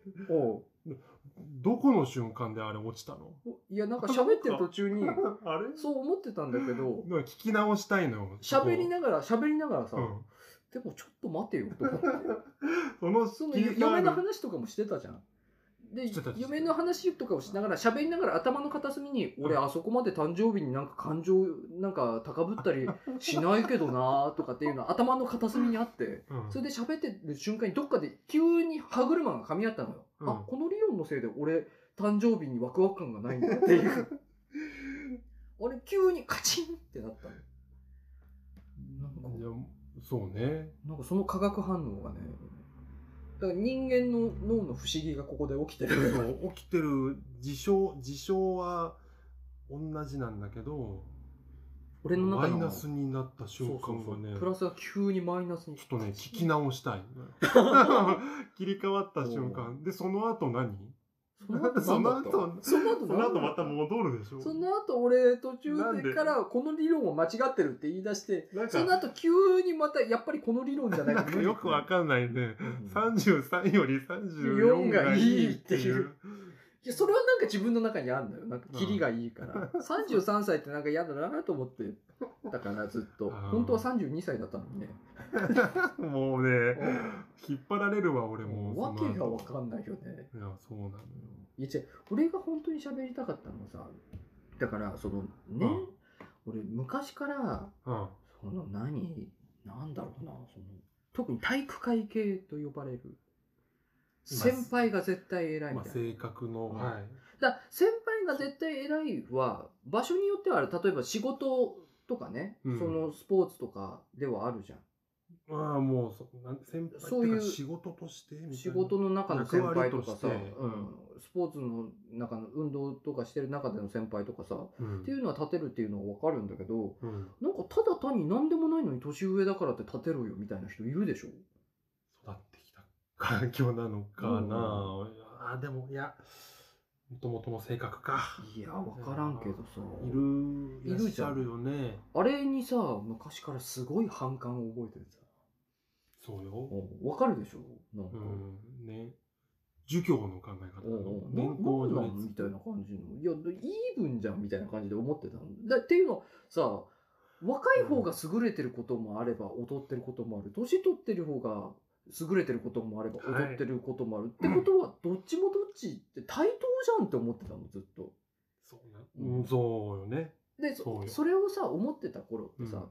[SPEAKER 1] どこの瞬間であれ落ちたの
[SPEAKER 2] いやなんか喋ってる途 中に
[SPEAKER 1] あれ
[SPEAKER 2] そう思ってたんだけど
[SPEAKER 1] なんか聞き直したいのよ。
[SPEAKER 2] 喋りながら喋りながらさ、
[SPEAKER 1] うん
[SPEAKER 2] でもちょっと待てよと思って
[SPEAKER 1] その
[SPEAKER 2] その
[SPEAKER 1] 切り替わ
[SPEAKER 2] 嫁
[SPEAKER 1] る
[SPEAKER 2] の話とかもしてたじゃん。で
[SPEAKER 1] してたしてた
[SPEAKER 2] 嫁の話とかをしながら喋りながら頭の片隅に
[SPEAKER 1] ん
[SPEAKER 2] 「俺あそこまで誕生日になんか感情なんか高ぶったりしないけどな」とかっていうのは頭の片隅にあって
[SPEAKER 1] うん
[SPEAKER 2] それで喋ってる瞬間にどっかで急に歯車が噛み合ったのよ。
[SPEAKER 1] うん
[SPEAKER 2] あこの理論のせいで俺誕生日にワクワク感がないんだっていう。 俺急にカチンってなったの
[SPEAKER 1] いやそうね。
[SPEAKER 2] なんかその化学反応がね、だから人間の脳の不思議がここで起き てる。
[SPEAKER 1] そう起きてる事象事象は同じなんだけど
[SPEAKER 2] 俺の
[SPEAKER 1] マ
[SPEAKER 2] 中
[SPEAKER 1] イ
[SPEAKER 2] の
[SPEAKER 1] ナスになった瞬間がね
[SPEAKER 2] プラスが急にマイナスに。
[SPEAKER 1] ちょっとね聞き直した い切り替わった瞬間でその後何
[SPEAKER 2] その後
[SPEAKER 1] その
[SPEAKER 2] 何だった
[SPEAKER 1] 後
[SPEAKER 2] その後
[SPEAKER 1] そ
[SPEAKER 2] 何
[SPEAKER 1] の後
[SPEAKER 2] だ
[SPEAKER 1] ま
[SPEAKER 2] った
[SPEAKER 1] た戻るでしょ
[SPEAKER 2] その後俺途
[SPEAKER 1] なん
[SPEAKER 2] 中で
[SPEAKER 1] で
[SPEAKER 2] からこの理論を間違ってるって言い出して、
[SPEAKER 1] なん
[SPEAKER 2] その
[SPEAKER 1] か
[SPEAKER 2] 後急にまたやっぱりこの理論じゃない
[SPEAKER 1] なんか よくわかんないね
[SPEAKER 2] うん
[SPEAKER 1] 33より34がいいって
[SPEAKER 2] い
[SPEAKER 1] いう
[SPEAKER 2] ういや、それはなんか自分の中にあるんだよ。なんか、キリがいいから。33歳ってなんか嫌だなと思ってたから、ずっと。
[SPEAKER 1] うん
[SPEAKER 2] 本当は32歳だったのに ね。
[SPEAKER 1] もうね引っ張られるわ俺も
[SPEAKER 2] わけがわ
[SPEAKER 1] ん
[SPEAKER 2] かんないよね。
[SPEAKER 1] いやそうなのよ
[SPEAKER 2] いや、違う。俺が本当に喋りたかったのはさ、だから、その
[SPEAKER 1] う
[SPEAKER 2] ね、
[SPEAKER 1] ん
[SPEAKER 2] 俺昔から、
[SPEAKER 1] うん
[SPEAKER 2] その何、なんだろうな、その、特に体育会系と呼ばれる。先輩が絶対偉いみ
[SPEAKER 1] ま
[SPEAKER 2] たい
[SPEAKER 1] あ、
[SPEAKER 2] な。
[SPEAKER 1] 性格の、
[SPEAKER 2] うん
[SPEAKER 1] はい。
[SPEAKER 2] だから先輩が絶対偉いは場所によってはあれ例えば仕事とかね、
[SPEAKER 1] うん
[SPEAKER 2] そのスポーツとかではあるじゃん
[SPEAKER 1] まあもうそなん先輩
[SPEAKER 2] そういう
[SPEAKER 1] ってか仕事としてみたいな
[SPEAKER 2] 仕事の中の先輩とか
[SPEAKER 1] 役
[SPEAKER 2] さ、
[SPEAKER 1] 割として
[SPEAKER 2] うん、スポーツの中の運動とかしてる中での先輩とかさ、
[SPEAKER 1] うん
[SPEAKER 2] っていうのは立てるっていうのは分かるんだけど
[SPEAKER 1] うん
[SPEAKER 2] なんかただ単に何でもないのに年上だからって立てろよみたいな人いるでしょ
[SPEAKER 1] 育ってきた環境なのかな、
[SPEAKER 2] うん
[SPEAKER 1] あでもいやもともとの性格か
[SPEAKER 2] いや分からんけどさ
[SPEAKER 1] いる
[SPEAKER 2] いる
[SPEAKER 1] いらっしゃるよね
[SPEAKER 2] あれにさ昔からすごい反感を覚えてるさ
[SPEAKER 1] そうよ、
[SPEAKER 2] 分かるでしょなん
[SPEAKER 1] う
[SPEAKER 2] か、
[SPEAKER 1] ん、ね儒教の考え方なの
[SPEAKER 2] な
[SPEAKER 1] 年功序
[SPEAKER 2] なんなんみたい
[SPEAKER 1] 列
[SPEAKER 2] な感じのいやイーブンじゃんみたいな感じで思ってたのだっていうのはさ若い方が優れてることもあれば劣ってることもある年取ってる方が優れてることもあれば
[SPEAKER 1] はい
[SPEAKER 2] 劣ってることもある、ってことはどっちもどっちって対等じゃんって思ってたのずっと
[SPEAKER 1] そうなうんそうよね
[SPEAKER 2] で
[SPEAKER 1] そう
[SPEAKER 2] そ
[SPEAKER 1] よ
[SPEAKER 2] それをさ思ってた頃ってさ、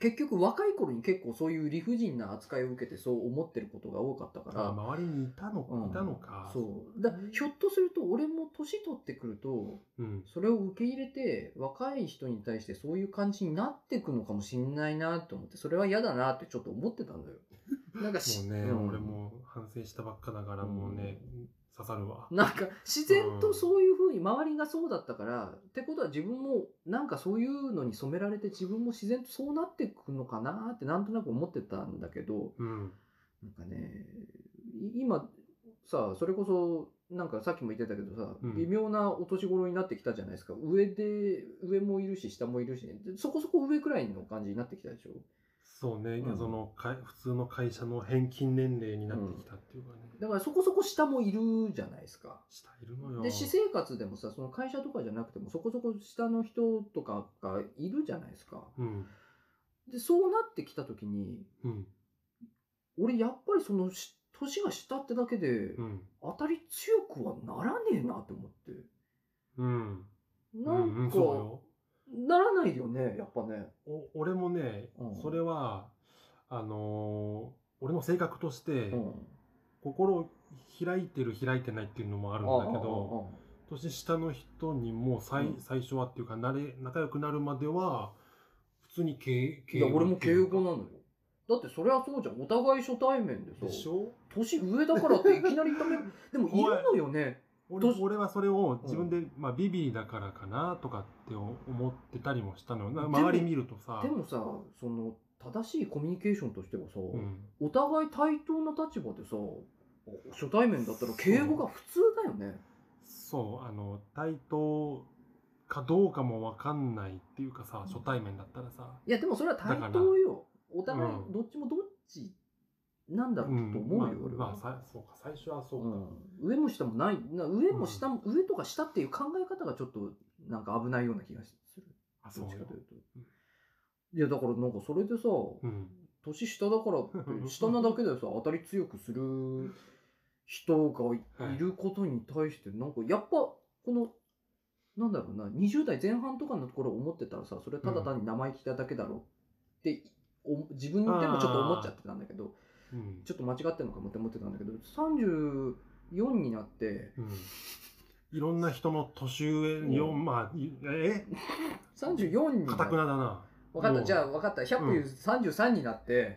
[SPEAKER 2] 結局若い頃に結構そういう理不尽な扱いを受けてそう思ってることが多かったから
[SPEAKER 1] あ周りにいたの,、いたのか
[SPEAKER 2] そうだひょっとすると俺も年取ってくると
[SPEAKER 1] うん、
[SPEAKER 2] それを受け入れて若い人に対してそういう感じになっていくのかもしれないなと思ってそれは嫌だなってちょっと思ってたん だよ。なんかし
[SPEAKER 1] もうね、
[SPEAKER 2] うん
[SPEAKER 1] 俺も反省したばっかだからもうね、刺さるわ
[SPEAKER 2] なんか自然とそういうふうに周りがそうだったから、ってことは自分もなんかそういうのに染められて自分も自然とそうなっていくのかなってなんとなく思ってたんだけど
[SPEAKER 1] うん
[SPEAKER 2] なんかねい今さそれこそなんかさっきも言ってたけどさ、
[SPEAKER 1] うん
[SPEAKER 2] 微妙なお年頃になってきたじゃないですか上で上もいるし下もいるし、ね、でそこそこ上くらいの感じになってきたでしょ
[SPEAKER 1] そうね、
[SPEAKER 2] うん
[SPEAKER 1] そのか普通の会社の返金年齢になってきたっていうかね、
[SPEAKER 2] だからそこそこ下もいるじゃないですか
[SPEAKER 1] 下いるのよ
[SPEAKER 2] で私生活でもさその会社とかじゃなくてもそこそこ下の人とかがいるじゃないですか
[SPEAKER 1] うん
[SPEAKER 2] でそうなってきた時に
[SPEAKER 1] うん
[SPEAKER 2] 俺やっぱりそのし年が下ってだけで
[SPEAKER 1] うん
[SPEAKER 2] 当たり強くはならねえなと思って
[SPEAKER 1] うんう
[SPEAKER 2] なん
[SPEAKER 1] うんん
[SPEAKER 2] か、
[SPEAKER 1] そうよ
[SPEAKER 2] ならないよね、やっぱね。
[SPEAKER 1] お俺もね、
[SPEAKER 2] うん
[SPEAKER 1] それはあのー俺の性格として、
[SPEAKER 2] うん。
[SPEAKER 1] 心を開いてる開いてないっていうのもあるんだけど、
[SPEAKER 2] う
[SPEAKER 1] 年下の人にも最,、
[SPEAKER 2] うん
[SPEAKER 1] 最初はっていうか慣れ仲良くなるまでは普通に敬
[SPEAKER 2] んうんうんいや、俺も敬語
[SPEAKER 1] な
[SPEAKER 2] なのよ。だってそりゃそうじゃん。お互い初対面でさ
[SPEAKER 1] で、しょ
[SPEAKER 2] 年上だからっていきなりダメ。でもいるのよね。
[SPEAKER 1] 俺
[SPEAKER 2] と
[SPEAKER 1] 俺はそれを自分で、まあ、ビビリだからかなとかって思ってたりもしたのよな
[SPEAKER 2] でも
[SPEAKER 1] 周り見るとさ
[SPEAKER 2] でもさその正しいコミュニケーションとしてはさ、
[SPEAKER 1] うん、
[SPEAKER 2] お互い対等な立場でさ初対面だったら敬語が普通だよね
[SPEAKER 1] そうあの対等かどうかも分かんないっていうかさ初対面だったらさ、
[SPEAKER 2] いやでもそれは対等よお互いどっちもどっちなんだろうと思うよ、
[SPEAKER 1] まあ
[SPEAKER 2] 俺は、
[SPEAKER 1] まあさそうか最初はそう
[SPEAKER 2] う
[SPEAKER 1] か、
[SPEAKER 2] ん、上も下もないな上も下も、上とか下っていう考え方がちょっとなんか危ないような気がする
[SPEAKER 1] あそ
[SPEAKER 2] ど
[SPEAKER 1] う
[SPEAKER 2] っち
[SPEAKER 1] よ
[SPEAKER 2] かというと
[SPEAKER 1] うん
[SPEAKER 2] いやだからなんかそれでさ、
[SPEAKER 1] うん
[SPEAKER 2] 年下だからって下なだけでさ当たり強くする人がい
[SPEAKER 1] はい
[SPEAKER 2] いることに対してなんかやっぱこのなんだろうな20代前半とかのところ思ってたらさそれはただ単に生意気なだけだろうってお自分でもちょっと思っちゃってたんだけど
[SPEAKER 1] うん
[SPEAKER 2] ちょっと間違ってるのかもって思ってたんだけど34になって
[SPEAKER 1] うんいろんな人の年上に、
[SPEAKER 2] うん
[SPEAKER 1] まあいえ
[SPEAKER 2] 34に
[SPEAKER 1] か
[SPEAKER 2] なって
[SPEAKER 1] たくなだな
[SPEAKER 2] 分かっ
[SPEAKER 1] う
[SPEAKER 2] た
[SPEAKER 1] ん
[SPEAKER 2] じゃあ分かった100
[SPEAKER 1] うん
[SPEAKER 2] 言う33になって、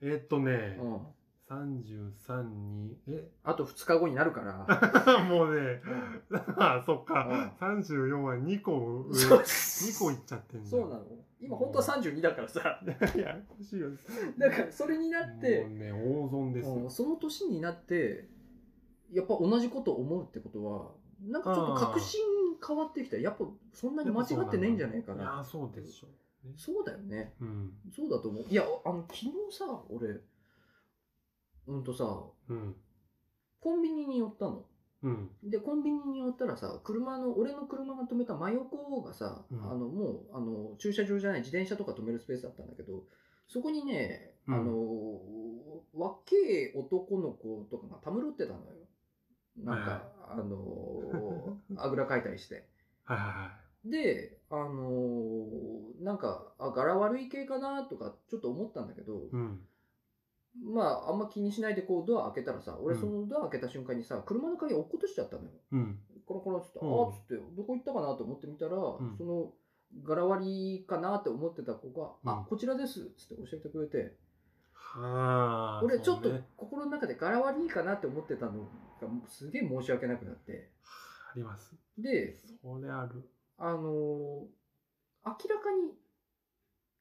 [SPEAKER 1] えーっとね、
[SPEAKER 2] うん、
[SPEAKER 1] 33にえ
[SPEAKER 2] あと2日後になるから。
[SPEAKER 1] もうね あそっか、34は2個上
[SPEAKER 2] う
[SPEAKER 1] 2個いっちゃってんじゃん
[SPEAKER 2] そうなの今本当は32だからさ
[SPEAKER 1] いやややこしいよ
[SPEAKER 2] だからそれになって
[SPEAKER 1] もうね大損ですよ、
[SPEAKER 2] うんその年になってやっぱ同じこと思うってことはなんかちょっと確信変わってきたやっぱそんなに間違ってないんじゃないか
[SPEAKER 1] い
[SPEAKER 2] な
[SPEAKER 1] やそうでしょうね
[SPEAKER 2] そうだよね
[SPEAKER 1] うん
[SPEAKER 2] そうだと思ういやあの昨日さ俺うんとさ
[SPEAKER 1] うん
[SPEAKER 2] コンビニに寄ったの
[SPEAKER 1] うん
[SPEAKER 2] でコンビニに寄ったらさ車の俺の車が止めた真横がさ、
[SPEAKER 1] うん
[SPEAKER 2] あのもうあの駐車場じゃない自転車とか止めるスペースだったんだけどそこにね、
[SPEAKER 1] うん
[SPEAKER 2] あの若え男の子とかがたむろってたのよなんか、あ のあぐらかいたりして
[SPEAKER 1] はいは
[SPEAKER 2] であのなんかあ柄悪い系かなとかちょっと思ったんだけど、
[SPEAKER 1] いはいうん
[SPEAKER 2] まああんま気にしないでこうドア開けたらさ俺
[SPEAKER 1] うん
[SPEAKER 2] そのドア開けた瞬間にさ車の鍵落っことしちゃったのよ
[SPEAKER 1] うん
[SPEAKER 2] コロコロっつって、
[SPEAKER 1] うん
[SPEAKER 2] あーっつって、どこ行ったかなと思ってみたら、
[SPEAKER 1] ん
[SPEAKER 2] その、柄割りかなって思ってた子が、
[SPEAKER 1] うん
[SPEAKER 2] あ、こちらですっつって教えてくれて、
[SPEAKER 1] はあ
[SPEAKER 2] 俺ちょっ
[SPEAKER 1] そ
[SPEAKER 2] と
[SPEAKER 1] うね
[SPEAKER 2] 心の中で柄割りかなって思ってたのが、もうすげえ申し訳なくなって。
[SPEAKER 1] あります
[SPEAKER 2] で、
[SPEAKER 1] それある
[SPEAKER 2] あのー明らかに、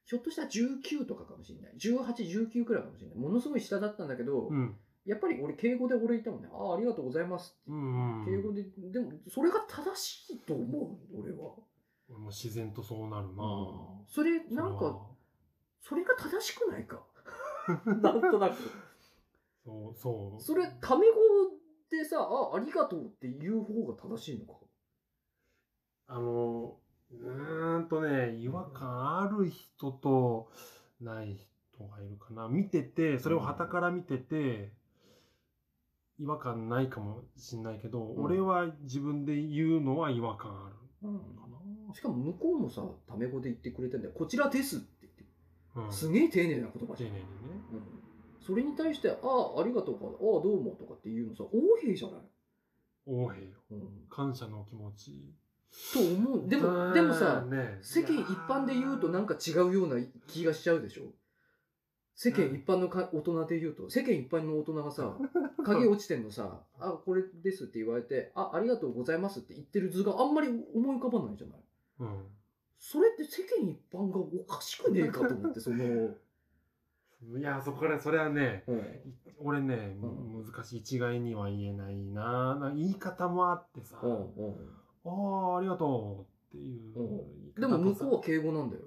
[SPEAKER 2] ひょっとしたら19とかかもしれない。18、19くらいかもしれない。ものすごい下だったんだけど、
[SPEAKER 1] うん
[SPEAKER 2] やっぱり俺敬語で俺言ったもんね。ああ、ありがとうございますって。
[SPEAKER 1] うんうん
[SPEAKER 2] 敬語で、でも、それが正しいと思う、俺は。
[SPEAKER 1] 俺も自然とそうなるな、
[SPEAKER 2] それなんかそれが正しくないか なんとなく
[SPEAKER 1] それはそうそう
[SPEAKER 2] それタメ語でさあありがとうって言う方が正しいのか
[SPEAKER 1] あの、うーんとね、違和感ある人とない人がいるかな。見てて、それを傍から見てて、違和感ないかもしんないけど、
[SPEAKER 2] うん
[SPEAKER 1] 俺は自分で言うのは違和感あるか
[SPEAKER 2] しかも向こうもさタメ語で言ってくれてんだよこちらですって言って
[SPEAKER 1] な。うん。
[SPEAKER 2] すげえ丁寧な言
[SPEAKER 1] 丁
[SPEAKER 2] 葉じゃ
[SPEAKER 1] 寧
[SPEAKER 2] ん、
[SPEAKER 1] にね。
[SPEAKER 2] うんそれに対して「ああありがとう」か「ああどうも」とかって言うのさ横柄じゃない、
[SPEAKER 1] 横柄よ。
[SPEAKER 2] うん
[SPEAKER 1] 感謝の気持ち。
[SPEAKER 2] と思うで
[SPEAKER 1] うー
[SPEAKER 2] も
[SPEAKER 1] ん
[SPEAKER 2] でもさ、
[SPEAKER 1] ね
[SPEAKER 2] 世間一般で言うとなんか違うような気がしちゃうでしょ世間一般のか大人で言うと世間一般の大人 がさ鍵落ちてんのさ「あこれです」って言われて「あありがとうございます」って言ってる図があんまり思い浮かばないじゃない
[SPEAKER 1] うん。
[SPEAKER 2] それって世間一般がおかしくねえかと思って その、
[SPEAKER 1] いや、そこから、それはね、
[SPEAKER 2] うん
[SPEAKER 1] い俺ね、
[SPEAKER 2] う
[SPEAKER 1] 難しい。一概には言えないな。な言い方もあってさ。
[SPEAKER 2] うんうん
[SPEAKER 1] ああ、ありがとうっていう
[SPEAKER 2] で
[SPEAKER 1] 言い方とさ。
[SPEAKER 2] も向こうは敬語なんだよ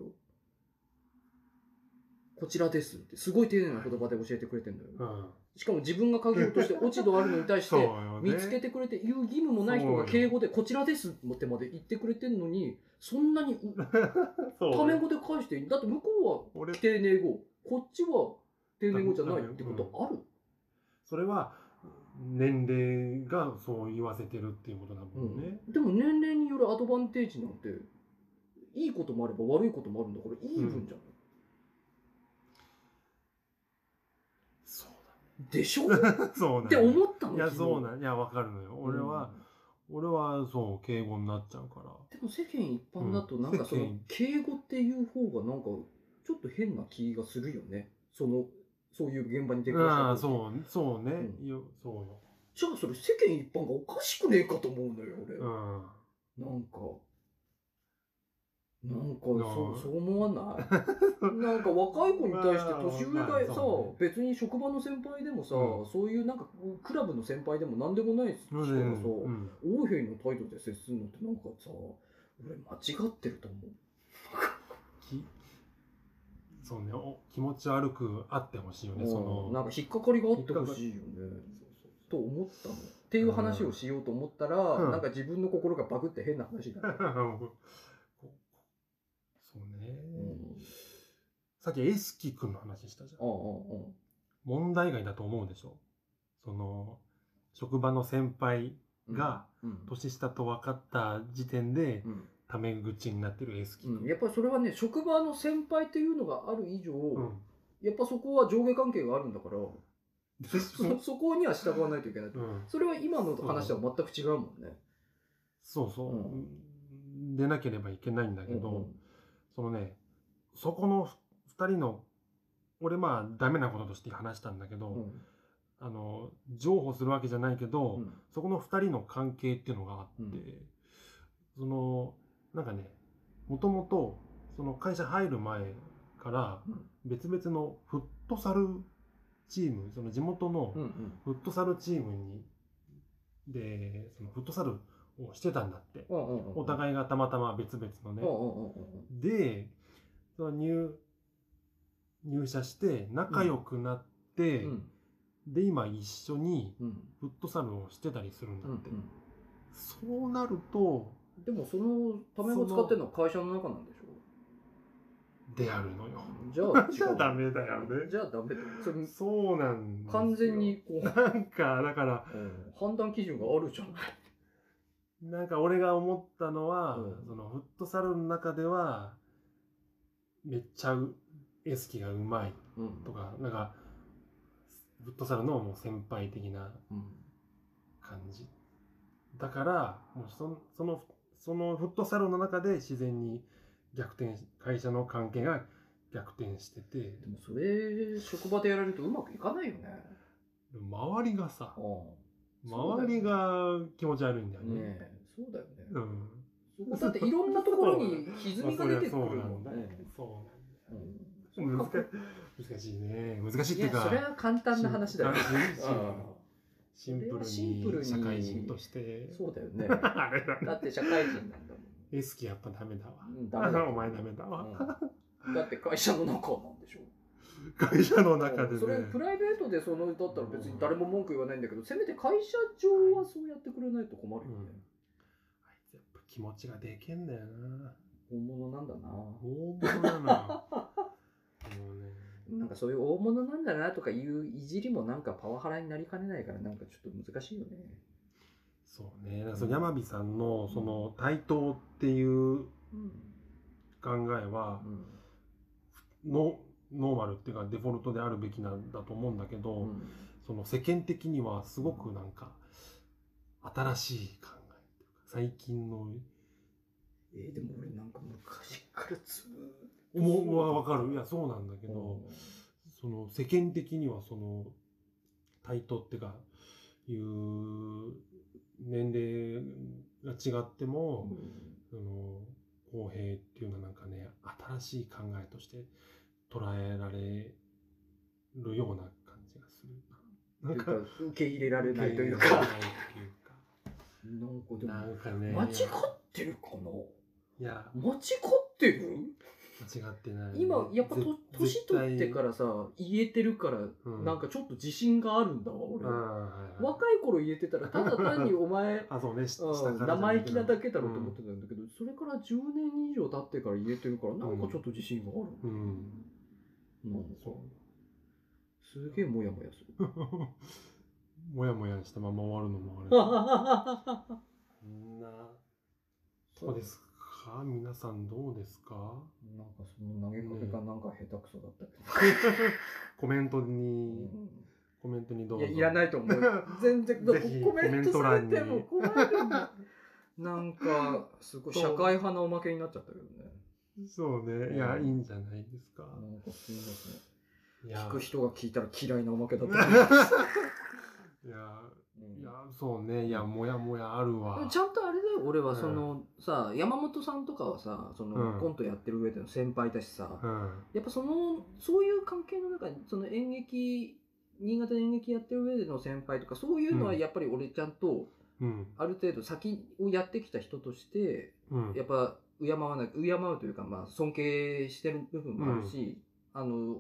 [SPEAKER 2] こちらですってすごい丁寧な言葉で教えてくれてんだ
[SPEAKER 1] う
[SPEAKER 2] よ
[SPEAKER 1] ん。
[SPEAKER 2] しかも自分が鍵落として落ち度あるのに対し
[SPEAKER 1] そう
[SPEAKER 2] て
[SPEAKER 1] よね。
[SPEAKER 2] 見つけてくれて言う義務もない人が敬語で「こちらです」ってまで言ってくれてんのにそんなにう
[SPEAKER 1] そう
[SPEAKER 2] タメ語で返していいだって向こう
[SPEAKER 1] 俺
[SPEAKER 2] は、丁寧語こっちは丁寧語じゃないってことある
[SPEAKER 1] それは、年齢がそう言わせてるっていうことだもんね。
[SPEAKER 2] うんでも年齢によるアドバンテージなんていいこともあれば悪いこともあるんだからいい分じゃん、
[SPEAKER 1] そう
[SPEAKER 2] でしょっ
[SPEAKER 1] だ。そうなん
[SPEAKER 2] て
[SPEAKER 1] や
[SPEAKER 2] 思ったの
[SPEAKER 1] いや、
[SPEAKER 2] 昨日
[SPEAKER 1] そうなんいや、わかるのよ。俺は、俺はそう、敬語になっちゃうから。
[SPEAKER 2] でも世間一般だとなんかそ
[SPEAKER 1] 世
[SPEAKER 2] の
[SPEAKER 1] 間
[SPEAKER 2] 敬語っていう方がなんかちょっと変な気がするよねそのそういう現場に出くわした
[SPEAKER 1] ああ、
[SPEAKER 2] 時
[SPEAKER 1] そう、そうね。
[SPEAKER 2] うん
[SPEAKER 1] よそうよ。
[SPEAKER 2] じゃあそれ世間一般がおかしくねえかと思うのよ俺、
[SPEAKER 1] うん。
[SPEAKER 2] なんかなんかそ
[SPEAKER 1] なあ
[SPEAKER 2] うそう思わない なんか若い子に対して年上
[SPEAKER 1] まあ
[SPEAKER 2] が
[SPEAKER 1] まあ
[SPEAKER 2] さ、
[SPEAKER 1] そうね
[SPEAKER 2] 別に職場の先輩でもさ、
[SPEAKER 1] う
[SPEAKER 2] そういうなんかクラブの先輩でも何でもない人がさ、
[SPEAKER 1] うん
[SPEAKER 2] 王兵の態度で接するのってなんかさ俺間違ってると思う
[SPEAKER 1] きそうねお気持ち悪くあってほしいよねそ
[SPEAKER 2] うんな
[SPEAKER 1] の
[SPEAKER 2] んか引っかかりがあってほしいよねと思ったのっていう話をしようと思ったら、
[SPEAKER 1] うん
[SPEAKER 2] なんか自分の心がバグって変な話 になる、
[SPEAKER 1] ここ そうね、
[SPEAKER 2] うん
[SPEAKER 1] さっきエスキ君の話したじゃん
[SPEAKER 2] ああああああ
[SPEAKER 1] 問題外だと思うでしょその職場の先輩が
[SPEAKER 2] うん、
[SPEAKER 1] 年下と分かった時点で
[SPEAKER 2] うん
[SPEAKER 1] タメ口になってるエスキ
[SPEAKER 2] うん
[SPEAKER 1] 君
[SPEAKER 2] やっぱりそれはね職場の先輩っていうのがある以上、
[SPEAKER 1] うん
[SPEAKER 2] やっぱそこは上下関係があるんだから
[SPEAKER 1] でしょ
[SPEAKER 2] そ そこには従わないといけない
[SPEAKER 1] うん
[SPEAKER 2] それは今の話とは全く違うもんね
[SPEAKER 1] そうそう、
[SPEAKER 2] う
[SPEAKER 1] 出なければいけないんだけど、そのねそこの2人の俺まあダメなこととして話したんだけど、
[SPEAKER 2] うんうん
[SPEAKER 1] あの譲歩するわけじゃないけど、
[SPEAKER 2] うん
[SPEAKER 1] そこの2人の関係っていうのがあって、
[SPEAKER 2] うん
[SPEAKER 1] そのなんかねもともとその会社入る前から
[SPEAKER 2] うん
[SPEAKER 1] 別々のフットサルチームその地元の
[SPEAKER 2] うんうん
[SPEAKER 1] フットサルチームにでそのフットサルをしてたんだって、
[SPEAKER 2] うんうんうん
[SPEAKER 1] お互いがたまたま別々のね、
[SPEAKER 2] うんうんうんうん
[SPEAKER 1] で、その入、入社して仲良くなって、
[SPEAKER 2] うん
[SPEAKER 1] で、今一緒に
[SPEAKER 2] うん
[SPEAKER 1] フットサルをしてたりするんだ
[SPEAKER 2] うんう
[SPEAKER 1] って。
[SPEAKER 2] ん
[SPEAKER 1] そうなると、
[SPEAKER 2] でもそのためを使ってるのは会社の中なんでしょ
[SPEAKER 1] であるのよ。
[SPEAKER 2] じゃあ
[SPEAKER 1] じゃ
[SPEAKER 2] 違
[SPEAKER 1] あ
[SPEAKER 2] う
[SPEAKER 1] ダメだよね。
[SPEAKER 2] じゃあダメだそれ
[SPEAKER 1] そうなんですよ
[SPEAKER 2] 完全。にこう
[SPEAKER 1] なんか、だから、
[SPEAKER 2] うん判断基準があるじゃない
[SPEAKER 1] なんか俺が思ったのは、
[SPEAKER 2] うん
[SPEAKER 1] そのフットサルの中では、めっちゃう、エスキがうまい
[SPEAKER 2] うん
[SPEAKER 1] とか、なんか、フットサルのもう先輩的な
[SPEAKER 2] うん
[SPEAKER 1] 感じだからもうそのそのそのフットサロンの中で自然に逆転し会社の関係が逆転してて
[SPEAKER 2] でもそれ職場でやられるとうまくいかないよね
[SPEAKER 1] 周りがさ
[SPEAKER 2] あ
[SPEAKER 1] 周りが気持ち悪いんだよね
[SPEAKER 2] ねえそうだよね
[SPEAKER 1] うん
[SPEAKER 2] そこだっていろんなところに歪みが出てくる
[SPEAKER 1] まあそりゃそうな
[SPEAKER 2] も
[SPEAKER 1] ん
[SPEAKER 2] ん
[SPEAKER 1] だ
[SPEAKER 2] ね
[SPEAKER 1] そうなんだ
[SPEAKER 2] う
[SPEAKER 1] 難
[SPEAKER 2] ん
[SPEAKER 1] し難しいね難しいって
[SPEAKER 2] い
[SPEAKER 1] いう
[SPEAKER 2] や
[SPEAKER 1] か
[SPEAKER 2] それは簡単な話だよ
[SPEAKER 1] シンシン
[SPEAKER 2] う
[SPEAKER 1] シンプル
[SPEAKER 2] シ
[SPEAKER 1] に社
[SPEAKER 2] ンプルに
[SPEAKER 1] 会人として
[SPEAKER 2] んそうだよね
[SPEAKER 1] あれだ
[SPEAKER 2] だって社会人なんだもん
[SPEAKER 1] エスキやっぱダメだわ
[SPEAKER 2] うんダメ だ
[SPEAKER 1] お前ダメだわ、
[SPEAKER 2] うんだって会社の中なんでしょ
[SPEAKER 1] 会社の中でね
[SPEAKER 2] それプライベートでそのだったら別に誰も文句言わないんだけどせめて会社上はそうやってくれないと困るよね、
[SPEAKER 1] あいつやっぱ気持ちがでけんだよな。
[SPEAKER 2] 本物なんだな
[SPEAKER 1] 大物だな。もうね。
[SPEAKER 2] なんかそういう大物なんだなとかいういじりもなんかパワハラになりかねないからなんかちょっと難しいよね
[SPEAKER 1] そうね。だからその山火さんのその対等っていう
[SPEAKER 2] うん、
[SPEAKER 1] 考えはのノーマルっていうかデフォルトであるべきなんだと思うんだけど、
[SPEAKER 2] うん
[SPEAKER 1] その世間的にはすごくなんか新しい考えっていうか最近の
[SPEAKER 2] えーでも俺なんか昔からずーっ
[SPEAKER 1] 思うはわかるいやそうなんだけ
[SPEAKER 2] と
[SPEAKER 1] ど、その世間的にはその対等ってかいう年齢が違って
[SPEAKER 2] う
[SPEAKER 1] も、
[SPEAKER 2] ん
[SPEAKER 1] その公平っていうのはなんかね新しい考えとして捉えられるような感じがするな。
[SPEAKER 2] な
[SPEAKER 1] なん
[SPEAKER 2] ん
[SPEAKER 1] か
[SPEAKER 2] か受け入れられないという
[SPEAKER 1] 受け
[SPEAKER 2] か
[SPEAKER 1] 入れられないっていうか
[SPEAKER 2] なんか
[SPEAKER 1] な
[SPEAKER 2] でも
[SPEAKER 1] んかね
[SPEAKER 2] 間違ってるかない
[SPEAKER 1] や
[SPEAKER 2] 間違ってる
[SPEAKER 1] 間違ってない、
[SPEAKER 2] 今やっぱと
[SPEAKER 1] 絶
[SPEAKER 2] 年取ってからさ言えてるから
[SPEAKER 1] 絶対う
[SPEAKER 2] なんかちょっと自信があるんだわ俺、
[SPEAKER 1] あーはいはい
[SPEAKER 2] 若い頃言えてたらただ単にお前
[SPEAKER 1] あそうねし
[SPEAKER 2] うん
[SPEAKER 1] 下からじゃ
[SPEAKER 2] 生
[SPEAKER 1] ないけ
[SPEAKER 2] 意気
[SPEAKER 1] ど
[SPEAKER 2] なだけだろうと思ってたんだけど、それから10年以上経ってから言えてるからなんかちょっと自信がある、
[SPEAKER 1] うん
[SPEAKER 2] なんか
[SPEAKER 1] そう
[SPEAKER 2] すげえモヤモヤする
[SPEAKER 1] もやもやしたまま終わるのもあれ。
[SPEAKER 2] そ
[SPEAKER 1] そんなそうですか皆さんどうです か
[SPEAKER 2] なんかその投げかけがなんか下手くそだったけ
[SPEAKER 1] コメント
[SPEAKER 2] ど、
[SPEAKER 1] に、コメントにどう
[SPEAKER 2] い
[SPEAKER 1] ぞ。。
[SPEAKER 2] やいらないいと思 う全然
[SPEAKER 1] ぜひ
[SPEAKER 2] コメントされても
[SPEAKER 1] コ
[SPEAKER 2] 困るんだなんかすごい社会派なおまけになっちゃったけどね
[SPEAKER 1] そうね。いや、いいんじゃないですか。
[SPEAKER 2] なんかすみません
[SPEAKER 1] いや
[SPEAKER 2] 聞く人が聞いたら嫌いなおまけだった
[SPEAKER 1] いや、
[SPEAKER 3] うん
[SPEAKER 1] いや、そうね。いや、もやもやあるわ。
[SPEAKER 2] ちゃんとあれだよ俺はその、さ山本さんとかはさその、
[SPEAKER 1] うん
[SPEAKER 2] コントやってる上での先輩だしさ、
[SPEAKER 1] うん。
[SPEAKER 2] やっぱそのそういう関係の中にその演劇新潟で演劇やってる上での先輩とかそういうのは
[SPEAKER 1] うん
[SPEAKER 2] やっぱり俺ちゃんと
[SPEAKER 1] うん。
[SPEAKER 2] ある程度先をやってきた人として
[SPEAKER 1] うん。
[SPEAKER 2] やっぱ敬わない敬うというかまあ尊敬してる部分もあるし、あの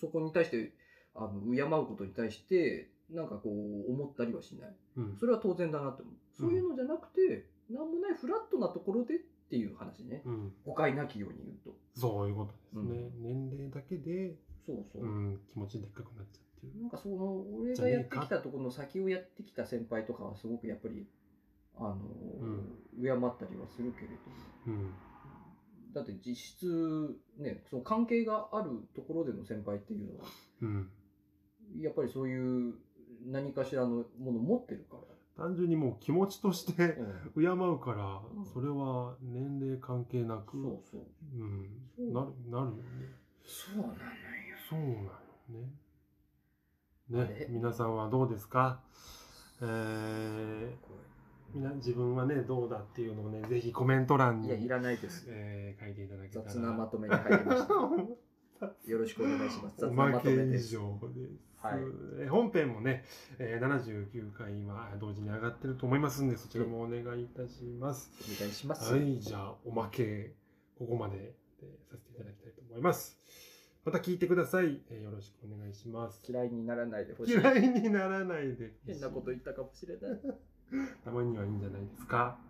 [SPEAKER 2] そこに対してあの敬うことに対してなんかこう思ったりはしない。
[SPEAKER 1] うん
[SPEAKER 2] それは当然だなと思う。そういうのじゃなくて、なんもないフラットなところでっていう話ね。
[SPEAKER 1] うん。
[SPEAKER 2] 誤解なきように言うと。
[SPEAKER 1] そういうことですね。
[SPEAKER 2] う
[SPEAKER 1] 年齢だけで、
[SPEAKER 2] そうそう。
[SPEAKER 1] うん、気持ちでっかくなっちゃうっていう。
[SPEAKER 2] なんかその、俺がやってきたところの先をやってきた先輩とかはすごくやっぱり、あの、敬ったりはするけれど。
[SPEAKER 1] うん。
[SPEAKER 2] だって実質、ね、その関係があるところでの先輩っていうのは、
[SPEAKER 1] うん。
[SPEAKER 2] やっぱりそういう何かしらのもの持ってるから。
[SPEAKER 1] 単純にもう気持ちとして
[SPEAKER 2] うん
[SPEAKER 1] 敬うから
[SPEAKER 2] うん、
[SPEAKER 1] それは年齢関係なく、
[SPEAKER 2] そうそう。
[SPEAKER 1] うん
[SPEAKER 2] そ。う
[SPEAKER 1] なる、なるよね。
[SPEAKER 2] そうなのよ。
[SPEAKER 1] そうなの
[SPEAKER 2] あ
[SPEAKER 1] ね。ね
[SPEAKER 2] れ、
[SPEAKER 1] 皆さんはどうですかえー、みんな自分はね、どうだっていうのをね、ぜひコメント欄
[SPEAKER 2] いや、い
[SPEAKER 1] に、
[SPEAKER 2] らないです。
[SPEAKER 1] えー書いていただけたら。
[SPEAKER 2] 雑な まとめに入りました。よろしくお願いします。雑
[SPEAKER 1] お
[SPEAKER 2] な
[SPEAKER 1] ま
[SPEAKER 2] ま
[SPEAKER 1] け
[SPEAKER 2] とめ
[SPEAKER 1] 以
[SPEAKER 2] です。
[SPEAKER 1] 上です。
[SPEAKER 2] はい
[SPEAKER 1] えー本編もね、えー79回今同時に上がってると思いますんで、そちらもお願いいたします。
[SPEAKER 2] お願いします。
[SPEAKER 1] はい、じゃあおまけ、ここまででさせていただきたいと思います。また聞いてください。えーよろしくお願いします。
[SPEAKER 2] 嫌いにならないでほしい。
[SPEAKER 1] 嫌いにならないで。
[SPEAKER 2] 変なこと言ったかもしれない。
[SPEAKER 1] たまにはいいんじゃないですか。